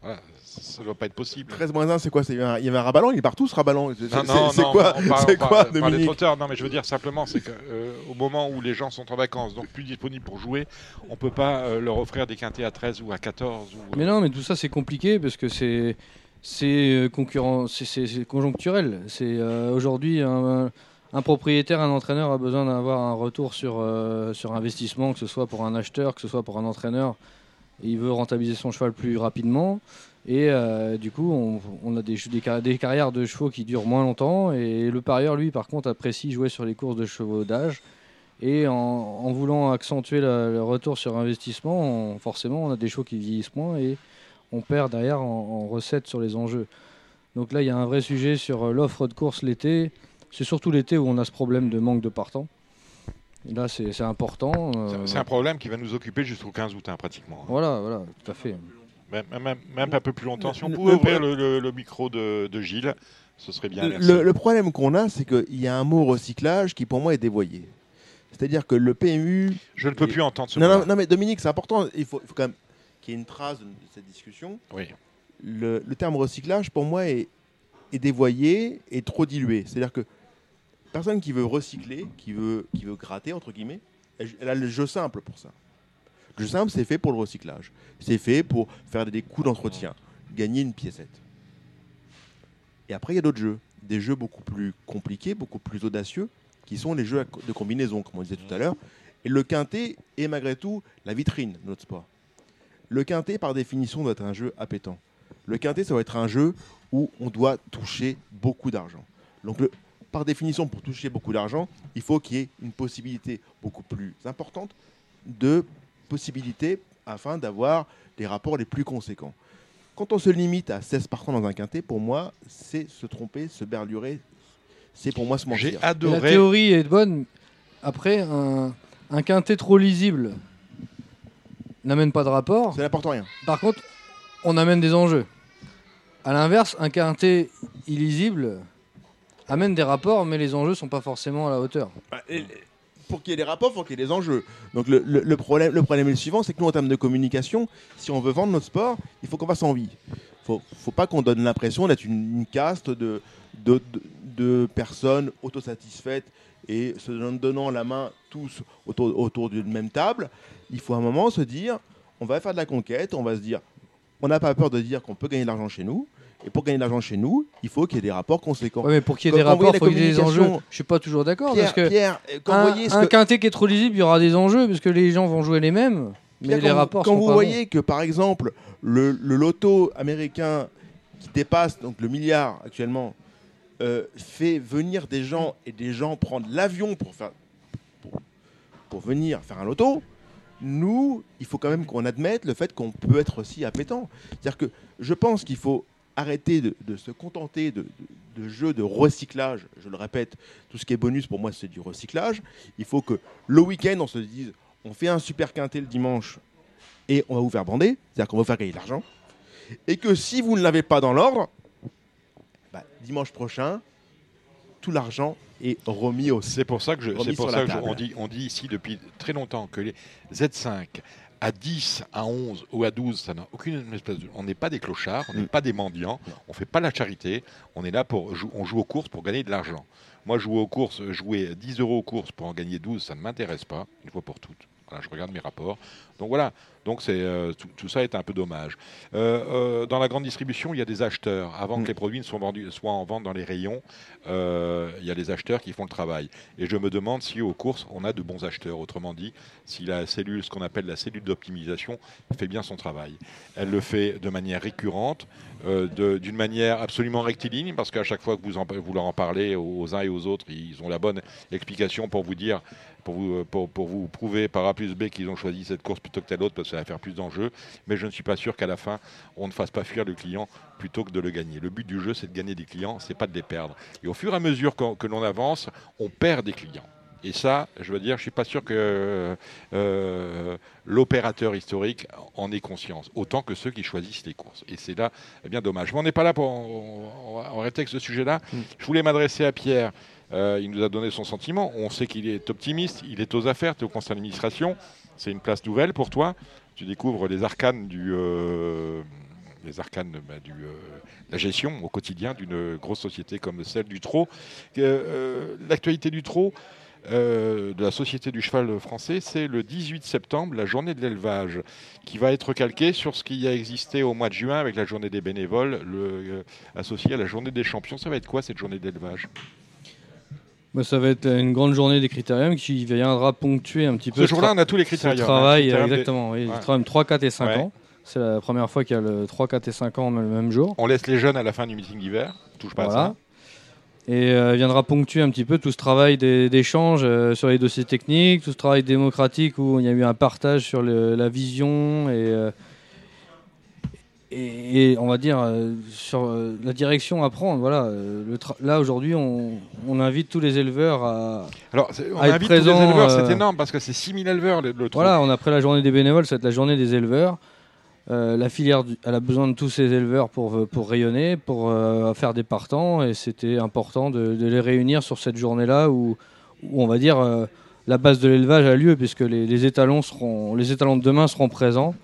[SPEAKER 1] Voilà, ça ne doit pas être possible.
[SPEAKER 10] 13 moins 1, c'est quoi C'est un- Il y avait un raballant, il part tous raballant. C'est
[SPEAKER 1] Non,
[SPEAKER 10] c'est-
[SPEAKER 1] non,
[SPEAKER 10] c'est
[SPEAKER 1] non,
[SPEAKER 10] quoi,
[SPEAKER 1] on parle-
[SPEAKER 10] c'est
[SPEAKER 1] on
[SPEAKER 10] quoi
[SPEAKER 1] parle- on parle des
[SPEAKER 10] Dominique
[SPEAKER 1] trotteurs. Non, mais je veux dire simplement, c'est que euh, au moment où les gens sont en vacances, donc plus disponibles pour jouer, on peut pas euh, leur offrir des quintets à 13 ou à 14 ou
[SPEAKER 8] Mais non, mais tout ça c'est compliqué parce que c'est c'est euh, concurrent, c'est- c'est c'est conjoncturel. C'est euh, aujourd'hui un, un propriétaire, un entraîneur a besoin d'avoir un retour sur euh, sur investissement, que ce soit pour un acheteur, que ce soit pour un entraîneur. Il veut rentabiliser son cheval plus rapidement. Et euh, du coup, on, on a des, che- des car- des carrières de chevaux qui durent moins longtemps. Et le parieur, lui, par contre, apprécie jouer sur les courses de chevaux d'âge. Et en, en voulant accentuer la- le retour sur investissement, on- forcément, on a des chevaux qui vieillissent moins et on perd derrière en, en recettes sur les enjeux. Donc là, il y a un vrai sujet sur euh, l'offre de course l'été. C'est surtout l'été où on a ce problème de manque de partants. Et Là, c'est c'est important. euh,
[SPEAKER 1] C'est un problème qui va nous occuper jusqu'au 15 août hein, pratiquement.
[SPEAKER 8] Voilà, voilà, tout à fait.
[SPEAKER 1] Même, même- même un peu plus longtemps. Si on
[SPEAKER 8] Le-
[SPEAKER 1] pouvait
[SPEAKER 8] le-
[SPEAKER 1] ouvrir le, le- le micro de, de Gilles, ce serait bien. merci.
[SPEAKER 10] le, le problème qu'on a, c'est qu'il y a un mot recyclage qui pour moi est dévoyé. C'est-à-dire que le PMU.
[SPEAKER 1] Je ne peux
[SPEAKER 10] Et-
[SPEAKER 1] plus entendre ce
[SPEAKER 10] non,
[SPEAKER 1] mot-là.
[SPEAKER 10] non, non, mais Dominique, c'est important. Il faut, il faut quand même qu'il y ait une trace de cette discussion.
[SPEAKER 1] Oui.
[SPEAKER 10] Le, le terme recyclage, pour moi, est, est dévoyé et trop dilué. C'est-à-dire que personne qui veut recycler, qui veut, qui veut gratter, entre guillemets, elle, elle a le jeu simple pour ça. Le jeu simple, c'est fait pour le recyclage. C'est fait pour faire des coups d'entretien, gagner une piécette. Et après, il y a d'autres jeux. Des jeux beaucoup plus compliqués, beaucoup plus audacieux, qui sont les jeux à co- de combinaison, comme on disait tout à l'heure. Et le quintet est malgré tout la vitrine de notre sport. Le quintet, par définition, doit être un jeu appétant. Le quintet, ça doit être un jeu où on doit toucher beaucoup d'argent. Donc, le- par définition, pour toucher beaucoup d'argent, il faut qu'il y ait une possibilité beaucoup plus importante de possibilités afin d'avoir les rapports les plus conséquents. Quand on se limite à 16 partants dans un quintet, pour moi, c'est se tromper, se berlurer. C'est pour moi se mentir.
[SPEAKER 8] La théorie est bonne. Après, un, un quintet trop lisible n'amène pas de rapport.
[SPEAKER 10] Ça n'apporte rien.
[SPEAKER 8] Par contre, on amène des enjeux. À l'inverse, un quintet illisible amène des rapports, mais les enjeux sont pas forcément à la hauteur.
[SPEAKER 10] pour qu'il y ait des rapports, pour qu'il y ait des enjeux. Donc le, le- le problème, le problème est le suivant, c'est que nous, en termes de communication, si on veut vendre notre sport, il faut qu'on fasse envie. Faut, faut pas qu'on donne l'impression d'être une, une caste de, de, de- de personnes autosatisfaites et se don- donnant la main tous autour, autour d'une même table. Il faut à un moment se dire, on va faire de la conquête, on va se dire, on n'a pas peur de dire qu'on peut gagner de l'argent chez nous. Et pour gagner de l'argent chez nous, il faut qu'il y ait des rapports conséquents.
[SPEAKER 8] Ouais, mais pour qu'il y ait
[SPEAKER 10] Quand-
[SPEAKER 8] des
[SPEAKER 10] quand vous
[SPEAKER 8] rapports,
[SPEAKER 10] voyez
[SPEAKER 8] il
[SPEAKER 10] la
[SPEAKER 8] faut qu'il y ait des enjeux.
[SPEAKER 10] communication-
[SPEAKER 8] Je suis pas toujours d'accord
[SPEAKER 10] Pierre,
[SPEAKER 8] parce que
[SPEAKER 10] Pierre, euh, quand vous
[SPEAKER 8] un,
[SPEAKER 10] voyez ce
[SPEAKER 8] un
[SPEAKER 10] que-
[SPEAKER 8] quintet qui est trop lisible, il y aura des enjeux parce que les gens vont jouer les mêmes. Mais
[SPEAKER 10] Pierre,
[SPEAKER 8] les
[SPEAKER 10] quand vous-
[SPEAKER 8] rapports
[SPEAKER 10] Quand
[SPEAKER 8] sont
[SPEAKER 10] vous
[SPEAKER 8] pas
[SPEAKER 10] voyez que, par exemple, le, le loto américain qui dépasse donc le milliard actuellement euh, fait venir des gens et des gens prendre l'avion pour faire pour, pour venir faire un loto. Nous, il faut quand même qu'on admette le fait qu'on peut être aussi appétant. C'est-à-dire que je pense qu'il faut arrêter de, de se contenter de, de- de jeux de recyclage. Je le répète, tout ce qui est bonus pour moi, c'est du recyclage. Il faut que le week-end, on se dise, on fait un super quintet le dimanche et on va vous faire bander, c'est-à-dire qu'on va vous faire gagner de l'argent. Et que si vous ne l'avez pas dans l'ordre, bah, dimanche prochain, tout l'argent est remis au
[SPEAKER 1] C'est pour ça que je,
[SPEAKER 10] remis
[SPEAKER 1] c'est pour
[SPEAKER 10] sur
[SPEAKER 1] ça
[SPEAKER 10] la
[SPEAKER 1] que je-
[SPEAKER 10] table.
[SPEAKER 1] on dit, on dit ici depuis très longtemps que les Z5 à 10, à 11 ou à 12, ça n'a aucune espèce de- On n'est pas des clochards,
[SPEAKER 10] Mm.
[SPEAKER 1] on n'est pas des mendiants, on fait pas la charité, on est là pour jou- on joue aux courses pour gagner de l'argent. Moi, jouer aux courses, jouer 10 euros aux courses pour en gagner 12, ça ne m'intéresse pas, une fois pour toutes. Voilà, je regarde mes rapports. Donc voilà, donc c'est euh, tout, tout ça est un peu dommage. Euh, euh, dans la grande distribution, il y a des acheteurs. Avant que les produits ne soient, vendus, soient en vente dans les rayons, euh, il y a des acheteurs qui font le travail. Et je me demande si aux courses, on a de bons acheteurs. Autrement dit, si la cellule, ce qu'on appelle la cellule d'optimisation, fait bien son travail. Elle le fait de manière récurrente, euh, de- d'une manière absolument rectiligne, parce qu'à chaque fois que vous, en- vous leur en parlez aux, aux uns et aux autres, ils ont la bonne explication pour vous dire, pour vous, euh, pour, pour vous prouver par A plus B qu'ils ont choisi cette course plutôt que telle autre, parce que ça va faire plus d'enjeux. Mais je ne suis pas sûr qu'à la fin, on ne fasse pas fuir le client plutôt que de le gagner. Le but du jeu, c'est de gagner des clients, c'est pas de les perdre. Et au fur et à mesure qu'on- que l'on avance, on perd des clients. Et ça, je veux dire, je suis pas sûr que euh, l'opérateur historique en ait conscience, autant que ceux qui choisissent les courses. Et c'est là eh bien dommage. Mais on n'est pas là pour on, on va- on va arrêter avec ce sujet-là. Je voulais m'adresser à Pierre. Euh, il nous a donné son sentiment. On sait qu'il est optimiste. Il est aux affaires. Tu es au conseil d'administration. C'est une place nouvelle pour toi. Tu découvres les arcanes du euh, les arcanes bah, du, euh, la gestion au quotidien d'une grosse société comme celle du trot. Que, euh, L'actualité du trot, euh, de la Société du cheval français, c'est le 18 septembre, la journée de l'élevage, qui va être calquée sur ce qui a existé au mois de juin avec la journée des bénévoles, le, euh, associée à la journée des champions. Ça va être quoi cette journée d'élevage
[SPEAKER 8] Bah, ça va être une grande journée des critériums qui viendra ponctuer un petit
[SPEAKER 1] Ce
[SPEAKER 8] peu.
[SPEAKER 1] jour-là,
[SPEAKER 8] tra-
[SPEAKER 1] on a tous les critériums,
[SPEAKER 8] Ce
[SPEAKER 1] hein,
[SPEAKER 8] travail,
[SPEAKER 1] critériums des-
[SPEAKER 8] exactement. oui, les
[SPEAKER 1] Ouais.
[SPEAKER 8] critériums 3, 4 et 5
[SPEAKER 1] Ouais.
[SPEAKER 8] ans. C'est la première fois qu'il y a le 3, 4 et 5 ans le même jour.
[SPEAKER 1] On laisse les jeunes à la fin du meeting d'hiver, touche pas à
[SPEAKER 8] Voilà.
[SPEAKER 1] ça.
[SPEAKER 8] Et euh, viendra ponctuer un petit peu tout ce travail des- d'échange euh, sur les dossiers techniques, tout ce travail démocratique où il y a eu un partage sur le- la vision et, euh, et, et on va dire euh, sur euh, la direction à prendre. Voilà, euh, le tra- là aujourd'hui, on, on invite tous les éleveurs à,
[SPEAKER 1] Alors, c'est- on
[SPEAKER 8] à être
[SPEAKER 1] invite tous les
[SPEAKER 8] présents.
[SPEAKER 1] éleveurs, c'est
[SPEAKER 8] euh,
[SPEAKER 1] énorme parce que c'est 6000 éleveurs le, le trot.
[SPEAKER 8] voilà, on a pris la journée des bénévoles, ça va être la journée des éleveurs. Euh, la filière, du- elle a besoin de tous ces éleveurs pour, euh, pour rayonner, pour euh, faire des partants, et c'était important de, de les réunir sur cette journée-là où, où, on va dire, euh, la base de l'élevage a lieu, puisque les, les étalons seront, les étalons de demain seront présents,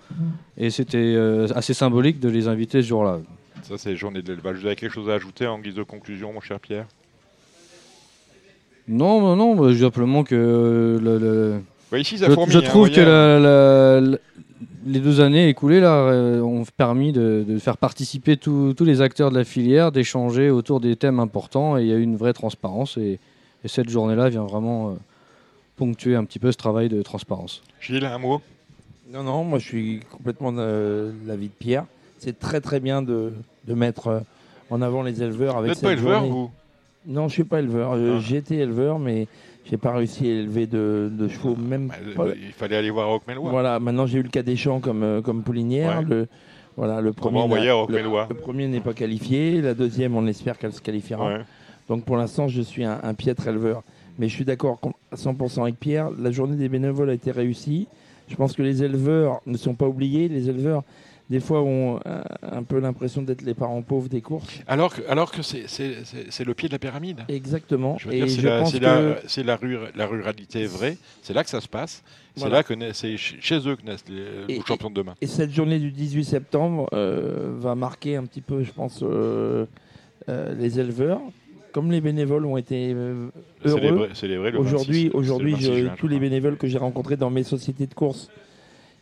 [SPEAKER 8] et c'était euh, assez symbolique de les inviter ce jour-là.
[SPEAKER 1] Ça, c'est journée de l'élevage. Vous avez quelque chose à ajouter en guise de conclusion, mon cher Pierre
[SPEAKER 8] Non, non, non, bah, simplement que euh, le, le-
[SPEAKER 1] Ouais, ici, ça
[SPEAKER 8] je,
[SPEAKER 1] fourmille,
[SPEAKER 8] je
[SPEAKER 1] hein,
[SPEAKER 8] trouve
[SPEAKER 1] voyez.
[SPEAKER 8] que la- la- la- les deux années écoulées là euh, ont permis de, de faire participer tous tous les acteurs de la filière, d'échanger autour des thèmes importants et il y a eu une vraie transparence et, et cette journée-là vient vraiment euh, ponctuer un petit peu ce travail de transparence.
[SPEAKER 1] Gilles, un mot
[SPEAKER 3] Non, non, moi je suis complètement de l'avis de Pierre. C'est très très bien de, de mettre euh, en avant les éleveurs
[SPEAKER 1] Vous
[SPEAKER 3] avec
[SPEAKER 1] êtes
[SPEAKER 3] cette
[SPEAKER 1] pas éleveur,
[SPEAKER 3] journée.
[SPEAKER 1] vous
[SPEAKER 3] Non, je suis pas éleveur. Euh,
[SPEAKER 1] Ah.
[SPEAKER 3] J'ai été éleveur, mais j'ai pas réussi à élever de, de chevaux, même pas-
[SPEAKER 1] Bah, Euh, Il fallait aller voir à Roquemellois.
[SPEAKER 3] Voilà, maintenant j'ai eu le cas des champs comme, euh, comme Poulinière.
[SPEAKER 1] Ouais.
[SPEAKER 3] Le, voilà, le premier,
[SPEAKER 1] envoyer à
[SPEAKER 3] le,
[SPEAKER 1] Roquemellois.
[SPEAKER 3] le premier n'est pas qualifié, la deuxième, on espère qu'elle se qualifiera.
[SPEAKER 1] Ouais.
[SPEAKER 3] Donc pour l'instant, je suis un, un piètre éleveur. Mais je suis d'accord com- à 100% avec Pierre, la journée des bénévoles a été réussie. Je pense que les éleveurs ne sont pas oubliés. Les éleveurs des fois ont un, un peu l'impression d'être les parents pauvres des courses.
[SPEAKER 1] Alors que, alors que c'est- c'est c'est- c'est le pied de la pyramide.
[SPEAKER 3] Exactement.
[SPEAKER 1] Je veux
[SPEAKER 3] Et
[SPEAKER 1] dire,
[SPEAKER 3] je
[SPEAKER 1] c'est la,
[SPEAKER 3] pense
[SPEAKER 1] c'est la-
[SPEAKER 3] que
[SPEAKER 1] c'est la rur- la ruralité vraie. C'est là que ça se passe. C'est
[SPEAKER 3] Voilà.
[SPEAKER 1] là que naissent- c'est ch- chez eux que naissent les,
[SPEAKER 3] Et-
[SPEAKER 1] nos champions de demain.
[SPEAKER 3] Et cette journée du 18 septembre euh, va marquer un petit peu, je pense, euh, euh, les éleveurs. Comme les bénévoles ont été euh, heureux,
[SPEAKER 1] Célébrer- célébrer le 26,
[SPEAKER 3] aujourd'hui,
[SPEAKER 1] c'est le
[SPEAKER 3] aujourd'hui,
[SPEAKER 1] 26
[SPEAKER 3] je-
[SPEAKER 1] juin, je
[SPEAKER 3] tous les bénévoles que j'ai rencontrés dans mes sociétés de course,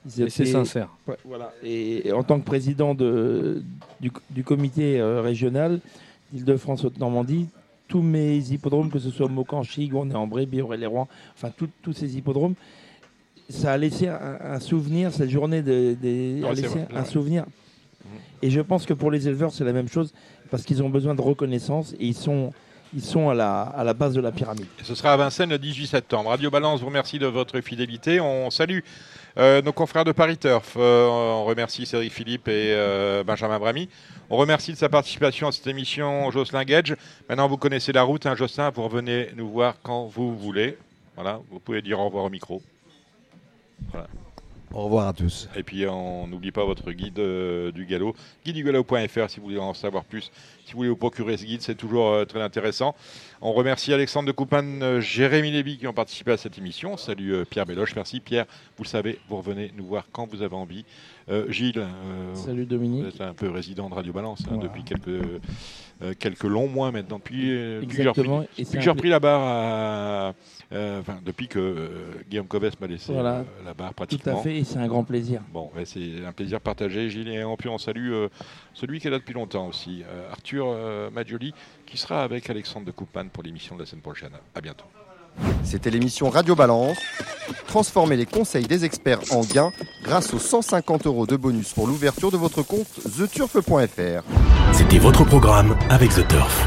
[SPEAKER 3] ils
[SPEAKER 8] Et c'est
[SPEAKER 3] étaient-
[SPEAKER 8] sincère.
[SPEAKER 3] Ouais, voilà. Et, et en tant que président de, du, du comité euh, régional d'Île-de-France Haute-Normandie, tous mes hippodromes, que ce soit Mocanchi, Gournay-en-Bray, Bioré-les-Rois, enfin tout- tous ces hippodromes, ça a laissé un, un souvenir, cette journée de-
[SPEAKER 1] Ouais,
[SPEAKER 3] des-
[SPEAKER 1] Mhm.
[SPEAKER 3] a
[SPEAKER 1] Ah c'est
[SPEAKER 3] laissé
[SPEAKER 1] vrai, c'est
[SPEAKER 3] un
[SPEAKER 1] vrai.
[SPEAKER 3] souvenir. Et je pense que pour les éleveurs, c'est la même chose, parce qu'ils ont besoin de reconnaissance et ils sont, ils sont à, la, à la base de la pyramide.
[SPEAKER 1] Et Ce sera à Vincennes le 18 septembre. Radio Balance vous remercie de votre fidélité. On salue euh, nos confrères de Paris Turf. Euh, on remercie Cédric Philippe et euh, Benjamin Brami. On remercie de sa participation à cette émission Jocelyn Gage. Maintenant, vous connaissez la route, hein, Jocelyn. Vous revenez nous voir quand vous voulez. Voilà, vous pouvez dire au revoir au micro. Voilà.
[SPEAKER 15] Au revoir à tous.
[SPEAKER 1] Et puis on n'oublie pas votre guide euh, du galop, guidegalo.fr si vous voulez en savoir plus. Si vous voulez vous procurer ce guide, c'est toujours euh, très intéressant. On remercie Alexandre de Coupane, euh, Jérémy Lévy qui ont participé à cette émission. Salut euh, Pierre Béloche, merci Pierre. Vous le savez, vous revenez nous voir quand vous avez envie. Euh, Gilles, euh,
[SPEAKER 3] Salut Dominique.
[SPEAKER 1] vous êtes un peu résident de Radio Balance hein,
[SPEAKER 3] Voilà.
[SPEAKER 1] depuis quelques, euh, quelques longs mois maintenant, depuis, euh, depuis que j'ai
[SPEAKER 3] Exactement.
[SPEAKER 1] repris-
[SPEAKER 3] Et
[SPEAKER 1] depuis
[SPEAKER 3] c'est
[SPEAKER 1] que
[SPEAKER 3] un
[SPEAKER 1] j'ai
[SPEAKER 3] pla-
[SPEAKER 1] repris la barre à- euh, enfin, depuis que euh, Guillaume Coves m'a laissé
[SPEAKER 3] Voilà.
[SPEAKER 1] euh, la barre
[SPEAKER 3] Tout
[SPEAKER 1] pratiquement.
[SPEAKER 3] à fait, et c'est un grand plaisir.
[SPEAKER 1] Bon, ouais, c'est un plaisir partagé, Gilles. Et puis on salue euh, celui qui est là depuis longtemps aussi, euh, Arthur euh, Maggioli, qui sera avec Alexandre de Coupane pour l'émission de la semaine prochaine. À bientôt.
[SPEAKER 5] C'était l'émission Radio Balance. Transformez les conseils des experts en gains grâce aux 150 euros de bonus pour l'ouverture de votre compte theturf.fr.
[SPEAKER 16] C'était votre programme avec The Turf.